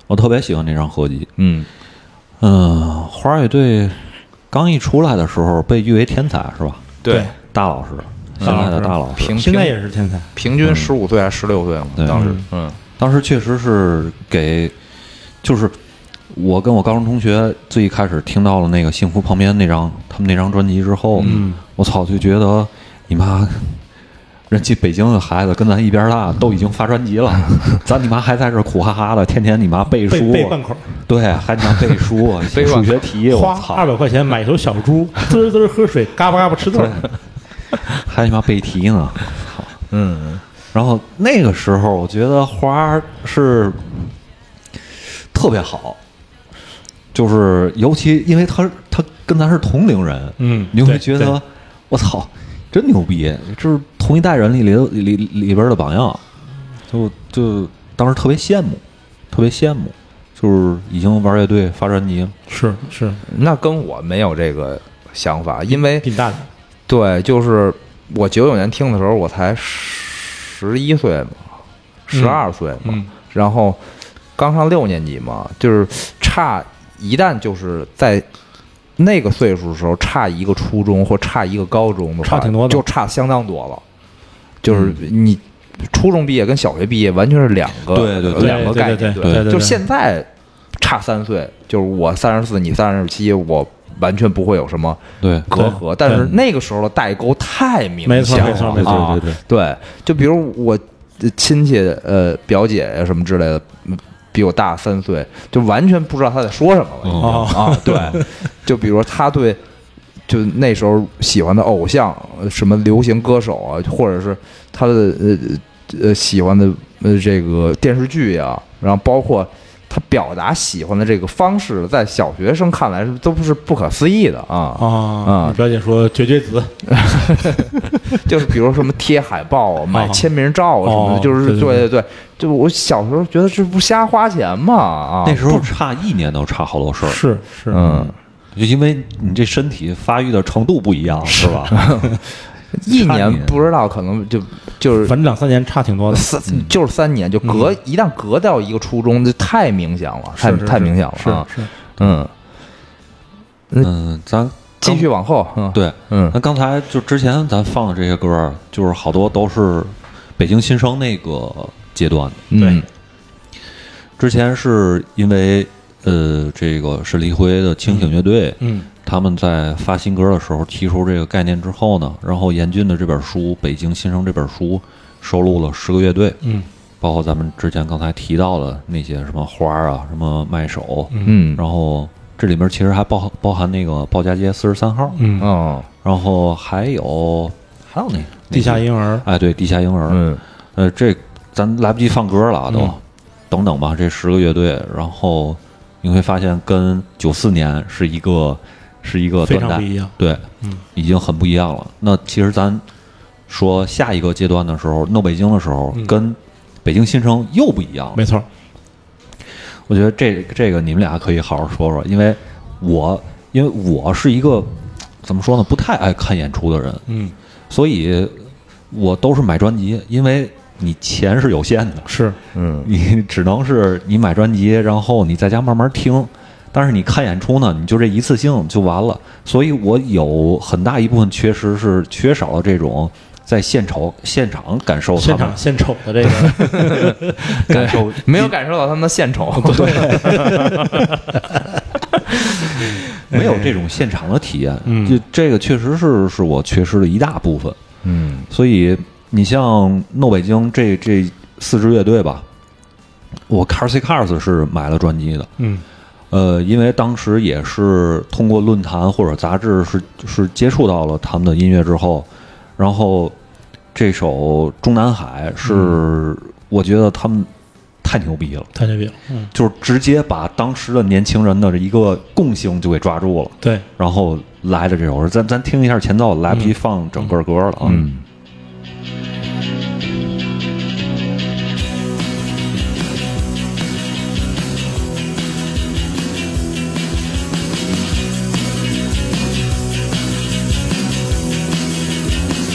[SPEAKER 1] 我特别喜欢那张合集。
[SPEAKER 3] 嗯，
[SPEAKER 1] 嗯，花儿乐队刚一出来的时候被誉为天才是吧？
[SPEAKER 2] 对，
[SPEAKER 1] 大老师，现在的大老师，
[SPEAKER 3] 平
[SPEAKER 2] 现在
[SPEAKER 3] 平
[SPEAKER 2] 也是天才。
[SPEAKER 3] 平均十五岁还是十六岁嘛？
[SPEAKER 1] 对
[SPEAKER 3] 当时，嗯
[SPEAKER 1] 当时确实是给，就是我跟我高中同学最一开始听到了那个《幸福旁边》那张他们那张专辑之后，嗯，我操，就觉得你妈，人家北京的孩子跟咱一边大，都已经发专辑了， 咱你妈还在这儿苦哈哈的，天天你妈背
[SPEAKER 2] 背
[SPEAKER 1] 书，啊
[SPEAKER 2] 背半口，
[SPEAKER 1] 对，还拿背书，啊 写
[SPEAKER 3] 背半
[SPEAKER 1] 数
[SPEAKER 3] 口
[SPEAKER 1] 学题，我
[SPEAKER 2] 花
[SPEAKER 1] 操
[SPEAKER 2] 二，百块钱买一头小 猪，滋儿滋儿喝水，嘎巴嘎巴吃豆儿。
[SPEAKER 1] 还你妈背题呢。
[SPEAKER 3] 嗯，
[SPEAKER 1] 然后那个时候，我觉得花儿是特别好，就是尤其因为他他跟咱是同龄人，
[SPEAKER 2] 嗯
[SPEAKER 1] 你会
[SPEAKER 2] 对
[SPEAKER 1] 觉
[SPEAKER 2] 对
[SPEAKER 1] 得我操，真牛逼，就是同一代人里里里里边的榜样，就就当时特别羡慕，特别羡慕，就是已经玩乐队发专辑了，
[SPEAKER 2] 是是，
[SPEAKER 3] 嗯那跟我没有这个想法，因为
[SPEAKER 2] 比你大点。
[SPEAKER 3] 对，就是我九九年听的时候，我才十一岁嘛，十二岁嘛，
[SPEAKER 2] 嗯
[SPEAKER 3] 然后刚上六年级嘛，就是差一旦就是在那个岁数的时候差一个初中或差一个高中的话，
[SPEAKER 2] 差挺多的
[SPEAKER 3] 就差相当多了，就是你。初中毕业跟小学毕业完全是两个
[SPEAKER 1] 对对对
[SPEAKER 3] 两个概念，
[SPEAKER 2] 对对对对对
[SPEAKER 3] 就
[SPEAKER 2] 对
[SPEAKER 3] 现在差三岁，就是我三十四，你三十七，我完全不会有什么
[SPEAKER 1] 对
[SPEAKER 3] 隔阂，但是那个时候的代沟太明显了，
[SPEAKER 2] 没错没错没错
[SPEAKER 3] 啊
[SPEAKER 1] 对对
[SPEAKER 3] 对就比如我呃亲戚呃表姐呀什么之类的，嗯比我大三岁，就完全不知道他在说什么了、
[SPEAKER 1] 哦
[SPEAKER 3] 啊，对，就比如他对。就那时候喜欢的偶像，呃什么流行歌手啊，或者是他的呃呃喜欢的呃这个电视剧呀、然后包括他表达喜欢的这个方式，在小学生看来是都不是不可思议的啊
[SPEAKER 2] 啊
[SPEAKER 3] 啊
[SPEAKER 2] 你表姐说绝绝子，
[SPEAKER 3] 就是比如什么贴海报、啊、买
[SPEAKER 2] 哦
[SPEAKER 3] 签名照啊什么
[SPEAKER 2] 哦
[SPEAKER 3] 的，就是
[SPEAKER 2] 对对
[SPEAKER 3] 对对对，就我小时候觉得这不瞎花钱嘛啊，
[SPEAKER 1] 那时候差一年都差好多事儿，
[SPEAKER 2] 是是，
[SPEAKER 3] 嗯，
[SPEAKER 1] 就因为你这身体发育的程度不一样，是吧？
[SPEAKER 3] 一
[SPEAKER 1] 差
[SPEAKER 3] 年
[SPEAKER 1] 年
[SPEAKER 3] 不知道可能就就是
[SPEAKER 2] 反正两三年差挺多的。
[SPEAKER 3] 三就是三年，就隔一旦隔掉一个初中，就太明显了，太
[SPEAKER 2] 是是
[SPEAKER 3] 太明显
[SPEAKER 2] 是
[SPEAKER 3] 了啊，
[SPEAKER 2] 是，
[SPEAKER 3] 嗯，
[SPEAKER 1] 嗯，咱
[SPEAKER 3] 继续往后，嗯，
[SPEAKER 1] 对，
[SPEAKER 3] 嗯
[SPEAKER 1] 那刚才就之前咱放的这些歌儿，就是好多都是北京新生那个阶段的。
[SPEAKER 3] 嗯
[SPEAKER 1] 之前是因为呃，这个是黎辉的清醒乐队，
[SPEAKER 2] 嗯，
[SPEAKER 1] 他们在发新歌的时候提出这个概念之后呢，然后严俊的这本书《北京新生》这本书收录了十个乐队，
[SPEAKER 2] 嗯，
[SPEAKER 1] 包括咱们之前刚才提到的那些什么花儿啊，什么麦手，嗯，
[SPEAKER 3] 嗯
[SPEAKER 1] 然后这里面其实还包包含那个鲍家街四十三号，嗯，
[SPEAKER 3] 哦
[SPEAKER 1] 然后还有还有那个
[SPEAKER 2] 地下婴儿，
[SPEAKER 1] 哎，对，地下婴儿，
[SPEAKER 3] 嗯
[SPEAKER 1] 呃，这咱来不及放歌了啊，都、等等吧，这十个乐队，然后你会发现跟九四年是一个是一个
[SPEAKER 2] 非
[SPEAKER 1] 断
[SPEAKER 2] 常
[SPEAKER 1] 代，
[SPEAKER 2] 不一样嗯
[SPEAKER 1] 对，已经很不一样了。那其实咱说下一个阶段的时候，闹北京的时候，
[SPEAKER 2] 嗯
[SPEAKER 1] 跟北京新生又不一样了
[SPEAKER 2] 没。错，
[SPEAKER 1] 我觉得这这个你们俩可以好好说说，因为我因为我是一个怎么说呢，不太爱看演出的人，
[SPEAKER 2] 嗯，
[SPEAKER 1] 所以我都是买专辑，因为你钱是有限的，
[SPEAKER 2] 是
[SPEAKER 3] 嗯
[SPEAKER 1] 你只能是你买专辑，然后你在家慢慢听。但是你看演出呢，你就这一次性就完了，所以我有很大一部分确实是缺少了这种在现场现场感受他
[SPEAKER 2] 现
[SPEAKER 1] 们
[SPEAKER 2] 场现瞅的这 个，
[SPEAKER 1] 感受
[SPEAKER 3] 没有感受到他们的献丑， 对，
[SPEAKER 1] 没有这种现场的体验，
[SPEAKER 2] 哎嗯
[SPEAKER 1] 就这个确实是是我缺失的一大部分。
[SPEAKER 3] 嗯
[SPEAKER 1] 所以你像诺北京这这四支乐队吧，我 Cars Cars 是买了专辑的，
[SPEAKER 2] 嗯
[SPEAKER 1] 呃，因为当时也是通过论坛或者杂志是是接触到了他们的音乐之后，然后这首《中南海》是我觉得他们太牛逼了，
[SPEAKER 2] 太牛逼了，嗯，
[SPEAKER 1] 就是直接把当时的年轻人的一个共性就给抓住了。
[SPEAKER 2] 对，
[SPEAKER 1] 然后来的这首歌，咱咱听一下前奏，来不及放整个歌了啊。
[SPEAKER 3] 嗯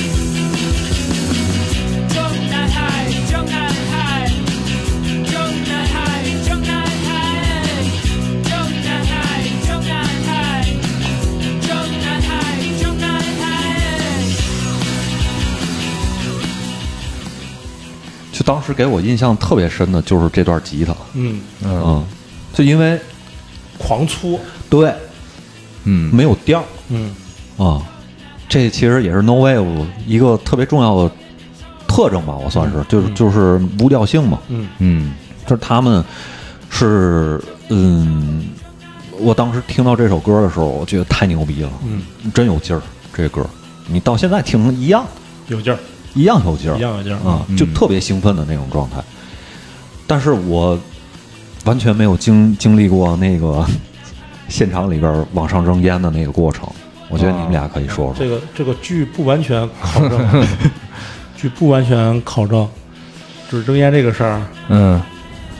[SPEAKER 5] 我
[SPEAKER 1] 当时给我印象特别深的就是这段吉他，
[SPEAKER 2] 嗯，
[SPEAKER 1] 嗯，就因为
[SPEAKER 2] 狂粗，
[SPEAKER 1] 对
[SPEAKER 3] 嗯，
[SPEAKER 1] 没有调
[SPEAKER 2] 嗯
[SPEAKER 1] 啊，这其实也是 No Wave 一个特别重要的特征吧，我算是，就是就是无调性嘛，
[SPEAKER 2] 嗯
[SPEAKER 3] 嗯
[SPEAKER 1] 就是他们是嗯，我当时听到这首歌的时候，我觉得太牛逼了，
[SPEAKER 2] 嗯，
[SPEAKER 1] 真有劲儿，这歌你到现在听一样
[SPEAKER 2] 有劲儿，
[SPEAKER 1] 一样有劲儿，
[SPEAKER 2] 一样有劲儿嗯
[SPEAKER 1] 啊，就特别兴奋的那种状态。但是我完全没有经经历过那个 现场里边儿往上扔烟的那个过程。我觉得你们俩可以说说。
[SPEAKER 2] 这个这个据不完全考 证，据不完全考证，就是扔烟这个事儿啊
[SPEAKER 3] 嗯，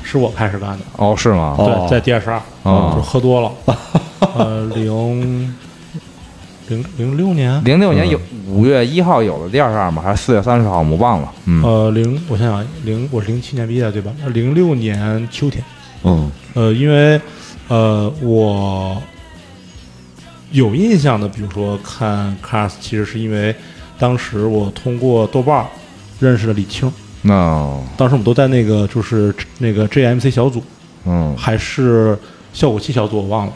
[SPEAKER 2] 是我开始干的，
[SPEAKER 3] 哦，是吗？
[SPEAKER 1] 哦
[SPEAKER 2] 对，在 D S 二，
[SPEAKER 3] 哦
[SPEAKER 2] 就是喝多了， 呃，零零零六年，
[SPEAKER 3] 零六年有五月一号有的第二十二吗？还是四月三十号？我忘了。嗯
[SPEAKER 2] 呃，零我想想，零我零七年毕业的对吧？呃零六年秋天，
[SPEAKER 1] 嗯
[SPEAKER 2] 呃，因为呃我有印象的，比如说看 Cars，其实是因为当时我通过豆瓣儿认识了李青，
[SPEAKER 3] ，no，
[SPEAKER 2] 当时我们都在那个就是那个 JMC 小组
[SPEAKER 3] 嗯，
[SPEAKER 2] 还是效果器小组，我忘了，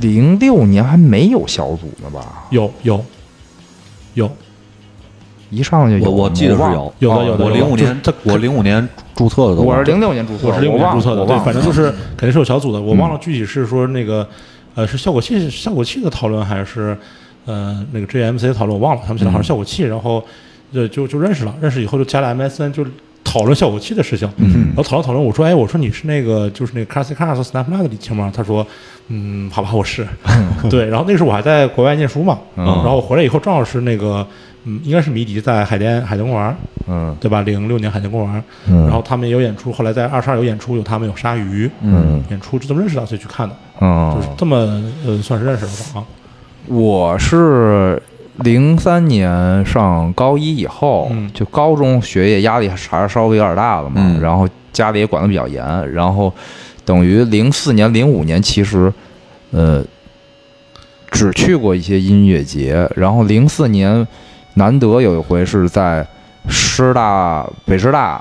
[SPEAKER 3] 零六年还没有小组呢吧？
[SPEAKER 2] 有有有
[SPEAKER 3] 一上来就有
[SPEAKER 1] 我
[SPEAKER 3] 了，
[SPEAKER 1] 我记得是
[SPEAKER 3] 忘了
[SPEAKER 1] 有
[SPEAKER 2] 有的
[SPEAKER 3] 哦
[SPEAKER 2] 有的
[SPEAKER 1] 我
[SPEAKER 2] 有的
[SPEAKER 1] 零五年
[SPEAKER 2] 就是，
[SPEAKER 1] 我零五年注册的都
[SPEAKER 3] 我是零六年注册的，
[SPEAKER 2] 我是零五
[SPEAKER 3] 我
[SPEAKER 2] 年
[SPEAKER 3] 忘
[SPEAKER 2] 注
[SPEAKER 3] 了
[SPEAKER 2] 册的，
[SPEAKER 3] 我
[SPEAKER 2] 对
[SPEAKER 3] 忘，了嗯
[SPEAKER 2] 反正就是肯定是有小组的，我忘了具体是说那个呃是效果器效果器的讨论还是呃那个 JMC 的讨论，我忘了，他们现在
[SPEAKER 3] 嗯
[SPEAKER 2] 好像是效果器，然后就就就认识了，认识以后就加了 MSN 就。讨论效果器的事情，
[SPEAKER 3] 嗯
[SPEAKER 2] 然后讨论讨论，我说，哎，我说你是那个就是那个 Classic Cars Snapchat 的李青吗？他说，嗯，好吧，我是，对，然后那时候我还在国外念书嘛，
[SPEAKER 3] 嗯
[SPEAKER 2] 然后我回来以后正好是那个，嗯，应该是迷笛在海淀海淀公园，
[SPEAKER 3] 嗯
[SPEAKER 2] 对吧？零六年海淀公园，
[SPEAKER 3] 嗯
[SPEAKER 2] 然后他们也有演出，后来在二十二有演出，有他们有鲨鱼，
[SPEAKER 3] 嗯
[SPEAKER 2] 演出就这么认识到，所以去看的，
[SPEAKER 3] 嗯，
[SPEAKER 2] 就是这么呃算是认识了吧啊，
[SPEAKER 3] 我是零三年上高一以后，
[SPEAKER 2] 嗯
[SPEAKER 3] 就高中学业压力还是稍微有点大了嘛，
[SPEAKER 1] 嗯
[SPEAKER 3] 然后家里也管得比较严，然后等于零四年、零五年其实，呃，只去过一些音乐节，然后零四年难得有一回是在师大北师大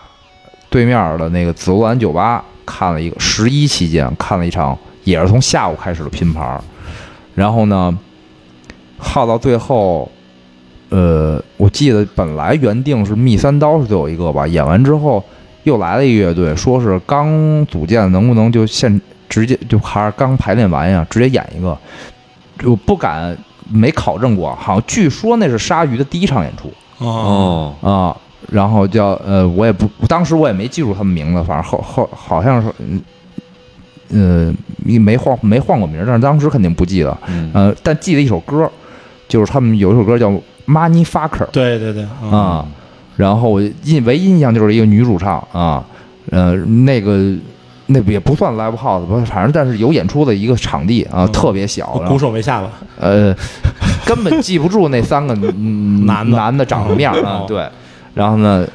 [SPEAKER 3] 对面的那个紫罗兰酒吧看了一个十一期间看了一场，也是从下午开始的拼盘儿，然后呢，耗到最后，呃，我记得本来原定是密三刀是最后一个吧，演完之后又来了一乐队，说是刚组建，能不能就现直接就还是刚排练完呀，直接演一个，我不敢没考证过，好像据说那是鲨鱼的第一场演出。
[SPEAKER 2] 哦，
[SPEAKER 1] 哦
[SPEAKER 3] 啊，然后叫呃，我也不，当时我也没记住他们名字，反正后后好像是，嗯呃，没换没换过名儿，但是当时肯定不记得，
[SPEAKER 2] 啊
[SPEAKER 1] 嗯
[SPEAKER 3] 呃，但记得一首歌，就是他们有一首歌叫《Money Fucker》
[SPEAKER 2] 对对对，嗯
[SPEAKER 3] 啊，然后我印唯一印象就是一个女主唱啊，呃，那个。那也不算 live house，不，反正但是有演出的一个场地啊，
[SPEAKER 2] 嗯
[SPEAKER 3] 特别小，然后
[SPEAKER 2] 鼓手没下巴，
[SPEAKER 3] 呃，根本记不住那三 个嗯
[SPEAKER 2] 男的
[SPEAKER 3] 男的长什么样啊
[SPEAKER 2] 哦？
[SPEAKER 3] 对，然后呢，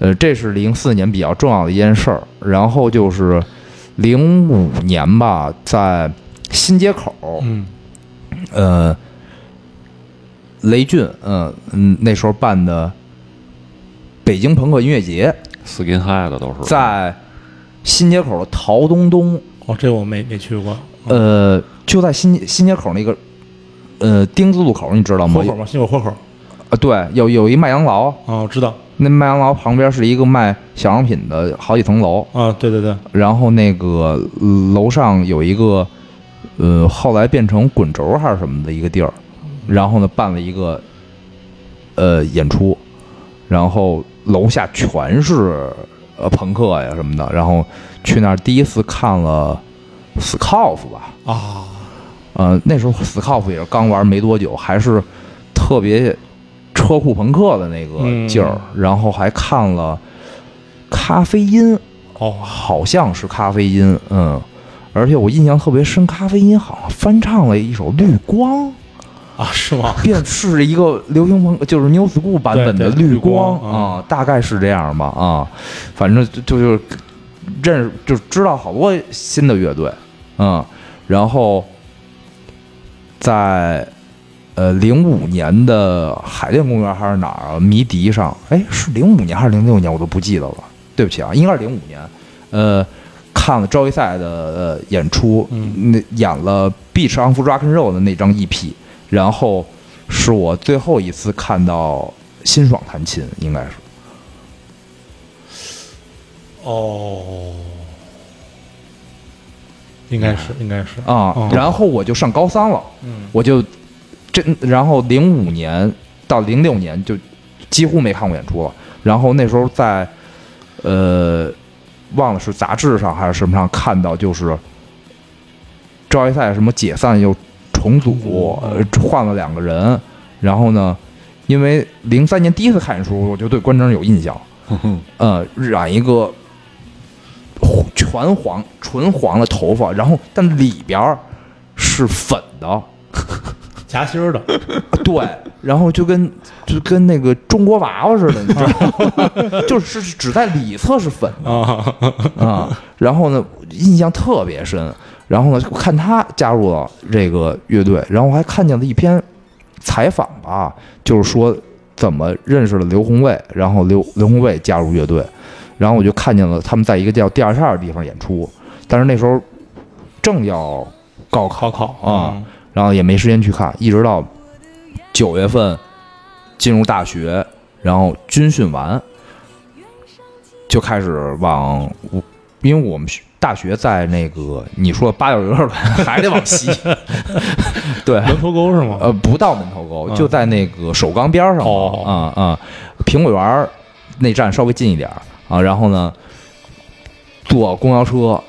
[SPEAKER 3] 呃，这是零四年比较重要的一件事儿，然后就是零五年吧，在新街口，
[SPEAKER 2] 嗯
[SPEAKER 3] 呃，雷俊，嗯、嗯，那时候办的北京朋克音乐节，
[SPEAKER 1] ，Skin High 的都是
[SPEAKER 3] 在新街口的陶东东，
[SPEAKER 2] 哦，这我没没去过，嗯，
[SPEAKER 3] 呃，就在新新街口那个。呃，丁字路口你知道吗
[SPEAKER 2] 豁？口嘛，新有豁口，
[SPEAKER 3] 啊，对，有有一麦当劳，
[SPEAKER 2] 哦，我知道，
[SPEAKER 3] 那麦当劳旁边是一个卖小商品的好几层楼，
[SPEAKER 2] 啊，对对对，
[SPEAKER 3] 然后那个呃楼上有一个，呃，后来变成滚轴还是什么的一个地儿，然后呢办了一个，呃，演出，然后楼下全是呃朋克呀什么的，然后去那儿第一次看了 Scoff 吧，
[SPEAKER 2] 啊，
[SPEAKER 3] 呃，那时候 Scoff 也是刚玩没多久，还是特别车库朋克的那个劲儿，然后还看了咖啡因，
[SPEAKER 2] 哦，
[SPEAKER 3] 好像是咖啡因，嗯，而且我印象特别深，咖啡因好像翻唱了一首《绿光》，
[SPEAKER 2] 啊，是吗？
[SPEAKER 3] 便是一个流行朋，就是 New School 版本的
[SPEAKER 2] 对对
[SPEAKER 3] 绿
[SPEAKER 2] 绿光
[SPEAKER 3] 啊，大概是这样吧啊，反正就就就是认识就知道好多新的乐队，嗯，然后在呃零五年的海淀公园还是哪儿啊？迷笛上，哎，是零五年还是零六年？我都不记得了，对不起啊，应该是零五年。呃，看了赵一赛的呃演出，那演了《Beach on Rock and Roll》的那张 EP，然后是我最后一次看到辛爽弹琴，应该是。
[SPEAKER 2] 哦，应该是，应该是
[SPEAKER 3] 啊、
[SPEAKER 2] 哦
[SPEAKER 3] 然后我就上高三了，
[SPEAKER 2] 嗯
[SPEAKER 3] 我就真，然后零五年到零六年就几乎没看过演出了。然后那时候在呃，忘了是杂志上还是什么上看到，就是赵一赛什么解散又重组，呃换了两个人。然后呢，因为零三年第一次看演出，我就对关喆有印象。
[SPEAKER 1] 嗯
[SPEAKER 3] 呃，染一个呃全黄、纯黄的头发，然后但里边儿是粉的，
[SPEAKER 2] 夹心儿的，
[SPEAKER 3] 对，然后就跟就跟那个中国娃娃似的，你知道吗？ 就是是只在里侧是粉
[SPEAKER 2] 啊，
[SPEAKER 3] 的 啊、然后呢，印象特别深。然后呢，看他加入了这个乐队，然后我还看见了一篇采访吧，就是说怎么认识了刘宏伟，然后刘刘宏伟加入乐队，然后我就看见了他们在一个叫第二十二的地方演出，但是那时候正要高考
[SPEAKER 2] 考考嗯
[SPEAKER 3] 啊、然后也没时间去看，一直到九月份进入大学，然后军训完就开始往我，因为我们学大学在那个你说八九零二还得往西，对，
[SPEAKER 2] 门头沟是吗？
[SPEAKER 3] 呃，不到门头沟，
[SPEAKER 2] 嗯
[SPEAKER 3] 就在那个首钢边上嘛
[SPEAKER 2] 哦
[SPEAKER 3] 啊啊，苹果园儿那站稍微近一点儿啊。然后呢，坐公交车，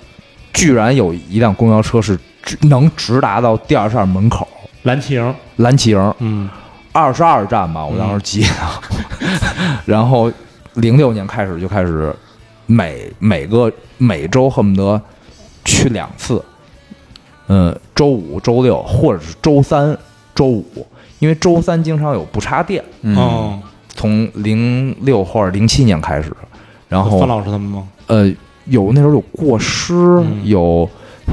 [SPEAKER 3] 居然有一辆公交车是直能直达到第二站门口，
[SPEAKER 2] 蓝旗营，
[SPEAKER 3] 蓝旗营
[SPEAKER 2] 嗯，
[SPEAKER 3] 二十二站吧，我当时记得。然后零六年开始就开始每每个每周恨不得去两次，嗯，周五、周六或者是周三、周五，因为周三经常有不插电，
[SPEAKER 1] 嗯，
[SPEAKER 2] 哦，
[SPEAKER 3] 从零六或者零七年开始，然
[SPEAKER 2] 范
[SPEAKER 3] 后
[SPEAKER 2] 老师他们吗？
[SPEAKER 3] 呃，有那时候有过失，有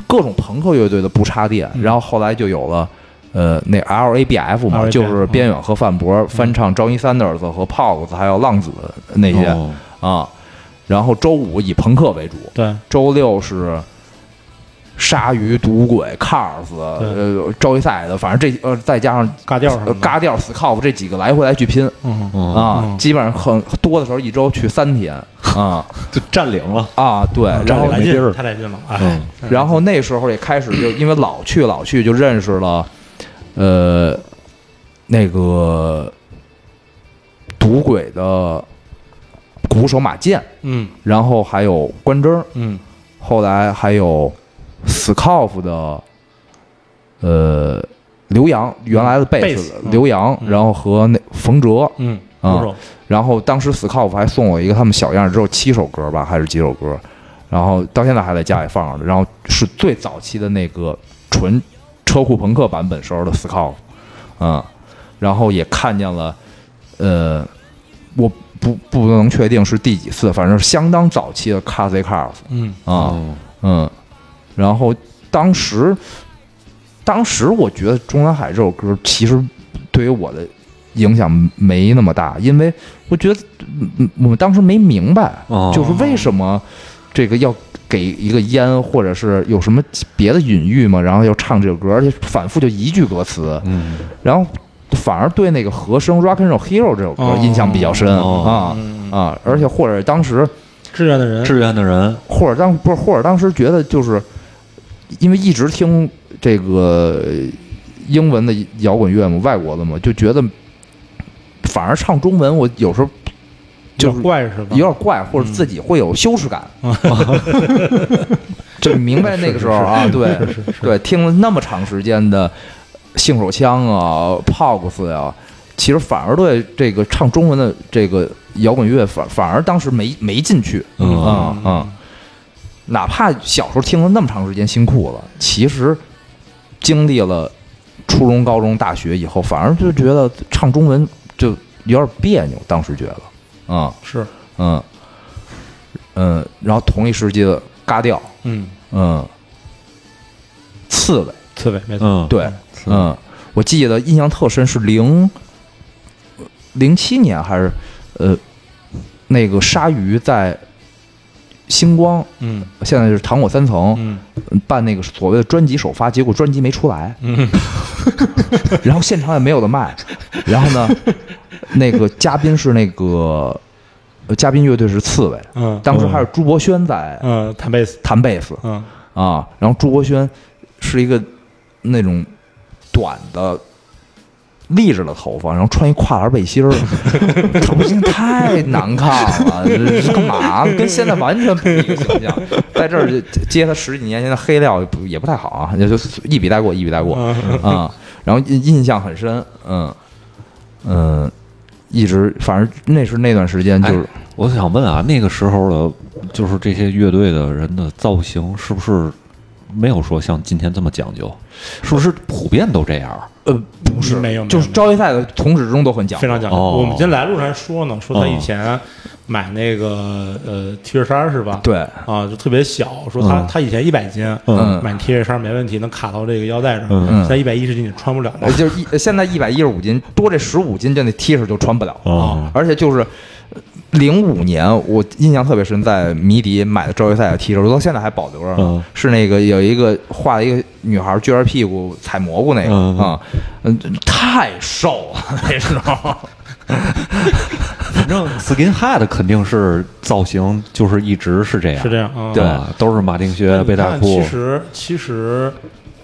[SPEAKER 3] 各种朋克乐队的不插电，然后后来就有了。呃，那 L A B F 嘛
[SPEAKER 2] LABF
[SPEAKER 3] 就是边远和范博翻唱 Johnny Sanders 和 Pogs，还有浪子那些啊、
[SPEAKER 1] 哦
[SPEAKER 3] 然后周五以朋克为主，
[SPEAKER 2] 对，
[SPEAKER 3] 周六是鲨鱼、赌鬼、Cars，呃，周一赛的，反正这呃再加上
[SPEAKER 2] 嘎调什么的，
[SPEAKER 3] 嘎调、Scout 这几个来回来去拼
[SPEAKER 2] 嗯，
[SPEAKER 1] 哦，
[SPEAKER 3] 啊
[SPEAKER 2] 嗯，
[SPEAKER 3] 基本上很多的时候一周去三天啊
[SPEAKER 1] 就占领了，
[SPEAKER 3] 啊，对，然后
[SPEAKER 2] 哦太来
[SPEAKER 1] 没地
[SPEAKER 2] 劲
[SPEAKER 1] 儿
[SPEAKER 2] 了，太来劲了，哎
[SPEAKER 1] 嗯，
[SPEAKER 3] 然后那时候也开始就因为老去老去就认识了，呃，那个赌鬼的鼓手马健，
[SPEAKER 2] 嗯
[SPEAKER 3] 然后还有关征，
[SPEAKER 2] 嗯，
[SPEAKER 3] 后来还有 Scoff 的，呃，刘洋原来的贝斯
[SPEAKER 2] 贝斯嗯
[SPEAKER 3] 刘洋，
[SPEAKER 2] 嗯
[SPEAKER 3] 然后和那冯哲，
[SPEAKER 2] 嗯，
[SPEAKER 3] 啊
[SPEAKER 2] 鼓手，
[SPEAKER 3] 然后当时 Scoff 还送我一个他们小样儿，只有七首歌吧，还是几首歌，然后到现在还在家里放着。然后是最早期的那个纯车库朋克版本时候的 Scoff，嗯，然后也看见了，呃，我不不能确定是第几次，反正是相当早期的 Cars Cars 啊、
[SPEAKER 2] 嗯
[SPEAKER 1] 哦，
[SPEAKER 3] 嗯，然后当时，当时我觉得《中南海》这首歌其实对于我的影响没那么大，因为我觉得嗯我当时没明白，
[SPEAKER 1] 哦
[SPEAKER 3] 就是为什么这个要给一个烟，或者是有什么别的隐喻嘛，然后要唱这首歌，而且反复就一句歌词，
[SPEAKER 1] 嗯，
[SPEAKER 3] 然后反而对那个和声《Rock and Roll Hero》这首歌
[SPEAKER 2] 哦
[SPEAKER 3] 印象比较深、
[SPEAKER 1] 哦
[SPEAKER 3] 啊啊，而且或者当时。
[SPEAKER 2] 志愿的人，
[SPEAKER 1] 志愿的人，
[SPEAKER 3] 或者当不是，或者当时觉得就是因为一直听这个呃英文的摇滚乐嘛，外国的嘛，就觉得反而唱中文，我有时候就
[SPEAKER 2] 有点
[SPEAKER 3] 是
[SPEAKER 2] 怪嗯是吧？
[SPEAKER 3] 有点怪，或者自己会有羞耻感。 就明白那个时候 啊，对对，听了那么长时间的性手枪啊、Pogs 呀、其实反而对这个唱中文的这个摇滚乐反反而当时没没进去，
[SPEAKER 1] 嗯
[SPEAKER 3] 啊啊，哪怕小时候听了那么长时间新裤子，其实经历了初中、高中、大学以后，反而就觉得唱中文就有点别扭，当时觉得啊。
[SPEAKER 2] 是，
[SPEAKER 3] 嗯，嗯，然后同一时期的嘎调，
[SPEAKER 2] 嗯，
[SPEAKER 3] 嗯，刺猬，
[SPEAKER 2] 刺猬没错，
[SPEAKER 1] 嗯，
[SPEAKER 3] 对，嗯，我记得印象特深是零零七年还是呃那个鲨鱼在星光，
[SPEAKER 2] 嗯
[SPEAKER 3] 现在就是糖果三层，
[SPEAKER 2] 嗯
[SPEAKER 3] 办那个所谓的专辑首发，结果专辑没出来，
[SPEAKER 2] 嗯，
[SPEAKER 3] 然后现场也没有的卖，然后呢，那个嘉宾是那个呃嘉宾乐队是刺猬，
[SPEAKER 2] 嗯
[SPEAKER 3] 当时还是朱博轩在
[SPEAKER 2] 嗯，弹贝斯，
[SPEAKER 3] 弹贝斯
[SPEAKER 2] 嗯
[SPEAKER 3] 啊，然后朱博轩是一个那种短的。立着的头发，然后穿一跨栏背心儿，头型太难看了，这是干嘛？跟现在完全不一个形象。在这儿就接他十几年，现在黑料也不也不太好啊，也就一笔带过，一笔带过。
[SPEAKER 2] 嗯
[SPEAKER 3] 啊、然后印印象很深，嗯嗯，一直反正那是那段时间就是、
[SPEAKER 2] 哎
[SPEAKER 1] 我想问啊，那个时候的，就是这些乐队的人的造型是不是没有说像今天这么讲究？是不是普遍都这样？
[SPEAKER 3] 呃不是
[SPEAKER 2] 没有没有
[SPEAKER 3] 就是招业赛的从始至终都很讲
[SPEAKER 2] 非
[SPEAKER 3] 究，
[SPEAKER 2] 常讲究。
[SPEAKER 1] 哦
[SPEAKER 2] 我们今天来路上还说呢，说他以前买那个呃 T 恤衫是吧？
[SPEAKER 3] 对，
[SPEAKER 2] 啊，就特别小，说他
[SPEAKER 1] 嗯
[SPEAKER 2] 他以前一百斤，
[SPEAKER 3] 嗯
[SPEAKER 2] 买 T 恤衫没问题，能卡到这个腰带上。
[SPEAKER 1] 嗯
[SPEAKER 2] 现在一百一十斤你穿不了了
[SPEAKER 3] 呃。就是一现在一百一十五斤多这十五斤，就那 T 恤就穿不了，
[SPEAKER 1] 哦
[SPEAKER 3] 而且就是。零五年，我印象特别深，在迷笛买的招业赛的 T 恤，我到现在还保留着。
[SPEAKER 1] 嗯
[SPEAKER 3] 是那个有一个画了一个女孩撅着屁股采蘑菇那个
[SPEAKER 1] 嗯
[SPEAKER 3] 啊，嗯，太瘦了那时候。
[SPEAKER 1] 反 正 Skinhead 肯定是造型就是一直是这样，
[SPEAKER 2] 是这样啊
[SPEAKER 1] 对吧，都是马丁靴、
[SPEAKER 2] 你
[SPEAKER 1] 背带
[SPEAKER 2] 看，
[SPEAKER 1] 裤
[SPEAKER 2] 其，实其实，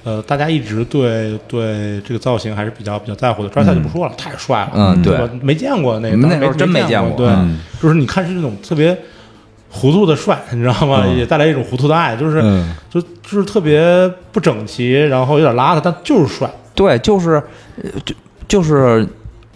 [SPEAKER 2] 呃，大家一直对对这个造型还是比较比较在乎的。抓赛就不说了，太帅了，
[SPEAKER 3] 嗯对嗯
[SPEAKER 2] 吧没见过那个，
[SPEAKER 3] 那
[SPEAKER 2] 当
[SPEAKER 3] 时候真没
[SPEAKER 2] 没
[SPEAKER 3] 见过
[SPEAKER 2] 过，对
[SPEAKER 1] 嗯，
[SPEAKER 2] 就是你看是那种特别糊涂的帅，你知道吗？
[SPEAKER 1] 嗯
[SPEAKER 2] 也带来一种糊涂的爱，就是
[SPEAKER 1] 嗯
[SPEAKER 2] 就就是特别不整齐，然后有点邋遢，但就是帅，
[SPEAKER 3] 对，就是，呃就就是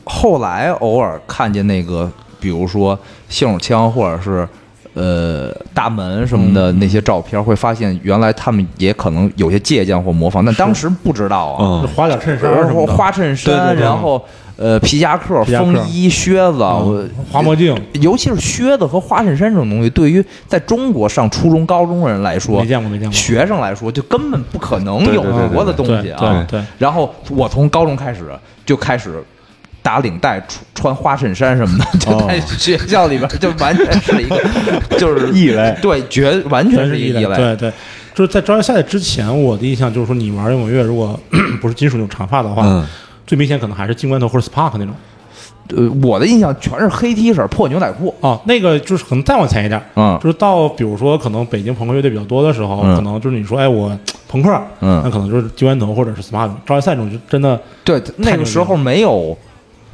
[SPEAKER 3] 后来偶尔看见那个，比如说信手枪或者是呃大门什么的
[SPEAKER 2] 嗯
[SPEAKER 3] 那些照片，会发现原来他们也可能有些借鉴或模仿，但当时不知道啊。
[SPEAKER 1] 嗯
[SPEAKER 2] 就，花点衬衫
[SPEAKER 3] 然
[SPEAKER 2] 什
[SPEAKER 3] 后
[SPEAKER 2] 么的，
[SPEAKER 3] 花衬衫，
[SPEAKER 2] 对对对
[SPEAKER 3] 然后呃皮夹克、
[SPEAKER 2] 皮夹克嗯
[SPEAKER 3] 风衣、靴子，我
[SPEAKER 2] 花墨镜，
[SPEAKER 3] 尤其是靴子和花衬衫这种东西，对于在中国上初中、高中的人来说，
[SPEAKER 2] 没见过没见过
[SPEAKER 3] 学生来说，就根本不可能有
[SPEAKER 1] 对对对
[SPEAKER 3] 过的东
[SPEAKER 2] 对
[SPEAKER 3] 西
[SPEAKER 2] 对
[SPEAKER 3] 啊。
[SPEAKER 2] 对对，
[SPEAKER 3] 然后我从高中开始就开始打领带、穿穿花衬衫什么的，就
[SPEAKER 2] 哦
[SPEAKER 3] 在学校里边就完全是 一个就是
[SPEAKER 1] 异类
[SPEAKER 3] 对，绝完全是
[SPEAKER 2] 是
[SPEAKER 3] 一个异
[SPEAKER 2] 类。
[SPEAKER 3] 类。
[SPEAKER 2] 对对，就是在招业赛之前，我的印象就是说，你玩摇滚乐如果 不是金属那种长发的话，
[SPEAKER 1] 嗯
[SPEAKER 2] 最明显可能还是金冠头或者 Spark 那种。
[SPEAKER 3] 呃，我的印象全是黑 T 恤、破牛仔裤。
[SPEAKER 2] 哦，那个就是可能再往前一点，
[SPEAKER 3] 嗯
[SPEAKER 2] 就是到比如说可能北京朋克乐队比较多的时候，
[SPEAKER 3] 嗯
[SPEAKER 2] 可能就是你说哎我朋克，
[SPEAKER 3] 嗯
[SPEAKER 2] 那可能就是金冠头或者是 Spark。招业赛这种就真的
[SPEAKER 3] 对，那
[SPEAKER 2] 太
[SPEAKER 3] 个
[SPEAKER 2] 牛
[SPEAKER 3] 时
[SPEAKER 2] 逼
[SPEAKER 3] 候没有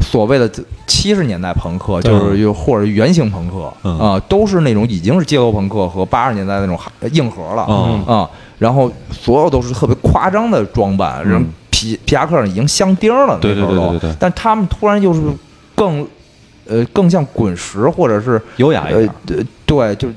[SPEAKER 3] 所谓的七十年代朋克，
[SPEAKER 1] 对
[SPEAKER 3] 就是又或者原型朋克啊、
[SPEAKER 1] 嗯
[SPEAKER 3] 都是那种已经是街头朋克和八十年代那种硬核了啊、
[SPEAKER 1] 嗯
[SPEAKER 3] 然后所有都是特别夸张的装扮，人皮皮夹克上已经镶钉了，
[SPEAKER 1] 嗯对对
[SPEAKER 3] 那时候
[SPEAKER 1] 对对对对
[SPEAKER 3] 但他们突然就是更呃更像滚石或者是
[SPEAKER 1] 优雅一
[SPEAKER 3] 呃
[SPEAKER 1] 点，
[SPEAKER 3] 呃对就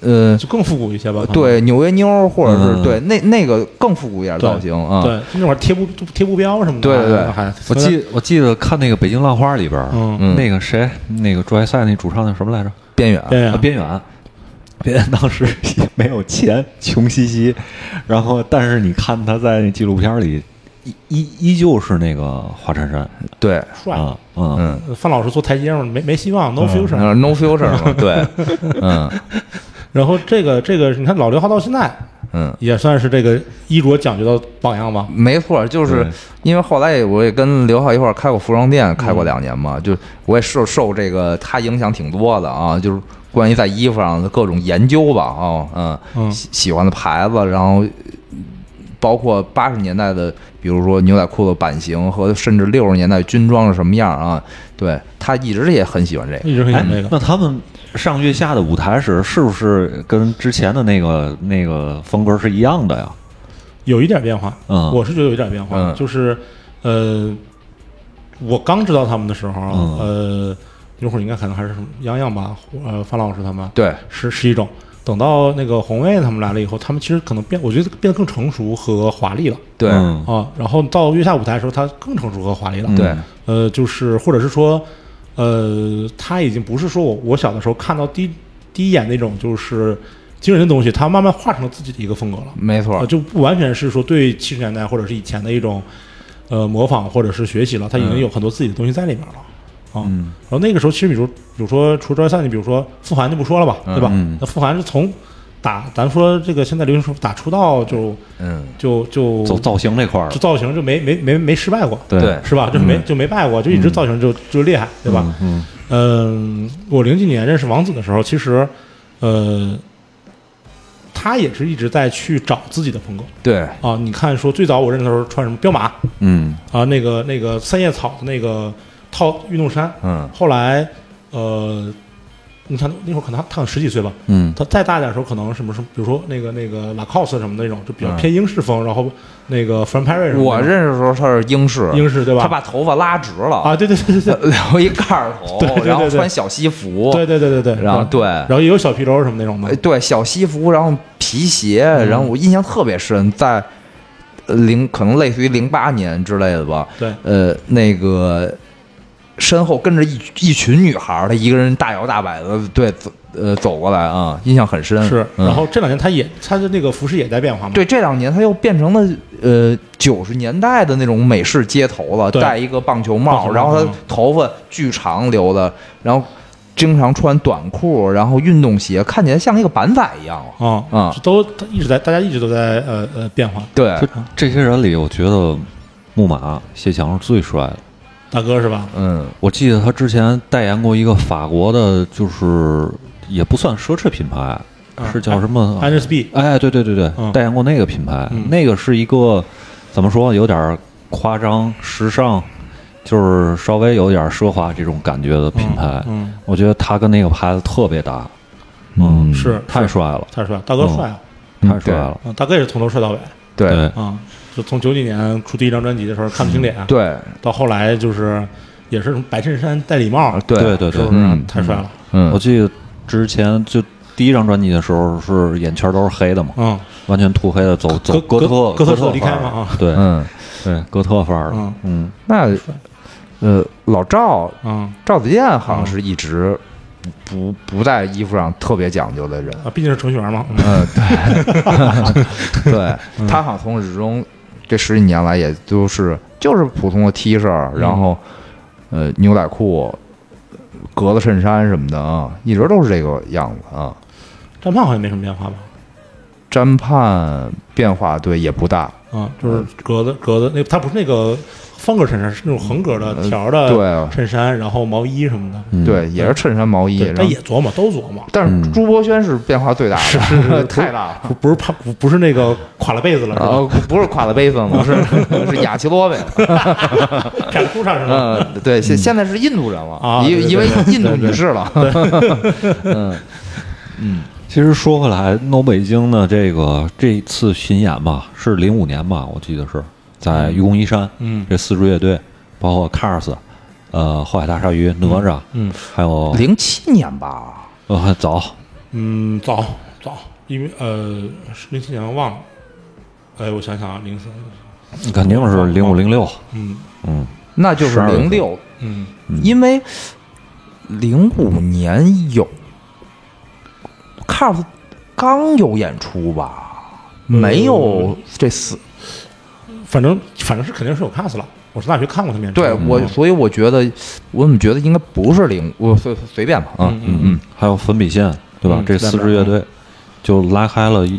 [SPEAKER 3] 呃
[SPEAKER 2] 就更复古一些吧。可能
[SPEAKER 3] 对纽约妞儿或者是、
[SPEAKER 1] 嗯
[SPEAKER 3] 对那那个更复古一点
[SPEAKER 2] 对
[SPEAKER 3] 造型啊。
[SPEAKER 2] 对，就那会儿贴布贴布标什么的，
[SPEAKER 3] 对对对
[SPEAKER 2] 还
[SPEAKER 1] 我记我记得看那个《北京浪花》里边儿，
[SPEAKER 2] 嗯
[SPEAKER 3] 嗯
[SPEAKER 1] 那个谁，那个卓越赛那主唱叫什么来着？
[SPEAKER 3] 边缘，
[SPEAKER 2] 对呀
[SPEAKER 1] 啊，边缘，边缘当时也没有钱，穷兮兮。然后，但是你看他在那纪录片里，依依依旧是那个花衬衫
[SPEAKER 3] 对，
[SPEAKER 2] 帅。
[SPEAKER 1] 啊，嗯，
[SPEAKER 3] 嗯。
[SPEAKER 2] 呃范老师坐台阶上没没希望，no future。
[SPEAKER 3] 那是呃 no future 嘛，对，嗯
[SPEAKER 2] 然后这个这个，你看老刘浩到现在
[SPEAKER 3] 嗯，
[SPEAKER 2] 也算是这个衣着讲究的榜样吧。
[SPEAKER 3] 没错，就是
[SPEAKER 1] 对
[SPEAKER 3] 因为后来我也跟刘浩一块儿开过服装店，开过两年嘛，就我也受受这个他影响挺多的啊，就是关于在衣服上的各种研究吧，啊，嗯，
[SPEAKER 2] 嗯
[SPEAKER 3] 喜喜欢的牌子，然后包括八十年代的，比如说牛仔裤的版型和甚至六十年代军装是什么样啊，对他一直也很喜欢这个，
[SPEAKER 2] 一直很
[SPEAKER 1] 哎
[SPEAKER 2] 想这个，
[SPEAKER 1] 那他们上月下的舞台时，是不是跟之前的那个那个风格是一样的呀？
[SPEAKER 2] 有一点变化。
[SPEAKER 1] 嗯
[SPEAKER 2] 我是觉得有一点变化，
[SPEAKER 3] 嗯
[SPEAKER 2] 就是呃，我刚知道他们的时候，
[SPEAKER 1] 嗯
[SPEAKER 2] 呃，那会儿应该可能还是什么洋洋吧，呃，范老师他们，
[SPEAKER 3] 对，
[SPEAKER 2] 是是一种。等到那个红卫他们来了以后，他们其实可能变，我觉得变得更成熟和华丽了。
[SPEAKER 3] 对，
[SPEAKER 1] 嗯
[SPEAKER 2] 啊，然后到月下舞台的时候，他更成熟和华丽了。
[SPEAKER 3] 对，
[SPEAKER 2] 呃，就是或者是说，呃，他已经不是说我我小的时候看到第一第一眼那种就是惊人的东西，他慢慢
[SPEAKER 1] 嗯
[SPEAKER 2] 化成了自己的一个风格了。啊
[SPEAKER 3] 没错
[SPEAKER 2] 啊，，就不完全是说对七十年代或者是以前的一种呃模仿或者是学习了，他已经有很多自己的东西在里面了。啊，
[SPEAKER 1] 嗯
[SPEAKER 2] 然后那个时候，其实比如，比如说除了赛，你比如说傅函就不说了吧，对吧
[SPEAKER 1] 嗯？
[SPEAKER 2] 那傅函是从打，咱说这个现在流行说打出道就
[SPEAKER 3] 嗯，
[SPEAKER 2] 就就
[SPEAKER 1] 走造型这块儿
[SPEAKER 2] 就，造型就没没没没失败过，
[SPEAKER 3] 对嗯
[SPEAKER 2] 是吧？就没就没败过，就一直造型就就厉害，对吧？
[SPEAKER 1] 嗯
[SPEAKER 2] 嗯，我零几年认识王子的时候，其实，呃，他也是一直在去找自己的风格
[SPEAKER 3] 对，
[SPEAKER 2] 啊。你看，说最早我认识的时候穿什么彪马
[SPEAKER 1] 嗯
[SPEAKER 2] 啊，那个那个三叶草的那个套运动衫，
[SPEAKER 3] 嗯
[SPEAKER 2] 后来呃，你看那会儿可能他他十几岁吧，
[SPEAKER 1] 嗯
[SPEAKER 2] 他再大点的时候可能什么什么，比如说那个那个 Lacoste 什么那种，就比较
[SPEAKER 3] 嗯
[SPEAKER 2] 偏英式风，然后那个 Fran p e r r y 什么
[SPEAKER 3] 我
[SPEAKER 2] 那种
[SPEAKER 3] 认识的时候他是英式，
[SPEAKER 2] 英式对吧？
[SPEAKER 3] 他把头发拉直了
[SPEAKER 2] 啊，，对对对对对
[SPEAKER 3] 留一盖儿头
[SPEAKER 2] 对对，对
[SPEAKER 3] 然后
[SPEAKER 2] 对
[SPEAKER 3] 穿小西服，
[SPEAKER 2] 对对对对对，
[SPEAKER 3] 然后对
[SPEAKER 2] 然后也有小皮褛什么那种
[SPEAKER 3] 呃
[SPEAKER 2] 的，
[SPEAKER 3] 对小西服，然后皮鞋，
[SPEAKER 2] 嗯
[SPEAKER 3] 然后我印象特别深，在呃零可能类似于零八年之类的吧，
[SPEAKER 2] 对
[SPEAKER 3] 呃，那个身后跟着一一群女孩儿，她一个人大摇大摆的对走呃走过来啊，印象很深。
[SPEAKER 2] 是。
[SPEAKER 3] 嗯
[SPEAKER 2] 然后这两年他也他的那个服饰也在变化嘛，
[SPEAKER 3] 对，这两年他又变成了呃九十年代的那种美式街头了，
[SPEAKER 2] 对
[SPEAKER 3] 戴一个棒球
[SPEAKER 2] 棒球
[SPEAKER 3] 帽，
[SPEAKER 2] 帽
[SPEAKER 3] 然后他
[SPEAKER 2] 嗯
[SPEAKER 3] 头发巨长留的，然后经常穿短裤，然后运动鞋，看起来像一个板仔一样了。
[SPEAKER 2] 啊
[SPEAKER 3] 啊
[SPEAKER 2] 就都他一直在大家一直都在呃呃变化。
[SPEAKER 3] 对，
[SPEAKER 1] 就这些人里，我觉得木马谢强是最帅的。
[SPEAKER 2] 大哥是吧？
[SPEAKER 3] 嗯，
[SPEAKER 1] 我记得他之前代言过一个法国的，就是也不算奢侈品牌，
[SPEAKER 2] 啊
[SPEAKER 1] 是叫什么？
[SPEAKER 2] a n d r e s B
[SPEAKER 1] 哎，对对对对，
[SPEAKER 2] 嗯
[SPEAKER 1] 代言过那个品牌，
[SPEAKER 2] 嗯
[SPEAKER 1] 那个是一个怎么说，有点夸张、时尚，就是稍微有点奢华这种感觉的品牌。
[SPEAKER 2] 嗯，
[SPEAKER 1] 我觉得他跟那个牌子特别搭，
[SPEAKER 3] 嗯
[SPEAKER 2] 是
[SPEAKER 1] 太帅了，
[SPEAKER 2] 太帅了，大哥帅啊！
[SPEAKER 1] 太帅了。
[SPEAKER 2] 啊，大哥也是从头帅到尾
[SPEAKER 3] 对
[SPEAKER 1] 对，
[SPEAKER 2] 啊，就从九几年出第一张专辑的时候看不清脸，
[SPEAKER 3] 嗯对
[SPEAKER 2] 到后来就是也是什么白衬衫戴礼帽，
[SPEAKER 1] 对对
[SPEAKER 2] 是
[SPEAKER 1] 对
[SPEAKER 2] 不是啊
[SPEAKER 3] 嗯
[SPEAKER 2] 太帅了？
[SPEAKER 1] 我
[SPEAKER 3] 嗯，
[SPEAKER 1] 记得之前就第一张专辑的时候是眼圈都是黑的嘛，
[SPEAKER 2] 嗯，
[SPEAKER 1] 完全涂黑的，走走
[SPEAKER 2] 哥
[SPEAKER 1] 哥特
[SPEAKER 2] 哥
[SPEAKER 1] 哥
[SPEAKER 2] 特
[SPEAKER 1] 特
[SPEAKER 2] 式离开
[SPEAKER 1] 范
[SPEAKER 2] 嘛
[SPEAKER 1] 儿
[SPEAKER 2] 啊，
[SPEAKER 1] 对
[SPEAKER 3] 嗯，
[SPEAKER 1] 对，哥特范儿的
[SPEAKER 2] 嗯，
[SPEAKER 1] 嗯，
[SPEAKER 3] 那呃，老赵
[SPEAKER 2] 嗯
[SPEAKER 3] 赵子健好像是一直不不在衣服上特别讲究的人。
[SPEAKER 2] 啊，毕竟是程序员嘛，嗯
[SPEAKER 3] 嗯，对，对他好像从始至终这十几年来，也就是就是普通的 T 恤，然后呃牛仔裤、格子衬衫什么的啊，一直都是这个样子啊。
[SPEAKER 2] 战胖好像没什么变化吧？
[SPEAKER 3] 詹盼变化对也不大，
[SPEAKER 2] 啊，就是格子格子那他不是那个方格衬衫，是那种横格的条儿的
[SPEAKER 3] 对
[SPEAKER 2] 衬衫，然后毛衣什么的，
[SPEAKER 1] 嗯
[SPEAKER 3] 对，也是啊衬衫毛衣，
[SPEAKER 2] 对，
[SPEAKER 3] 然
[SPEAKER 2] 他
[SPEAKER 3] 后
[SPEAKER 2] 也琢磨，都琢磨。
[SPEAKER 3] 但是
[SPEAKER 1] 嗯
[SPEAKER 3] 朱柏轩是变化最大的，是 太大了。
[SPEAKER 2] 不不是怕不不是那个垮了被子了是 吧？
[SPEAKER 3] 呃，不是垮了杯子了，是 是雅奇罗呗。
[SPEAKER 2] 站裤上是吧？
[SPEAKER 3] 嗯，对，现现在是印度人了
[SPEAKER 2] 啊，
[SPEAKER 3] 一
[SPEAKER 2] 对
[SPEAKER 3] 一位
[SPEAKER 2] 对
[SPEAKER 3] 印度女士了。嗯，
[SPEAKER 1] 其实说回来，诺北京的这个这次巡演吧，是零五年吧，我记得是在愚公移山，
[SPEAKER 2] 嗯
[SPEAKER 1] 这四支乐队，包括 Cars，呃，后海大鲨鱼、哪吒，
[SPEAKER 2] 嗯
[SPEAKER 1] 还有
[SPEAKER 3] 零七年吧，
[SPEAKER 1] 呃很早，
[SPEAKER 2] 嗯，早早，因为呃是零七年忘了，哎，我想想啊，零三，
[SPEAKER 1] 肯定是零五零六，
[SPEAKER 2] 嗯
[SPEAKER 1] 嗯，
[SPEAKER 3] 那就是
[SPEAKER 1] 12
[SPEAKER 3] 零六，
[SPEAKER 2] 嗯，
[SPEAKER 3] 因为零五年有 Cars 刚有演出吧，没有这四。
[SPEAKER 2] 反正反正是肯定是有 cos 了，我上大学看过他们演出，
[SPEAKER 3] 对我，所以我觉得，我怎么觉得应该不是零，我随随便吧啊，
[SPEAKER 2] 嗯
[SPEAKER 3] 嗯
[SPEAKER 1] 还有粉笔线，对吧？
[SPEAKER 2] 嗯
[SPEAKER 1] 这四支乐队就拉开了一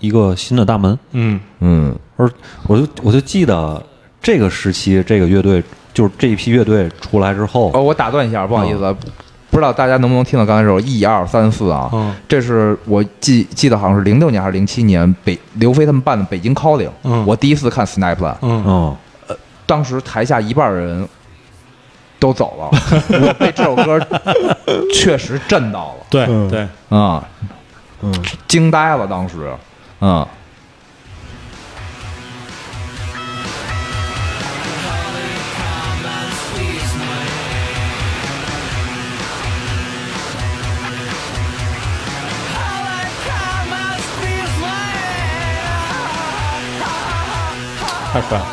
[SPEAKER 1] 一个新的大门，
[SPEAKER 2] 嗯
[SPEAKER 3] 嗯
[SPEAKER 1] 而我就我就记得这个时期，这个乐队就是这一批乐队出来之后，
[SPEAKER 3] 哦，我打断一下，不好意
[SPEAKER 2] 啊
[SPEAKER 3] 思，不知道大家能不能听到刚才这首一二三四啊？
[SPEAKER 2] 嗯
[SPEAKER 3] 这是我记记得好像是零六年还是零七年，北刘飞他们办的北京 calling，、
[SPEAKER 2] 嗯
[SPEAKER 3] 我第一次看 Snapline，、
[SPEAKER 2] 嗯，
[SPEAKER 1] 嗯，
[SPEAKER 3] 当时台下一半人都走了，我被这首歌确实震到了
[SPEAKER 2] 对对，
[SPEAKER 3] 啊，嗯，惊呆了当时，嗯，
[SPEAKER 2] 太帅了，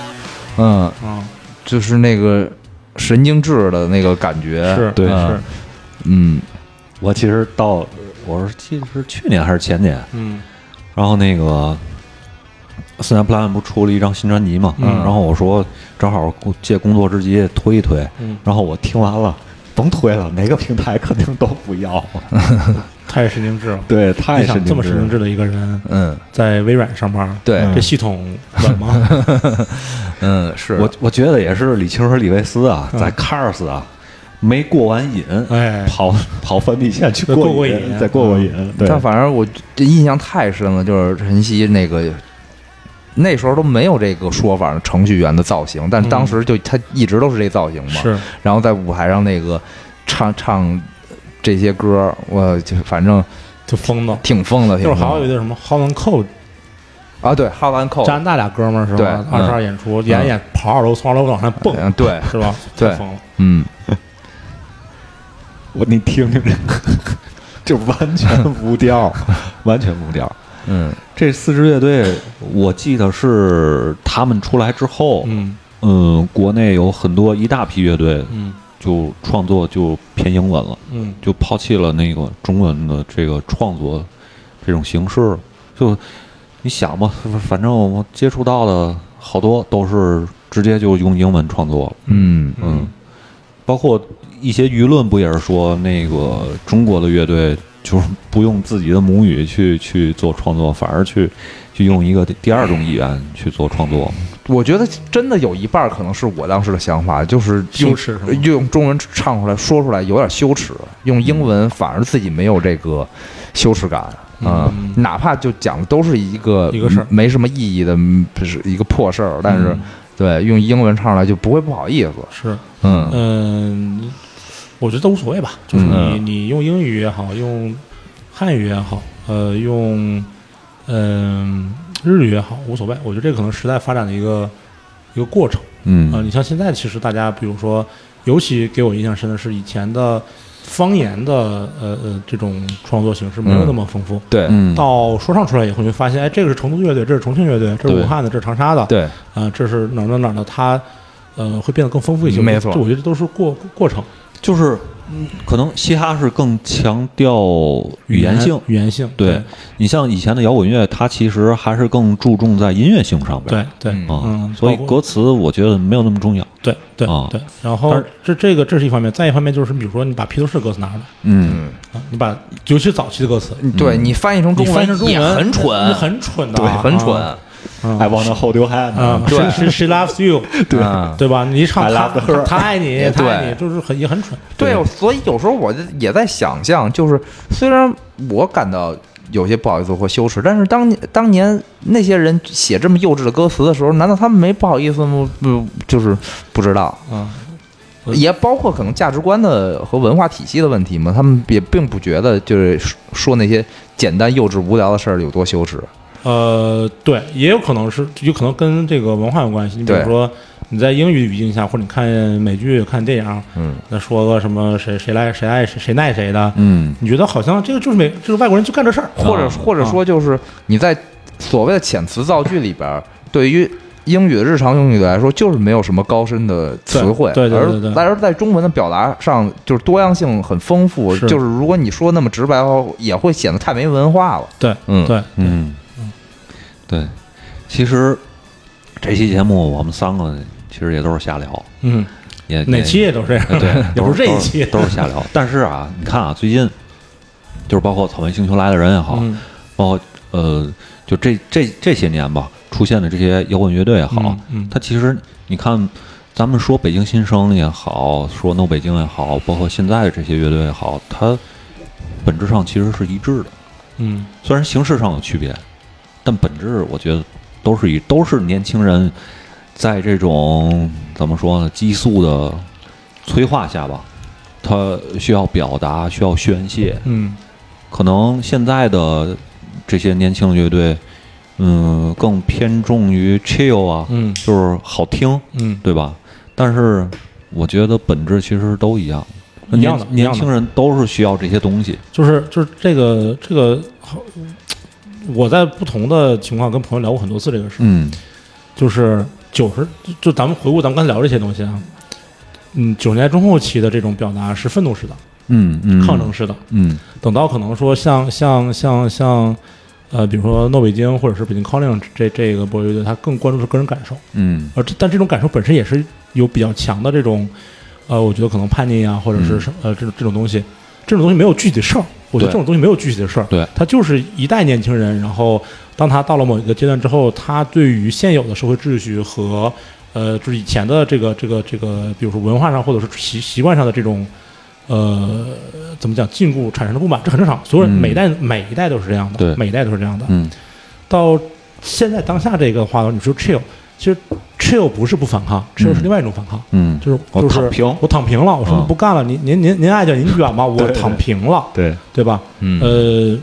[SPEAKER 3] 嗯，
[SPEAKER 2] 嗯，
[SPEAKER 3] 就是那个神经质的那个感觉，
[SPEAKER 2] 是
[SPEAKER 1] 对
[SPEAKER 2] 是，
[SPEAKER 3] 嗯，
[SPEAKER 1] 我其实到我是记得是去年还是前年，
[SPEAKER 2] 嗯
[SPEAKER 1] 然后那个斯坦普拉曼不出了一张新专辑
[SPEAKER 2] 嗯
[SPEAKER 1] 嘛，然后我说正好借工作之机推一推，
[SPEAKER 2] 嗯
[SPEAKER 1] 然后我听完了，甭推了，哪个平台肯定都不 要。
[SPEAKER 2] 太神经质了。
[SPEAKER 1] 对， 太
[SPEAKER 2] 你
[SPEAKER 1] 神
[SPEAKER 2] 想这么神经
[SPEAKER 1] 质
[SPEAKER 2] 质的一个人，
[SPEAKER 3] 嗯
[SPEAKER 2] 在微软上班，
[SPEAKER 3] 对
[SPEAKER 2] 这系统稳 吗？
[SPEAKER 3] 嗯，是
[SPEAKER 1] 了。我我觉得也是李青和李维斯啊，
[SPEAKER 2] 嗯
[SPEAKER 1] 在 Cars 啊没过完瘾，
[SPEAKER 2] 哎
[SPEAKER 1] 跑跑分地线去
[SPEAKER 2] 对过过
[SPEAKER 1] 瘾，
[SPEAKER 2] 瘾啊嗯
[SPEAKER 1] 再过过瘾。对，
[SPEAKER 3] 但反正我这印象太深了，就是晨曦那个那时候都没有这个说法，程序员的造型，但是当时就他一直都是这造型嘛。
[SPEAKER 2] 是，
[SPEAKER 3] 然后在舞台上那个唱唱这些歌，我就反正
[SPEAKER 2] 就疯了。
[SPEAKER 3] 挺疯的，挺
[SPEAKER 2] 就是
[SPEAKER 3] 疯的
[SPEAKER 2] 还有一个什么 Holland Code，
[SPEAKER 3] 啊，对，哈兰寇，
[SPEAKER 2] 加拿大俩哥们儿是
[SPEAKER 3] 对
[SPEAKER 2] 吧？二十二演出，演一演跑二楼，从二楼往上蹦，
[SPEAKER 3] 嗯，对，
[SPEAKER 2] 是吧？
[SPEAKER 3] 对
[SPEAKER 2] 太疯了。
[SPEAKER 3] 嗯，
[SPEAKER 1] 我你听听这个， 就完全无 调，完全无调。
[SPEAKER 3] 嗯
[SPEAKER 1] 这四支乐队，我记得是他们出来之后，
[SPEAKER 2] 嗯
[SPEAKER 1] 嗯，国内有很多一大批乐队
[SPEAKER 2] 嗯
[SPEAKER 1] 就创作就偏英文了，
[SPEAKER 2] 嗯，
[SPEAKER 1] 就抛弃了那个中文的这个创作这种形式。就你想吧，反正我接触到的好多都是直接就用英文创作了。
[SPEAKER 3] 嗯
[SPEAKER 1] 嗯，包括一些舆论不也是说，那个中国的乐队 就是不用自己的母语去去做创作，反而去去用一个第二种语言去做创作。
[SPEAKER 3] 我觉得真的有一半儿可能是我当时的想法，就是用
[SPEAKER 2] 羞耻是吗
[SPEAKER 3] 用中文唱出来说出来有点羞耻，用英文反而自己没有这个羞耻感啊、
[SPEAKER 2] 嗯
[SPEAKER 3] 哪怕就讲的都是一个
[SPEAKER 2] 一个事儿嗯
[SPEAKER 3] 没什么意义的，嗯不是一个破事儿，但是、对用英文唱出来就不会不好意思，
[SPEAKER 2] 是。
[SPEAKER 3] 嗯
[SPEAKER 2] 嗯，我觉得都无所谓吧，就是
[SPEAKER 3] 嗯
[SPEAKER 2] 你你用英语也好，用汉语也好，呃，用嗯、日语也好，无所谓。我觉得这可能时代发展的一个一个过程啊、呃
[SPEAKER 1] 嗯
[SPEAKER 2] 你像现在，其实大家比如说，尤其给我印象深的是以前的方言的呃呃这种创作形式没有那么丰富。
[SPEAKER 3] 对
[SPEAKER 1] 嗯，
[SPEAKER 2] 到说唱出来以后，你会发现，哎，这个是成都乐队，这是重庆乐队，这是
[SPEAKER 1] 对
[SPEAKER 2] 武汉的，这是长沙的，
[SPEAKER 3] 对，
[SPEAKER 2] 啊，这是哪儿哪儿哪儿的，它呃会变得更丰富一些。
[SPEAKER 3] 没错
[SPEAKER 2] 这我觉得都是过过程，
[SPEAKER 1] 就是嗯可能嘻哈是更强调语言性。
[SPEAKER 2] 语言性，
[SPEAKER 1] 对你像以前的摇滚乐，它其实还是更注重在音乐性上边。
[SPEAKER 2] 对对
[SPEAKER 3] 嗯
[SPEAKER 1] 啊，
[SPEAKER 2] 嗯
[SPEAKER 1] 所以
[SPEAKER 2] 包括
[SPEAKER 1] 歌词我觉得没有那么重要。
[SPEAKER 2] 对对
[SPEAKER 1] 啊
[SPEAKER 3] 哦
[SPEAKER 2] 对。然
[SPEAKER 1] 但
[SPEAKER 2] 后
[SPEAKER 1] 是
[SPEAKER 2] 这这个这是一方面，再一方面就是比如说你把披头士歌词拿出来
[SPEAKER 1] 嗯，
[SPEAKER 2] 啊，你把尤其是早期的歌词，
[SPEAKER 3] 对你翻译成
[SPEAKER 2] 嗯你
[SPEAKER 3] 中
[SPEAKER 2] 翻译成中
[SPEAKER 3] 也
[SPEAKER 2] 文
[SPEAKER 3] 很
[SPEAKER 2] 你
[SPEAKER 3] 蠢，
[SPEAKER 2] 很蠢的
[SPEAKER 3] 对，
[SPEAKER 2] 啊，
[SPEAKER 3] 很蠢，
[SPEAKER 2] 啊
[SPEAKER 1] 爱往那后丢汉
[SPEAKER 2] 啊，
[SPEAKER 1] 呢。
[SPEAKER 3] 对
[SPEAKER 2] ，she she loves you，
[SPEAKER 3] 对
[SPEAKER 2] 对吧？你一唱
[SPEAKER 1] I
[SPEAKER 2] 他
[SPEAKER 1] love her
[SPEAKER 2] 他爱你，他爱你，
[SPEAKER 3] 对
[SPEAKER 2] 就是很也很蠢，
[SPEAKER 3] 对，所以有时候我就也在想象，就是虽然我感到有些不好意思或羞耻，但是当年当年那些人写这么幼稚的歌词的时候，难道他们没不好意思吗？不，就是不知道，
[SPEAKER 2] 嗯，
[SPEAKER 3] 也包括可能价值观的和文化体系的问题嘛，他们也并不觉得就是说那些简单、幼稚、无聊的事儿有多羞耻。
[SPEAKER 2] 呃，对，也有可能是，有可能跟这个文化有关系。你比如
[SPEAKER 3] 对
[SPEAKER 2] 说，你在英语语境下，或者你看美剧、看电影，
[SPEAKER 3] 嗯，
[SPEAKER 2] 那说个什么谁谁来谁爱谁谁耐谁的，
[SPEAKER 1] 嗯，
[SPEAKER 2] 你觉得好像这个就是美，这个外国人就干这事儿，嗯
[SPEAKER 3] 或者或者说就是你在所谓的遣词造句里边儿，对于英语的日常用语来说，就是没有什么高深的词汇，
[SPEAKER 2] 对对对对对
[SPEAKER 3] 而而在中文的表达上，就是多样性很丰富，
[SPEAKER 2] 是
[SPEAKER 3] 就是如果你说那么直白的话，也会显得太没文化了。
[SPEAKER 2] 对，
[SPEAKER 3] 嗯
[SPEAKER 2] 对，
[SPEAKER 1] 嗯，对，其实这期节目我们三个其实也都是瞎聊，
[SPEAKER 2] 嗯，
[SPEAKER 1] 也
[SPEAKER 2] 哪期？也都是这
[SPEAKER 1] 也哎
[SPEAKER 2] 样，，
[SPEAKER 1] 对
[SPEAKER 2] 也不
[SPEAKER 1] 都
[SPEAKER 2] 是这一期，
[SPEAKER 1] 都是都是瞎聊。但是啊，你看啊，最近就是包括草莓星球来的人也好，
[SPEAKER 2] 嗯
[SPEAKER 1] 包括呃，就这这这些年吧，出现的这些摇滚乐队也好，
[SPEAKER 2] 嗯嗯
[SPEAKER 1] 它其实你看。咱们说北京新生也好，说 No 北京也好，包括现在的这些乐队也好，它本质上其实是一致的。
[SPEAKER 2] 嗯，
[SPEAKER 1] 虽然形式上有区别，但本质我觉得都是以都是年轻人在这种怎么说呢激素的催化下吧，他需要表达，需要宣泄。
[SPEAKER 2] 嗯，
[SPEAKER 1] 可能现在的这些年轻乐队，嗯，更偏重于 chill 啊，
[SPEAKER 2] 嗯
[SPEAKER 1] 就是好听，
[SPEAKER 2] 嗯，
[SPEAKER 1] 对吧？但是我觉得本质其实都一样，
[SPEAKER 2] 一样的
[SPEAKER 1] 年年轻人都是需要这些东西。
[SPEAKER 2] 就是就是这个这个好，我在不同的情况跟朋友聊过很多次这个事儿。
[SPEAKER 1] 嗯
[SPEAKER 2] 就是九十，就就咱们回顾咱们刚才聊这些东西啊，嗯，九十年代中后期的这种表达是愤怒式的、
[SPEAKER 1] 嗯嗯，
[SPEAKER 2] 抗争式的，
[SPEAKER 1] 嗯
[SPEAKER 2] 等到可能说像像像像，呃，比如说诺比京或者是北京 calling 这这个播乐队，他更关注是个人感受，
[SPEAKER 1] 嗯
[SPEAKER 2] 而这但这种感受本身也是有比较强的这种，呃，我觉得可能叛逆啊，或者是什呃这种这种东西，这种东西没有具体的事儿，我觉
[SPEAKER 1] 嗯
[SPEAKER 2] 得
[SPEAKER 1] 对
[SPEAKER 2] 这种东西没有具体的事儿，
[SPEAKER 1] 对
[SPEAKER 2] 他就是一代年轻人，然后当他到了某一个阶段之后，他对于现有的社会秩序和呃就是以前的这个这个这个，比如说文化上或者是习习惯上的这种。呃，怎么讲？禁锢产生的不满，这很正常。所有
[SPEAKER 1] 嗯
[SPEAKER 2] 人每一代、每一代都是这样的，
[SPEAKER 1] 对
[SPEAKER 2] 每一代都是这样的。
[SPEAKER 1] 嗯
[SPEAKER 2] 到现在当下这个话，你说 chill，其实 chill 不是不反抗，chill 是另外一种反抗，
[SPEAKER 1] 嗯，
[SPEAKER 2] 就是
[SPEAKER 1] 我
[SPEAKER 2] 就是
[SPEAKER 1] 躺平
[SPEAKER 2] 我躺平了，我什么
[SPEAKER 1] 嗯
[SPEAKER 2] 不干了，您您您您爱叫您远吧，我
[SPEAKER 1] 对对
[SPEAKER 2] 躺平了，
[SPEAKER 1] 对，
[SPEAKER 2] 对吧？
[SPEAKER 3] 嗯
[SPEAKER 2] 呃，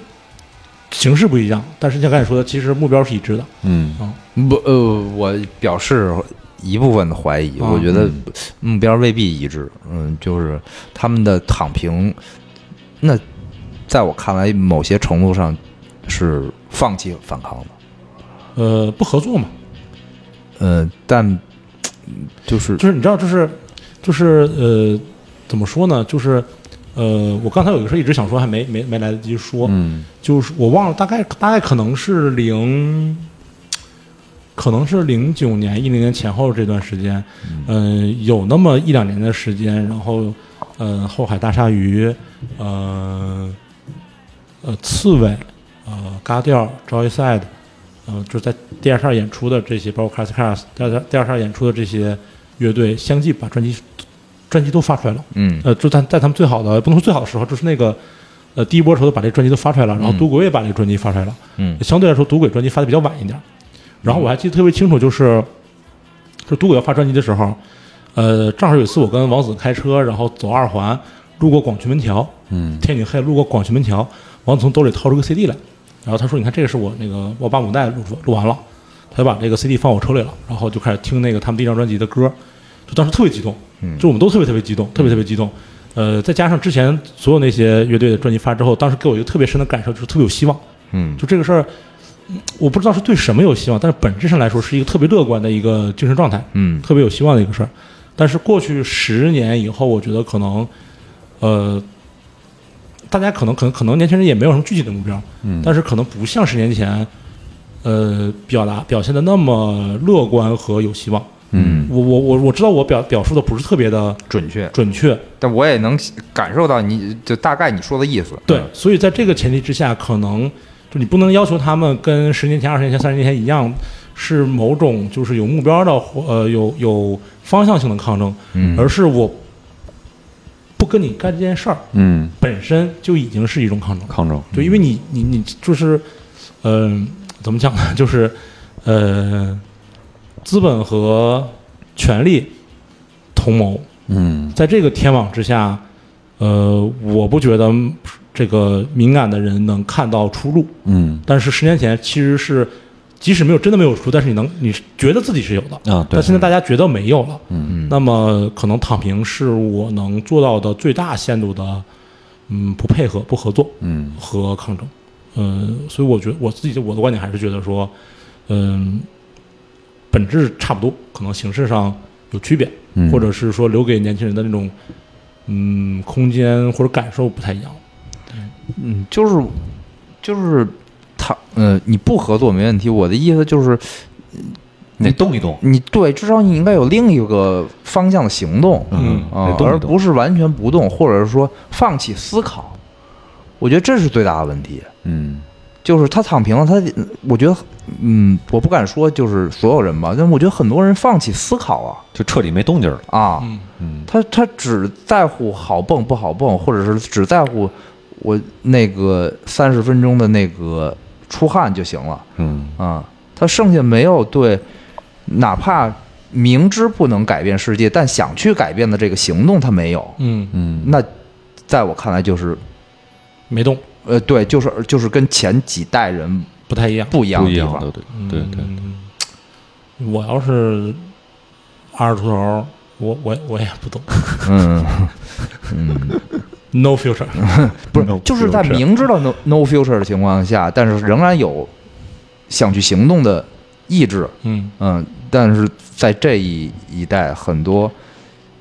[SPEAKER 2] 形式不一样，但是像刚才你说的，其实目标是一致的。
[SPEAKER 1] 嗯
[SPEAKER 3] 不，呃，我表示一部分的怀疑，
[SPEAKER 2] 啊
[SPEAKER 3] 我觉得目标未必一致。嗯，就是他们的躺平，那在我看来，某些程度上是放弃反抗的。
[SPEAKER 2] 呃，不合作嘛，
[SPEAKER 3] 嗯，但就是
[SPEAKER 2] 就是你知道，就是就是呃，怎么说呢？就是呃，我刚才有一个事儿一直想说，还没没没来得及说，
[SPEAKER 1] 嗯
[SPEAKER 2] 就是我忘了，大概大概可能是零，可能是零九年一零年前后这段时间，嗯、有那么一两年的时间，然后，嗯、后海大鲨鱼，呃，呃，刺猬，呃，嘎调，Joyside，呃，就是在第二十二演出的这些，包括 Class Cars，第二第二十二演出的这些乐队，相继把专辑专辑都发出来了。
[SPEAKER 3] 嗯
[SPEAKER 2] 呃，就在在他们最好的，不能说最好的时候，就是那个，呃，第一波时候把这专辑都发出来了，然后赌鬼也把这专辑发出来了，呃
[SPEAKER 3] 嗯
[SPEAKER 2] 相对来说赌鬼专辑发的比较晚一点儿。然后我还记得特别清楚，就是，就赌鬼要发专辑的时候，呃，正好有一次我跟王子开车，然后走二环，路过广渠门桥，
[SPEAKER 1] 嗯，
[SPEAKER 2] 天挺黑，路过广渠门桥，王子从兜里掏出个 CD 来，然后他说：“你看，这个是我那个我把母带录出录完了。”他就把这个 CD 放我车里了，然后就开始听那个他们第一张专辑的歌，就当时特别激动，就我们都特别特别激动，特别特别激动。呃，再加上之前所有那些乐队的专辑发之后，当时给我一个特别深的感受，就是特别有希望。
[SPEAKER 3] 嗯
[SPEAKER 2] 就这个事儿，嗯我不知道是对什么有希望，但是本质上来说是一个特别乐观的一个精神状态，
[SPEAKER 3] 嗯
[SPEAKER 2] 特别有希望的一个事儿。但是过去十年以后，我觉得可能，呃，大家可能可能可能年轻人也没有什么具体的目标，
[SPEAKER 1] 嗯
[SPEAKER 2] 但是可能不像十年前，呃，表达表现的那么乐观和有希望。
[SPEAKER 1] 嗯
[SPEAKER 2] 我我我我知道我表表述的不是特别的
[SPEAKER 3] 准确，
[SPEAKER 2] 准确，
[SPEAKER 3] 但我也能感受到你就大概你说的意思。
[SPEAKER 2] 对，所以在这个前提之下，可能就你不能要求他们跟十年前、二十年前、三十年前一样，是某种就是有目标的或呃有有方向性的抗争，
[SPEAKER 3] 嗯
[SPEAKER 2] 而是我不跟你干这件事儿
[SPEAKER 1] 嗯，
[SPEAKER 2] 本身就已经是一种抗争，
[SPEAKER 1] 抗争，
[SPEAKER 2] 就因为你你你就是，嗯、怎么讲呢？就是呃，资本和权力同谋，
[SPEAKER 1] 嗯
[SPEAKER 2] 在这个天网之下，呃，我不觉得这个敏感的人能看到出路。
[SPEAKER 1] 嗯
[SPEAKER 2] 但是十年前其实是，即使没有真的没有出，但是你能，你是觉得自己是有的。
[SPEAKER 1] 啊，对
[SPEAKER 2] 但，现在大家觉得没有了，
[SPEAKER 1] 嗯
[SPEAKER 2] 那么可能躺平是我能做到的最大限度的，嗯，不配合、不合作
[SPEAKER 1] 嗯
[SPEAKER 2] 和抗争。嗯、所以我觉得我自己的我的观点还是觉得说，嗯、本质差不多，可能形式上有区别。
[SPEAKER 1] 嗯，
[SPEAKER 2] 或者是说留给年轻人的那种嗯空间或者感受不太一样。
[SPEAKER 3] 嗯，就是就是他，呃，你不合作没问题。我的意思就是，
[SPEAKER 1] 你得动一动，
[SPEAKER 3] 你对，至少你应该有另一个方向的行动，
[SPEAKER 2] 嗯
[SPEAKER 3] 啊
[SPEAKER 1] 得，动
[SPEAKER 3] 而
[SPEAKER 1] 一动，
[SPEAKER 3] 不是完全不动，或者是说放弃思考。我觉得这是最大的问题，
[SPEAKER 1] 嗯
[SPEAKER 3] 就是他躺平了，他我觉得，嗯，我不敢说就是所有人吧，但我觉得很多人放弃思考
[SPEAKER 1] 就彻底没动静了，
[SPEAKER 3] 啊啊，
[SPEAKER 2] 嗯
[SPEAKER 1] 嗯
[SPEAKER 3] 他他只在乎好蹦不好蹦，或者是只在乎我那个三十分钟的那个出汗就行了。
[SPEAKER 1] 嗯
[SPEAKER 3] 啊，他剩下没有对，哪怕明知不能改变世界，但想去改变的这个行动他没有。
[SPEAKER 2] 嗯，
[SPEAKER 1] 嗯
[SPEAKER 3] 那在我看来就是，
[SPEAKER 2] 没动
[SPEAKER 3] 呃，对，就是就是跟前几代人
[SPEAKER 2] 不太一样。
[SPEAKER 3] 不一样
[SPEAKER 1] 不
[SPEAKER 3] 的
[SPEAKER 1] 一
[SPEAKER 3] 地
[SPEAKER 1] 样
[SPEAKER 3] 方
[SPEAKER 1] 的，。对对对，
[SPEAKER 2] 嗯，我要是二十出头儿，我我我也不懂
[SPEAKER 3] 嗯嗯，
[SPEAKER 2] ，no future。
[SPEAKER 3] 不是
[SPEAKER 1] No，
[SPEAKER 3] 就是在
[SPEAKER 1] future
[SPEAKER 3] 明知道 no no future 的情况下，但是仍然有想去行动的意志。
[SPEAKER 2] 嗯
[SPEAKER 3] 嗯，但是在这一一代，很多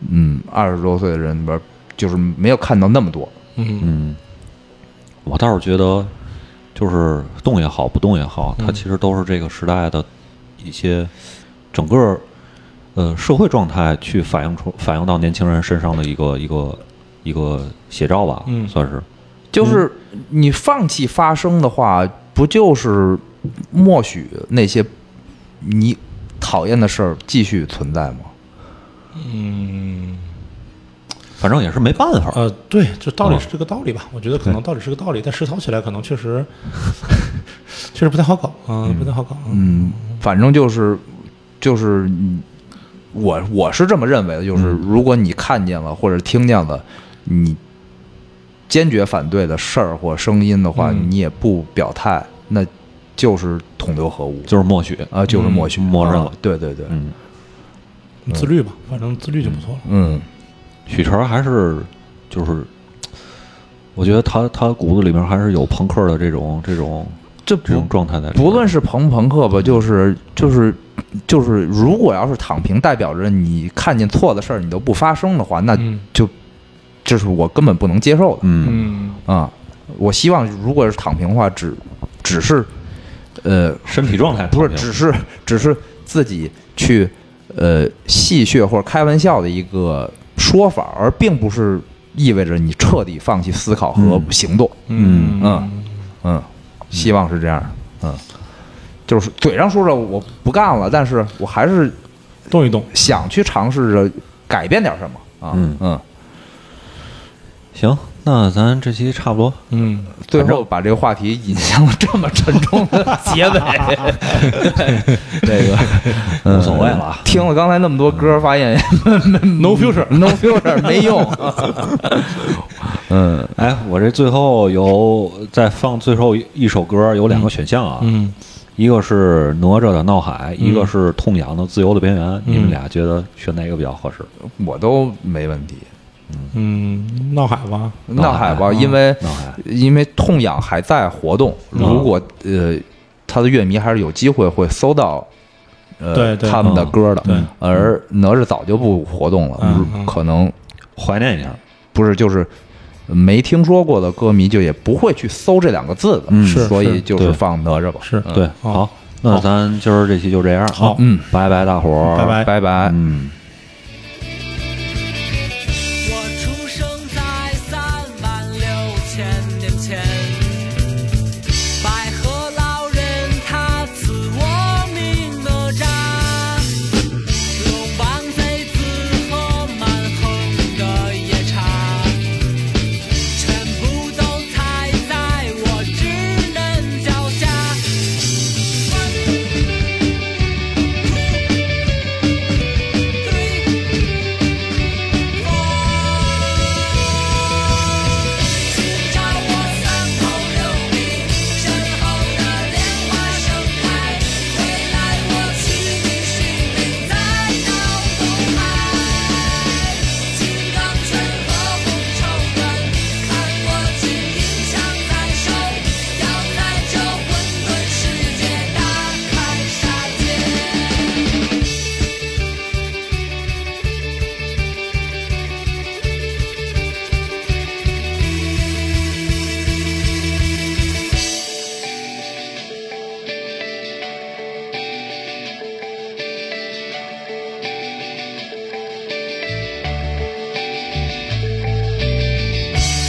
[SPEAKER 3] 嗯二十多岁的人里边儿，就是没有看到那么多。
[SPEAKER 2] 嗯
[SPEAKER 1] 嗯，我倒是觉得，就是动也好，不动也好，
[SPEAKER 2] 嗯
[SPEAKER 1] 它其实都是这个时代的一些整个呃社会状态去反映出反映到年轻人身上的一个一个一个写照吧，
[SPEAKER 2] 嗯
[SPEAKER 1] 算是。
[SPEAKER 3] 就是你放弃发声的话，不就是默许那些你讨厌的事儿继续存在吗？
[SPEAKER 2] 嗯，
[SPEAKER 1] 反正也是没办法，
[SPEAKER 2] 呃，对，就道理是
[SPEAKER 1] 啊
[SPEAKER 2] 这个道理吧。我觉得可能道理是个道理，但实操起来可能确实 确实不太好搞，嗯，不太好搞。嗯，
[SPEAKER 3] 嗯，反正就是就是你我我是这么认为的，就是如果你看见了或者听见了，你坚决反对的事儿或声音的话，
[SPEAKER 2] 嗯
[SPEAKER 3] 你也不表态，那就是同流合污，
[SPEAKER 1] 就是默许。
[SPEAKER 3] 啊，就是默许、
[SPEAKER 1] 嗯默认了
[SPEAKER 3] 啊对对对，
[SPEAKER 1] 嗯，
[SPEAKER 2] 嗯自律吧，反正自律就不错了。
[SPEAKER 3] 嗯
[SPEAKER 1] 许晨还是就是，我觉得他他骨子里面还是有朋克的这种这种
[SPEAKER 3] 这
[SPEAKER 1] 这
[SPEAKER 3] 不
[SPEAKER 1] 种状态在里面。
[SPEAKER 3] 不论是朋不朋克吧，就是就是就是，如果要是躺平，代表着你看见错的事儿你都不发声的话，那
[SPEAKER 2] 嗯
[SPEAKER 3] 就这是我根本不能接受的
[SPEAKER 1] 嗯
[SPEAKER 2] 嗯，
[SPEAKER 3] 啊、我希望如果是躺平的话，只只是呃，
[SPEAKER 1] 身体状态
[SPEAKER 3] 不是
[SPEAKER 1] 躺平
[SPEAKER 3] 只是只是自己去呃戏谑或者开玩笑的一个说法，而并不是意味着你彻底放弃思考和
[SPEAKER 1] 嗯
[SPEAKER 3] 行动。
[SPEAKER 1] 嗯
[SPEAKER 3] 嗯嗯，希望是这样。嗯，就是嘴上说着我不干了，但是我还是
[SPEAKER 2] 动一动。
[SPEAKER 3] 想去尝试着改变点什么啊。
[SPEAKER 1] 嗯
[SPEAKER 3] 嗯，
[SPEAKER 1] 行，那咱这期差不多。
[SPEAKER 2] 嗯，
[SPEAKER 3] 最后把这个话题引向了这么沉重的结尾。对，这个嗯
[SPEAKER 1] 无所谓了啊
[SPEAKER 3] 听了刚才那么多歌，发现
[SPEAKER 2] No future
[SPEAKER 3] no future 没 用。嗯
[SPEAKER 1] 哎，我这最后有再放最后一首歌，有两个选项啊，
[SPEAKER 2] 嗯，
[SPEAKER 1] 一个是哪吒的闹海，一个是痛痒的自由的边缘。你们
[SPEAKER 2] 嗯
[SPEAKER 1] 俩觉得选哪个比较合适？
[SPEAKER 3] 我都没问题。
[SPEAKER 2] 嗯，闹海吧，
[SPEAKER 3] 闹海吧，
[SPEAKER 1] 啊
[SPEAKER 3] 因为
[SPEAKER 1] 闹海
[SPEAKER 3] 因为痛痒还在活动，如果呃他的乐迷还是有机会会搜到呃
[SPEAKER 2] 对对
[SPEAKER 3] 他们的歌的
[SPEAKER 2] 嗯对，
[SPEAKER 3] 而哪吒早就不活动了
[SPEAKER 2] 嗯，嗯
[SPEAKER 3] 可能
[SPEAKER 1] 怀念一下，
[SPEAKER 3] 不是就是。呃没听说过的歌迷就也不会去搜这两个字
[SPEAKER 1] 嗯
[SPEAKER 3] 的，
[SPEAKER 1] 是
[SPEAKER 3] 所以
[SPEAKER 2] 是
[SPEAKER 3] 就是
[SPEAKER 1] 对
[SPEAKER 3] 放哪吒吧。
[SPEAKER 2] 是
[SPEAKER 3] 嗯
[SPEAKER 1] 对，
[SPEAKER 2] 好
[SPEAKER 1] 好，那咱今儿这期就这样啊，
[SPEAKER 2] 好
[SPEAKER 3] 嗯，
[SPEAKER 1] 拜拜，大伙儿，
[SPEAKER 2] 拜拜
[SPEAKER 3] 拜拜。
[SPEAKER 1] 嗯。
[SPEAKER 4] 我出生在三万六千年前，百合老人他赐我名哪吒，龙王贼子和蛮横的夜叉，全部都踩在我稚嫩脚下。One, two, three. 照我三头六臂，身后的莲花盛开。未来我骑你是你在脑中海，金刚拳和红绸缎，看我金银枪在手，要在这混沌世界大开杀戒。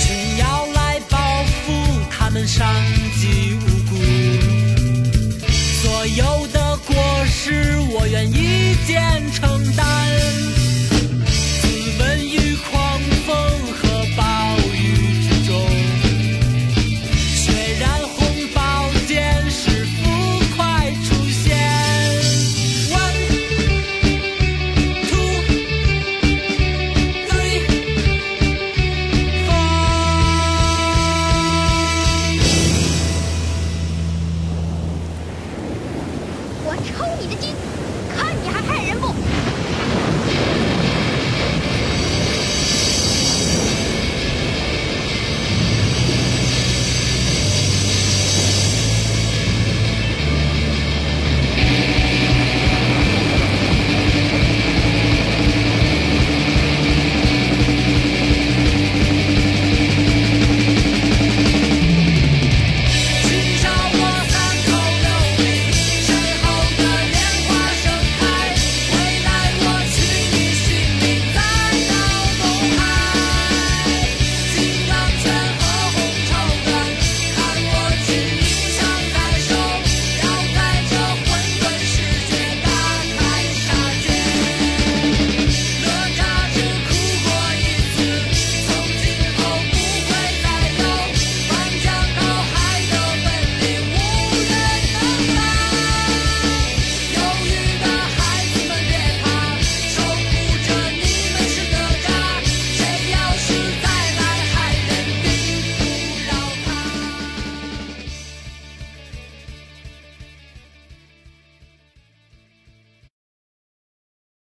[SPEAKER 4] 群妖来报复，他们伤及无辜。所有的过失，我愿一肩承担。自刎于狂风和暴雨之中，血染红宝剑，是浮快出现。One, two, three. fall.
[SPEAKER 7] 我抽你的筋，看你还